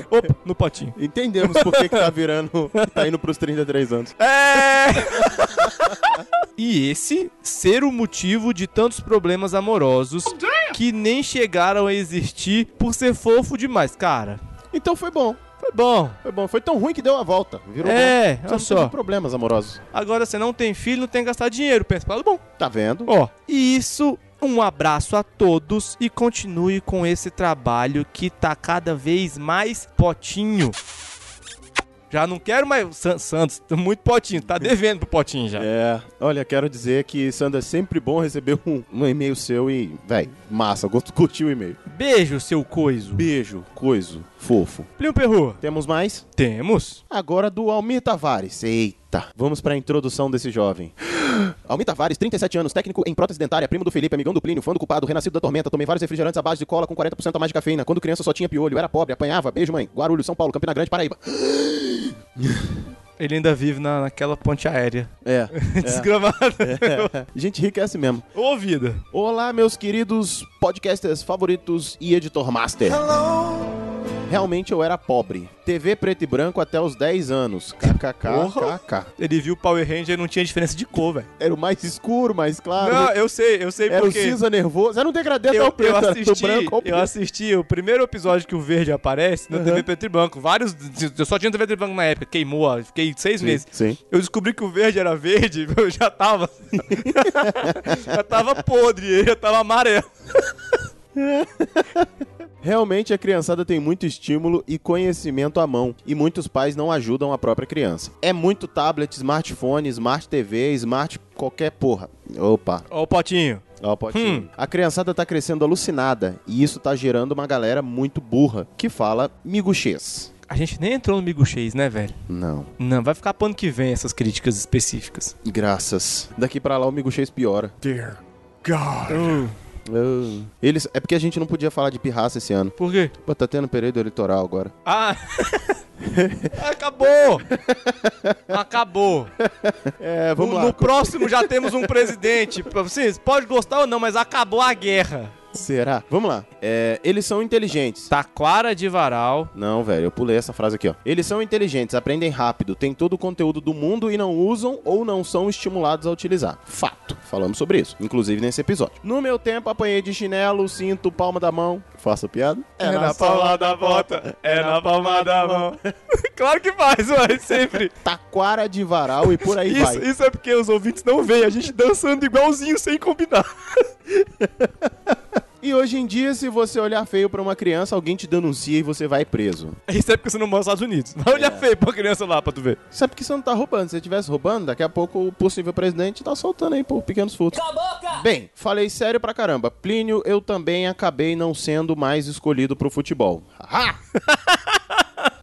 S3: Opa, no potinho.
S2: Entendemos por que, que [laughs] tá virando, que tá indo pros 33 anos.
S3: É! [laughs] E esse ser o motivo de tantos problemas amorosos que nem chegaram a existir por ser fofo demais, cara.
S2: Então foi bom.
S3: Foi bom.
S2: Foi bom, foi tão ruim que deu a volta. Virou
S3: É,
S2: bom.
S3: olha
S2: Você não
S3: só.
S2: teve problemas amorosos.
S3: Agora você não tem filho, não tem que gastar dinheiro, pensa pro lado bom.
S2: Tá vendo?
S3: Ó, e isso, um abraço a todos e continue com esse trabalho que tá cada vez mais potinho. Já não quero mais. San- Santos, tá muito potinho, tá devendo pro potinho já.
S2: É, olha, quero dizer que, Sandra, é sempre bom receber um, um e-mail seu e, véi, massa, gosto, curti o e-mail.
S3: Beijo, seu coiso.
S2: Beijo, coiso, fofo.
S3: Plim Perru.
S2: Temos mais?
S3: Temos.
S2: Agora do Almir Tavares. Eita, vamos pra introdução desse jovem. [gasps] Almir Tavares, 37 anos, técnico em prótese dentária, primo do Felipe, amigão do Plínio, fã do culpado, renascido da tormenta, tomei vários refrigerantes à base de cola com 40% a mais de cafeína. Quando criança só tinha piolho, era pobre, apanhava. Beijo, mãe. Guarulhos, São Paulo, Campina Grande, Paraíba.
S3: Ele ainda vive na, naquela ponte aérea.
S2: É.
S3: [laughs] Desgramado.
S2: É. Gente rica é assim mesmo.
S3: Ô, vida.
S2: Olá, meus queridos podcasters favoritos e editor master. Realmente eu era pobre. TV preto e branco até os 10 anos.
S3: Porra.
S2: KKKKK.
S3: Ele viu o Power Ranger e não tinha diferença de cor, velho.
S2: Era o mais escuro, mais claro.
S3: Não, eu sei, eu sei
S2: Ah, Era É o
S3: porque.
S2: cinza nervoso. Era um degradê até
S3: Eu, um
S2: o preto.
S3: eu
S2: era do
S3: assisti,
S2: branco ao
S3: eu
S2: preto.
S3: assisti o primeiro episódio que o verde aparece no TV Preto e Branco. Vários. Eu só tinha TV Preto e Branco na época, queimou, ó, fiquei seis meses.
S2: Sim.
S3: Eu descobri que o verde era verde, [laughs] eu já tava. assim. [laughs] já tava podre, ele já tava amarelo.
S2: Realmente a criançada tem muito estímulo e conhecimento à mão, e muitos pais não ajudam a própria criança. É muito tablet, smartphone, smart TV, smart qualquer porra. Opa.
S3: Ó, o potinho.
S2: Ó, o
S3: Hum.
S2: potinho. A criançada tá crescendo alucinada e isso tá gerando uma galera muito burra que fala miguxês.
S3: A gente nem entrou no Migo X, né, velho?
S2: Não,
S3: Não, vai ficar pro ano que vem essas críticas específicas.
S2: graças. Daqui pra lá o miguxês piora.
S3: Dear God.
S2: Oh. Eles, é porque a gente não podia falar de pirraça esse ano.
S3: Por quê?
S2: Pô, tá tendo período eleitoral agora.
S3: Ah! [laughs] Acabou! Acabou!
S2: É,
S3: no, no próximo já temos um presidente. Pra Vocês podem gostar ou não, mas acabou a guerra.
S2: Será? Vamos lá. É, eles são inteligentes.
S3: Taquara de varal.
S2: Não, velho, eu pulei essa frase aqui, ó. Eles são inteligentes, aprendem rápido, têm todo o conteúdo do mundo e não usam ou não são estimulados a utilizar. Fato. Falamos sobre isso, inclusive nesse episódio. No meu tempo, apanhei de chinelo, cinto, palma da mão. Faça piada?
S3: da bota, é na palma da mão. [laughs] claro que faz, ué, sempre.
S2: Taquara de varal e por [laughs] aí vai.
S3: Isso, isso é porque os ouvintes não veem, a gente dançando igualzinho sem combinar. [laughs]
S2: E hoje em dia, se você olhar feio pra uma criança, alguém te denuncia e você vai preso.
S3: Isso é porque você não mora nos Estados Unidos. Vai
S2: É.
S3: olhar feio pra criança lá pra tu ver.
S2: Isso é porque você não tá roubando. Se você estivesse roubando, daqui a pouco o possível presidente tá soltando aí por pequenos furtos. Bem, falei sério pra caramba. Plínio, eu também acabei não sendo mais escolhido pro futebol. Haha! [laughs]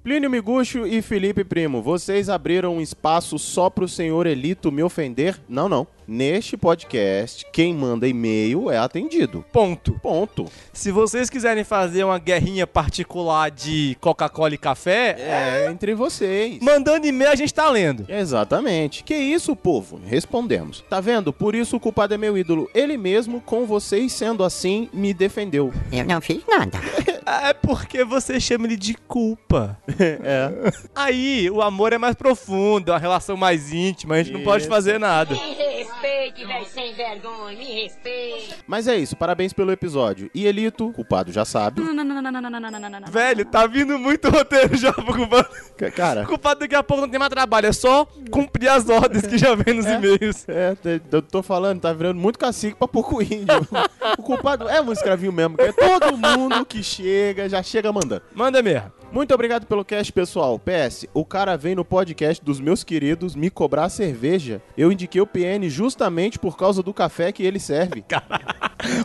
S2: Plínio Miguxo e Felipe Primo, vocês abriram um espaço só pro senhor Elito me ofender? Não, não. Neste podcast, quem manda e-mail é atendido.
S3: Ponto.
S2: Ponto.
S3: Se vocês quiserem fazer uma guerrinha particular de Coca-Cola e café,
S2: é, entre vocês.
S3: Mandando e-mail a gente tá lendo.
S2: Exatamente. Que isso, povo? Respondemos. Tá vendo? Por isso o culpado é meu ídolo. Ele mesmo, com vocês sendo assim, me defendeu.
S14: Eu não fiz nada.
S3: É porque você chama ele de [laughs] culpa.
S2: é.
S3: Aí o amor é mais profundo, é uma relação mais íntima, a gente não pode
S2: Isso.
S3: fazer nada.
S10: Me respeite, velho sem vergonha, me respeite.
S2: Mas é isso, parabéns pelo episódio. E Elito, culpado já sabe.
S3: Velho, tá vindo muito roteiro já pro culpado.
S2: C- Cara,
S3: O culpado daqui a pouco não tem mais trabalho, é só cumprir as ordens que já vem nos e-mails.
S2: É, te- eu tô falando, tá virando muito cacique pra pouco índio. o culpado é um escravinho mesmo, que é todo mundo que chega, já chega mandando.
S3: Manda mesmo.
S2: Muito obrigado pelo cast, pessoal. PS, o cara vem no podcast dos meus queridos me cobrar cerveja. Eu indiquei o PN justamente por causa do café que ele serve.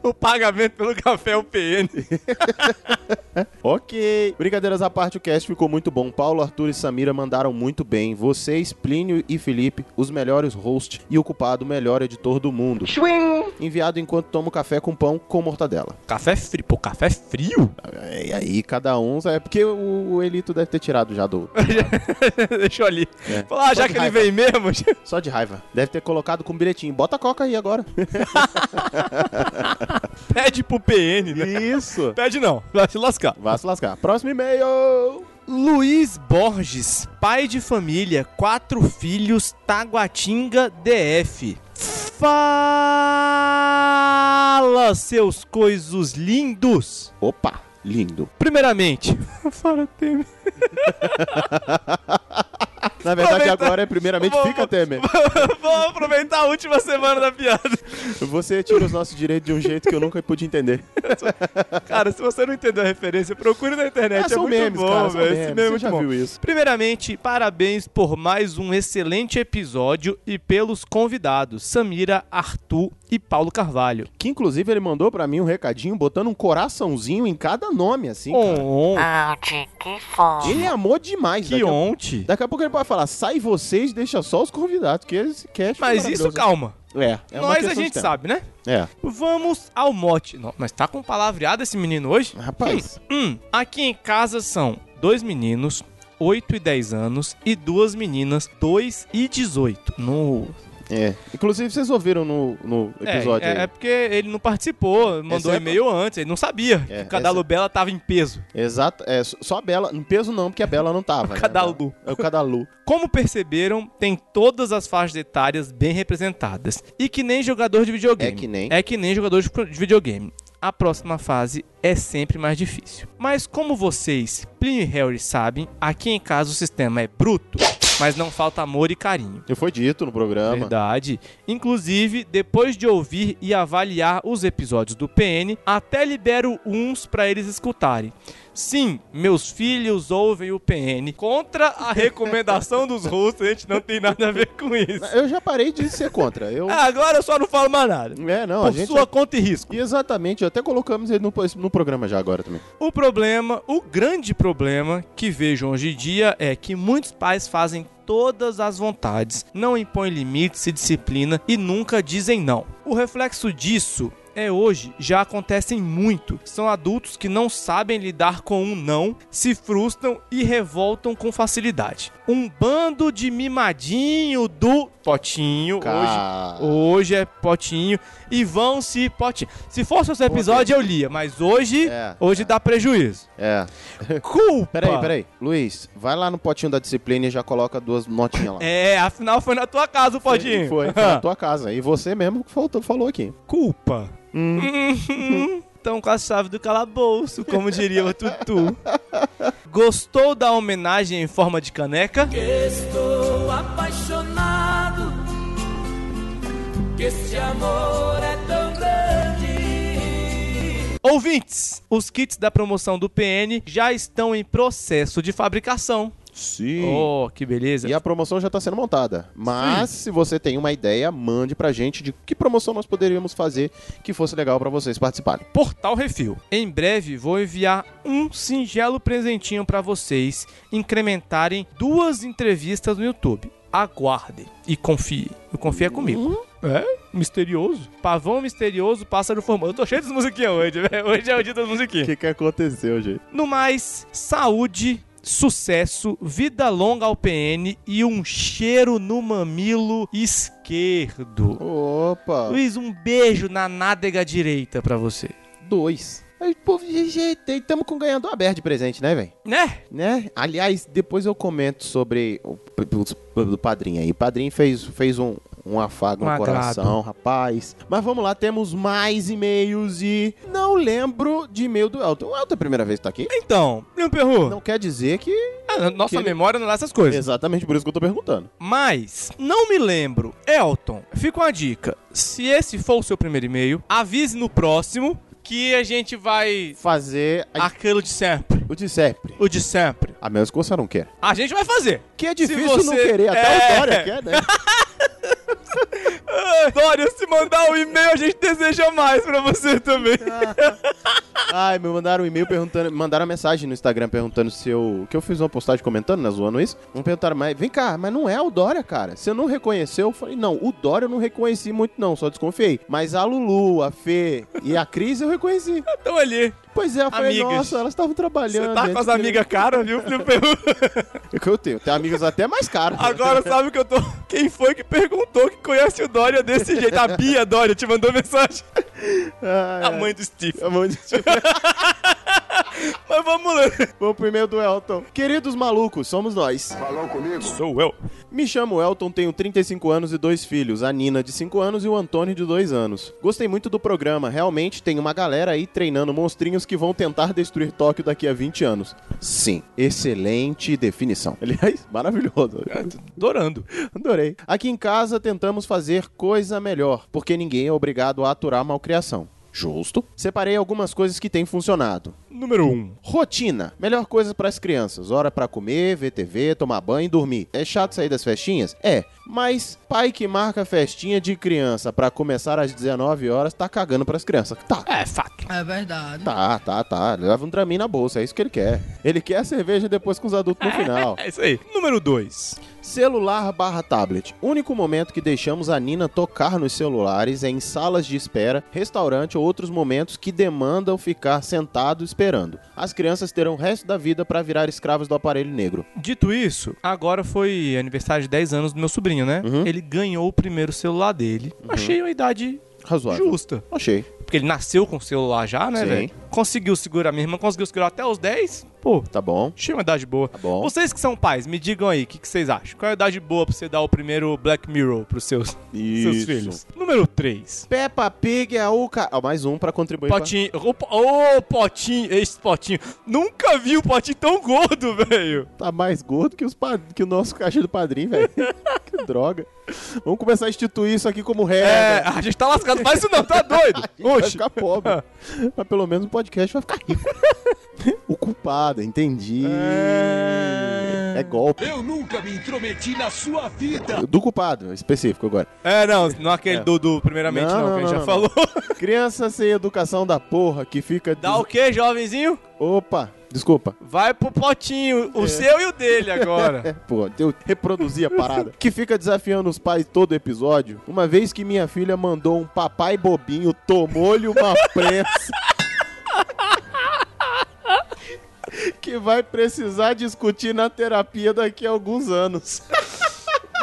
S3: O pagamento pelo café é o PN.
S2: Ok. Brincadeiras à parte, o cast ficou muito bom. Paulo, Arthur e Samira mandaram muito bem. Vocês, Plínio e Felipe, os melhores hosts e o culpado, o melhor editor do mundo. Enviado enquanto tomo café com pão com mortadela.
S3: Café é frio, pô, café frio?
S2: E aí, cada um. É porque o, o Elito deve ter tirado já do.
S3: [laughs] Deixa eu ali.
S2: É.
S3: Falar, ah,
S2: Só
S3: já
S2: de
S3: que ele
S2: raiva.
S3: vem mesmo. [laughs]
S2: Só de raiva. Deve ter colocado com bilhetinho. Bota a coca aí agora.
S3: Pede pro PN, né?
S2: Isso.
S3: Pede não, vai se lascar.
S2: [laughs] Vá se lascar. Próximo e-mail.
S3: Luiz Borges, pai de família, quatro filhos, Taguatinga, DF. Fala, seus coisos lindos!
S2: Opa, lindo.
S3: [laughs] Primeiramente, Fora Temer.
S2: Na verdade,
S3: Aproveita.
S2: agora é primeiramente
S3: Vou-
S2: fica Temer.
S3: vou aproveitar a última semana da piada.
S2: Você tira os nossos direitos de um jeito que eu nunca pude entender.
S3: Cara, se você não entendeu a referência, procure na internet.
S2: Ah,
S3: é
S2: são
S3: muito
S2: memes,
S3: bom,
S2: cara, são
S3: velho.
S2: memes.
S3: Esse meme é
S2: Você
S3: muito
S2: já
S3: bom.
S2: viu isso.
S3: Primeiramente, parabéns por mais um excelente episódio e pelos convidados Samira, Arthur e Paulo Carvalho.
S2: Que inclusive ele mandou pra mim um recadinho botando um coraçãozinho em cada nome, assim. cara.
S3: On,
S10: que fome.
S2: Ele amou demais,
S3: Oh. que
S2: daqui a-
S3: onte.
S2: Daqui a pouco ele pode falar, sai vocês, deixa só os convidados, que esse cast foi
S3: Mas isso,
S2: maravilhoso.
S3: calma.
S2: É, é uma
S3: Nós
S2: questão
S3: a
S2: de
S3: gente
S2: tempo.
S3: sabe, né?
S2: É.
S3: Vamos ao mote. Não, mas tá com palavreado esse menino hoje?
S2: Rapaz.
S3: Hum, hum. aqui em casa são dois meninos, 8 e 10 anos, e duas meninas, 2 e 18. No.
S2: É. Inclusive, vocês ouviram no, no
S3: É,
S2: episódio
S3: é,
S2: aí.
S3: é porque ele não participou, mandou
S2: Exceto-
S3: e-mail antes, ele não sabia
S2: É,
S3: que o Cadalo
S2: exceto-
S3: Bela tava em peso.
S2: Exato. É, só- só a Bela. No peso não, porque a Bela não tava. né?
S3: Cadalu.
S2: É o
S3: [laughs]
S2: Cadalu.
S3: Como perceberam, tem todas as faixas etárias bem representadas. E que nem jogador de videogame.
S2: É que nem.
S3: É que nem jogador de pro- de videogame. A próxima fase é sempre mais difícil. Mas como vocês, Plínio e Harry, sabem, aqui em casa o sistema é bruto, mas não falta amor e carinho.
S2: E foi dito no programa.
S3: Verdade. Inclusive, depois de ouvir e avaliar os episódios do PN, até libero uns pra eles escutarem. Sim, meus filhos ouvem o PN. Contra a recomendação dos russos, a gente não tem nada a ver com isso.
S2: Eu já parei de ser contra. Eu...
S3: Ah, Agora eu só não falo mais nada.
S2: É, não, a
S3: Por
S2: gente...
S3: sua conta e risco.
S2: Exatamente, até colocamos ele no, no programa já agora também.
S3: O problema, o grande problema que vejo hoje em dia é que muitos pais fazem todas as vontades, não impõem limites e disciplina e nunca dizem não. O reflexo disso é hoje já acontecem muito. São adultos que não sabem lidar com um não, se frustram e revoltam com facilidade. Um bando de mimadinho do potinho
S2: Cara.
S3: hoje, hoje é potinho e vão se potinho. Se fosse esse episódio eu lia, mas hoje
S2: É,
S3: Hoje dá
S2: [laughs]
S3: prejuízo.
S2: É.
S3: Culpa!
S2: Peraí, peraí. Luiz, vai lá no potinho da disciplina e já coloca duas notinhas lá.
S3: É, afinal foi na tua casa o podinho.
S2: Foi, [laughs] foi na tua casa. E você mesmo que faltou, falou aqui.
S3: Culpa.
S2: Hum.
S3: Uhum. [laughs] Tão com a chave do calabouço, como diria o Tutu. Gostou da homenagem em forma de caneca?
S10: Estou apaixonado. Que esse amor é tão grande.
S3: Ouvintes, os kits da promoção do PN já estão em processo de fabricação.
S2: Sim.
S3: Oh, que beleza.
S2: E a promoção já está sendo montada. Mas se você tem uma ideia, mande pra gente de que promoção nós poderíamos fazer que fosse legal para vocês participarem.
S3: Portal Refil. Em breve vou enviar um singelo presentinho para vocês incrementarem duas entrevistas no YouTube. Aguardem e confie. O confia comigo. É? Misterioso. Pavão misterioso, pássaro formoso. Eu tô cheio das musiquinhas hoje, velho. [laughs] Hoje é o dia das musiquinhas. O
S2: que, que aconteceu, gente?
S3: No mais, saúde, sucesso, vida longa ao PN e um cheiro no mamilo esquerdo.
S2: Opa!
S3: Luiz, um beijo na nádega direita pra você.
S2: Dois. Aí, pô, GG, tamo com ganhando uma BR de presente, né, velho?
S3: Né?
S2: Né? Aliás, depois eu comento sobre o p- p- do padrinho aí. O padrinho fez, fez um, um afago
S3: Um
S2: no
S3: agrado.
S2: coração, rapaz. Mas vamos lá, temos mais e-mails e não lembro de e-mail do Elton. O Elton é a primeira vez que tá aqui.
S3: Então, meu perru.
S2: Não quer dizer que...
S3: Ah, nossa
S2: que ele-
S3: memória não dá essas coisas.
S2: Exatamente por isso que eu tô perguntando.
S3: Mas, não me lembro. Elton, fica uma dica. Se esse for o seu primeiro e-mail, avise no próximo que a gente vai
S2: Fazer a-
S3: aquilo de sempre.
S2: o de sempre.
S3: O de sempre.
S2: A menos que você não queira.
S3: A gente vai fazer.
S2: Que é
S3: Se
S2: difícil não
S3: você-
S2: querer, até
S3: É.
S2: o Dória quer, né?
S3: Ah, Dória, se mandar um e-mail, a gente deseja mais pra você também.
S2: Ah. Ai, me mandaram um e-mail perguntando, mandaram uma mensagem no Instagram perguntando se eu, que eu fiz uma postagem comentando, né, zoando isso. Me perguntaram, mas vem cá, mas não é o Dória, cara. Você não reconheceu? Eu falei, não, o Dória eu não reconheci muito não, só desconfiei. Mas a Lulu, a Fê e a Cris eu reconheci.
S3: [laughs] Então ali.
S2: Pois é, eu falei,
S3: Amigas.
S2: nossa, elas estavam trabalhando.
S3: Você tá
S2: gente,
S3: com as
S2: que-
S3: amigas caras, viu, Felipe?
S2: [laughs] É que eu tenho, tenho amigas até mais
S3: [laughs]
S2: caras.
S3: Agora sabe que eu tô. Quem foi que perguntou que conhece o Dória desse jeito? A Bia Dória te mandou mensagem.
S2: Ai,
S3: A
S2: ai.
S3: mãe do Steve.
S2: A mãe do Steve.
S3: Mas vamos lá.
S2: Vamos pro e-mail do Elton. Queridos malucos, somos nós.
S31: Falou comigo?
S3: Sou eu.
S2: Me chamo Elton, tenho 35 anos e dois filhos, a Nina de 5 anos e o Antônio de 2 anos. Gostei muito do programa, realmente tem uma galera aí treinando monstrinhos que vão tentar destruir Tóquio daqui a 20 anos. Sim, excelente definição. [laughs] Aliás, maravilhoso.
S3: Adorando.
S2: Adorei. Aqui em casa tentamos fazer coisa melhor, porque ninguém é obrigado a aturar malcriação. Justo. Separei algumas coisas que têm funcionado.
S3: Número 1. Um.
S2: Rotina. Melhor coisa pras crianças. Hora pra comer, ver TV, tomar banho e dormir. É chato sair das festinhas? É. Mas pai que marca festinha de criança pra começar às 19 horas tá cagando pras crianças. Tá.
S3: É fato.
S14: É verdade.
S2: Tá, tá, tá. Leva um Dramin na bolsa, é isso que ele quer. Ele quer a cerveja depois com os adultos no final.
S3: É isso aí. Número 2.
S2: Celular barra tablet. Único momento que deixamos a Nina tocar nos celulares é em salas de espera, restaurante ou outros momentos que demandam ficar sentado esperando. As crianças terão o resto da vida para virar escravos do aparelho negro.
S3: Dito isso, agora foi aniversário de 10 anos do meu sobrinho, né?
S2: Uhum.
S3: Ele ganhou o primeiro celular dele. Achei uma idade
S2: Razoável.
S3: justa.
S2: Achei.
S3: Porque ele nasceu com o celular já, né,
S2: Sim.
S3: velho? Conseguiu segurar, minha irmã conseguiu segurar até os 10. Pô,
S2: Tá bom.
S3: achei uma idade boa.
S2: Tá bom.
S3: Vocês que são pais, me digam aí, o que, que vocês acham? Qual é a idade boa pra você dar o primeiro Black Mirror pros seus, seus
S2: Isso.
S3: filhos? Número 3.
S2: Peppa Pig é o ca... Ah, mais um para contribuir pra-
S3: Potinho. Ô, po- ô, potinho, esse potinho. Nunca vi um potinho tão gordo, [laughs] velho.
S2: Tá mais gordo que, os pa- que o nosso caixa do padrinho,
S3: [laughs]
S2: velho. que droga. Vamos começar a instituir isso aqui como regra.
S3: É, a gente tá lascado, faz isso não, tá doido?
S2: Vai
S3: [laughs] Oxe.
S2: ficar
S3: [laughs]
S2: pobre. Mas pelo menos o podcast vai ficar rico.
S3: [laughs]
S2: o culpado, entendi.
S3: Ah.
S2: É... golpe.
S10: Eu nunca me intrometi na sua vida.
S2: Do culpado, específico agora.
S3: É, não, não aquele do, do primeiramente não, que a gente já falou. [laughs]
S2: Criança sem educação da porra que fica...
S3: Dá o quê, jovenzinho?
S2: Opa, desculpa.
S3: Vai pro potinho, o seu e o dele agora. [laughs]
S2: É, Pô, eu reproduzi a parada. que fica desafiando os pais todo episódio. Uma vez que minha filha mandou um papai bobinho, tomou-lhe
S3: [laughs]
S2: uma prensa. que vai precisar discutir na terapia daqui a alguns anos.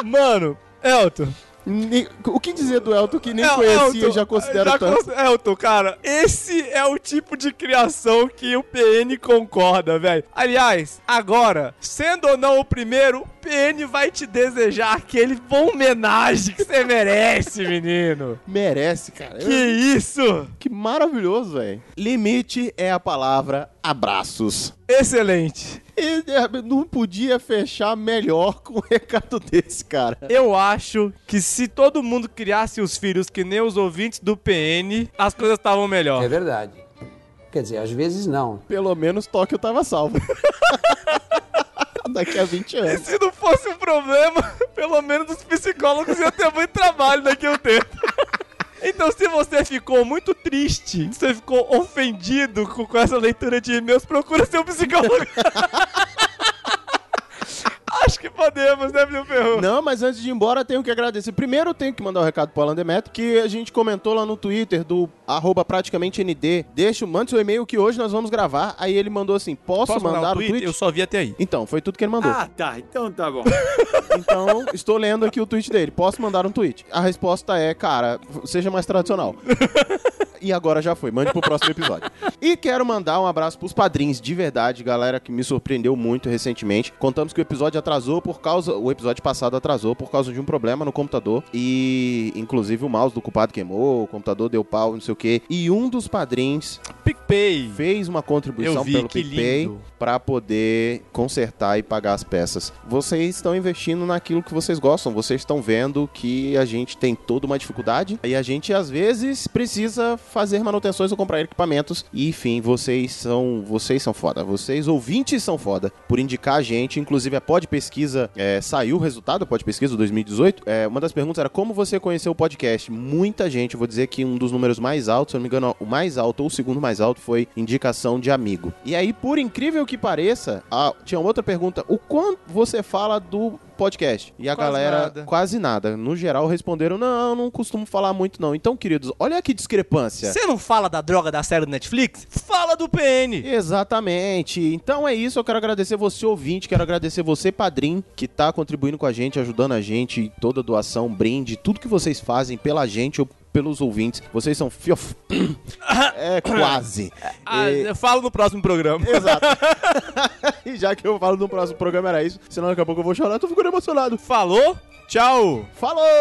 S3: Mano, Elton.
S2: Ni- O que dizer do Elton que nem
S3: El-
S2: conhecia
S3: É, Elton,
S2: já considero
S3: já
S2: tanto?
S3: cons- Elton, cara, esse é o tipo de criação que o PN concorda, velho. Aliás, agora, sendo ou não o primeiro, o PN vai te desejar aquele bom homenagem que você [laughs] merece, menino.
S2: Merece, cara.
S3: Que isso!
S2: Que maravilhoso, velho. Limite é a palavra abraços.
S3: Excelente.
S2: E, é, não podia fechar melhor com um [laughs] recado desse, cara.
S3: Eu acho que se todo mundo criasse os filhos que nem os ouvintes do PN, as coisas estavam melhor.
S30: É verdade. Quer dizer, às vezes não.
S2: Pelo menos Tóquio tava salvo. [laughs] Daqui a 20
S3: E se não fosse um problema, [laughs] pelo menos os psicólogos iam ter muito trabalho daqui a um tempo. [laughs] Então, se você ficou muito triste, se você ficou ofendido com, com essa leitura de e-mails, procura seu psicólogo. [laughs] Acho que podemos, né, meu ferro?
S2: Não, mas antes de ir embora, tenho que agradecer. Primeiro, tenho que mandar um recado pro Alan Demetrio, que a gente comentou lá no Twitter do arroba praticamente ND. Deixa, mande seu e-mail que hoje nós vamos gravar. Aí ele mandou assim, posso, mandar, o tweet?
S3: Eu só vi até aí.
S2: Então, foi tudo que ele mandou.
S3: Ah, tá. Então
S2: [laughs]
S3: tá bom.
S2: Então, estou lendo aqui o tweet dele. Posso mandar um tweet? A resposta é, cara, seja mais tradicional. E agora já foi. Mande pro próximo episódio. E quero mandar um abraço pros padrinhos, de verdade, galera que me surpreendeu muito recentemente. Contamos que o episódio atrasou por causa. O episódio passado atrasou por causa de um problema no computador. E, inclusive, o mouse do culpado queimou, o computador deu pau, não sei o quê. E um dos padrinhos.
S3: PicPay.
S2: Fez uma contribuição
S3: Eu vi,
S2: pelo
S3: que
S2: PicPay
S3: lindo.
S2: para poder consertar e pagar as peças. Vocês estão investindo naquilo que vocês gostam, vocês estão vendo que a gente tem toda uma dificuldade e a gente às vezes precisa fazer manutenções ou comprar equipamentos. E, enfim, vocês são, vocês são foda, vocês ouvintes são foda por indicar a gente, inclusive a Pod Pesquisa é, saiu o resultado, a Pod Pesquisa 2018. É, uma das perguntas era como você conheceu o podcast? Muita gente, eu vou dizer que um dos números mais altos, se eu não me engano, o mais alto ou o segundo mais alto foi indicação de amigo. E aí, por incrível que pareça, a- tinha outra pergunta: o quanto você fala do podcast? E a
S3: Quase
S2: galera
S3: nada.
S2: quase nada. No geral responderam: "Não, não costumo falar muito não". Então, queridos, olha que discrepância.
S3: Você não fala da droga da série do Netflix? Fala do PN.
S2: Exatamente. Então é isso. Eu quero agradecer você, ouvinte. Quero agradecer você, padrinho, que tá contribuindo com a gente, ajudando a gente. e Toda doação, brinde, tudo que vocês fazem pela gente ou pelos ouvintes. Vocês são fiof... [coughs] É quase. É,
S3: Ah, eu falo no próximo programa.
S2: Exato. e [laughs] já que eu falo no próximo programa era isso, senão daqui a pouco eu vou chorar, eu tô ficando emocionado.
S3: Falou, tchau.
S2: Falou!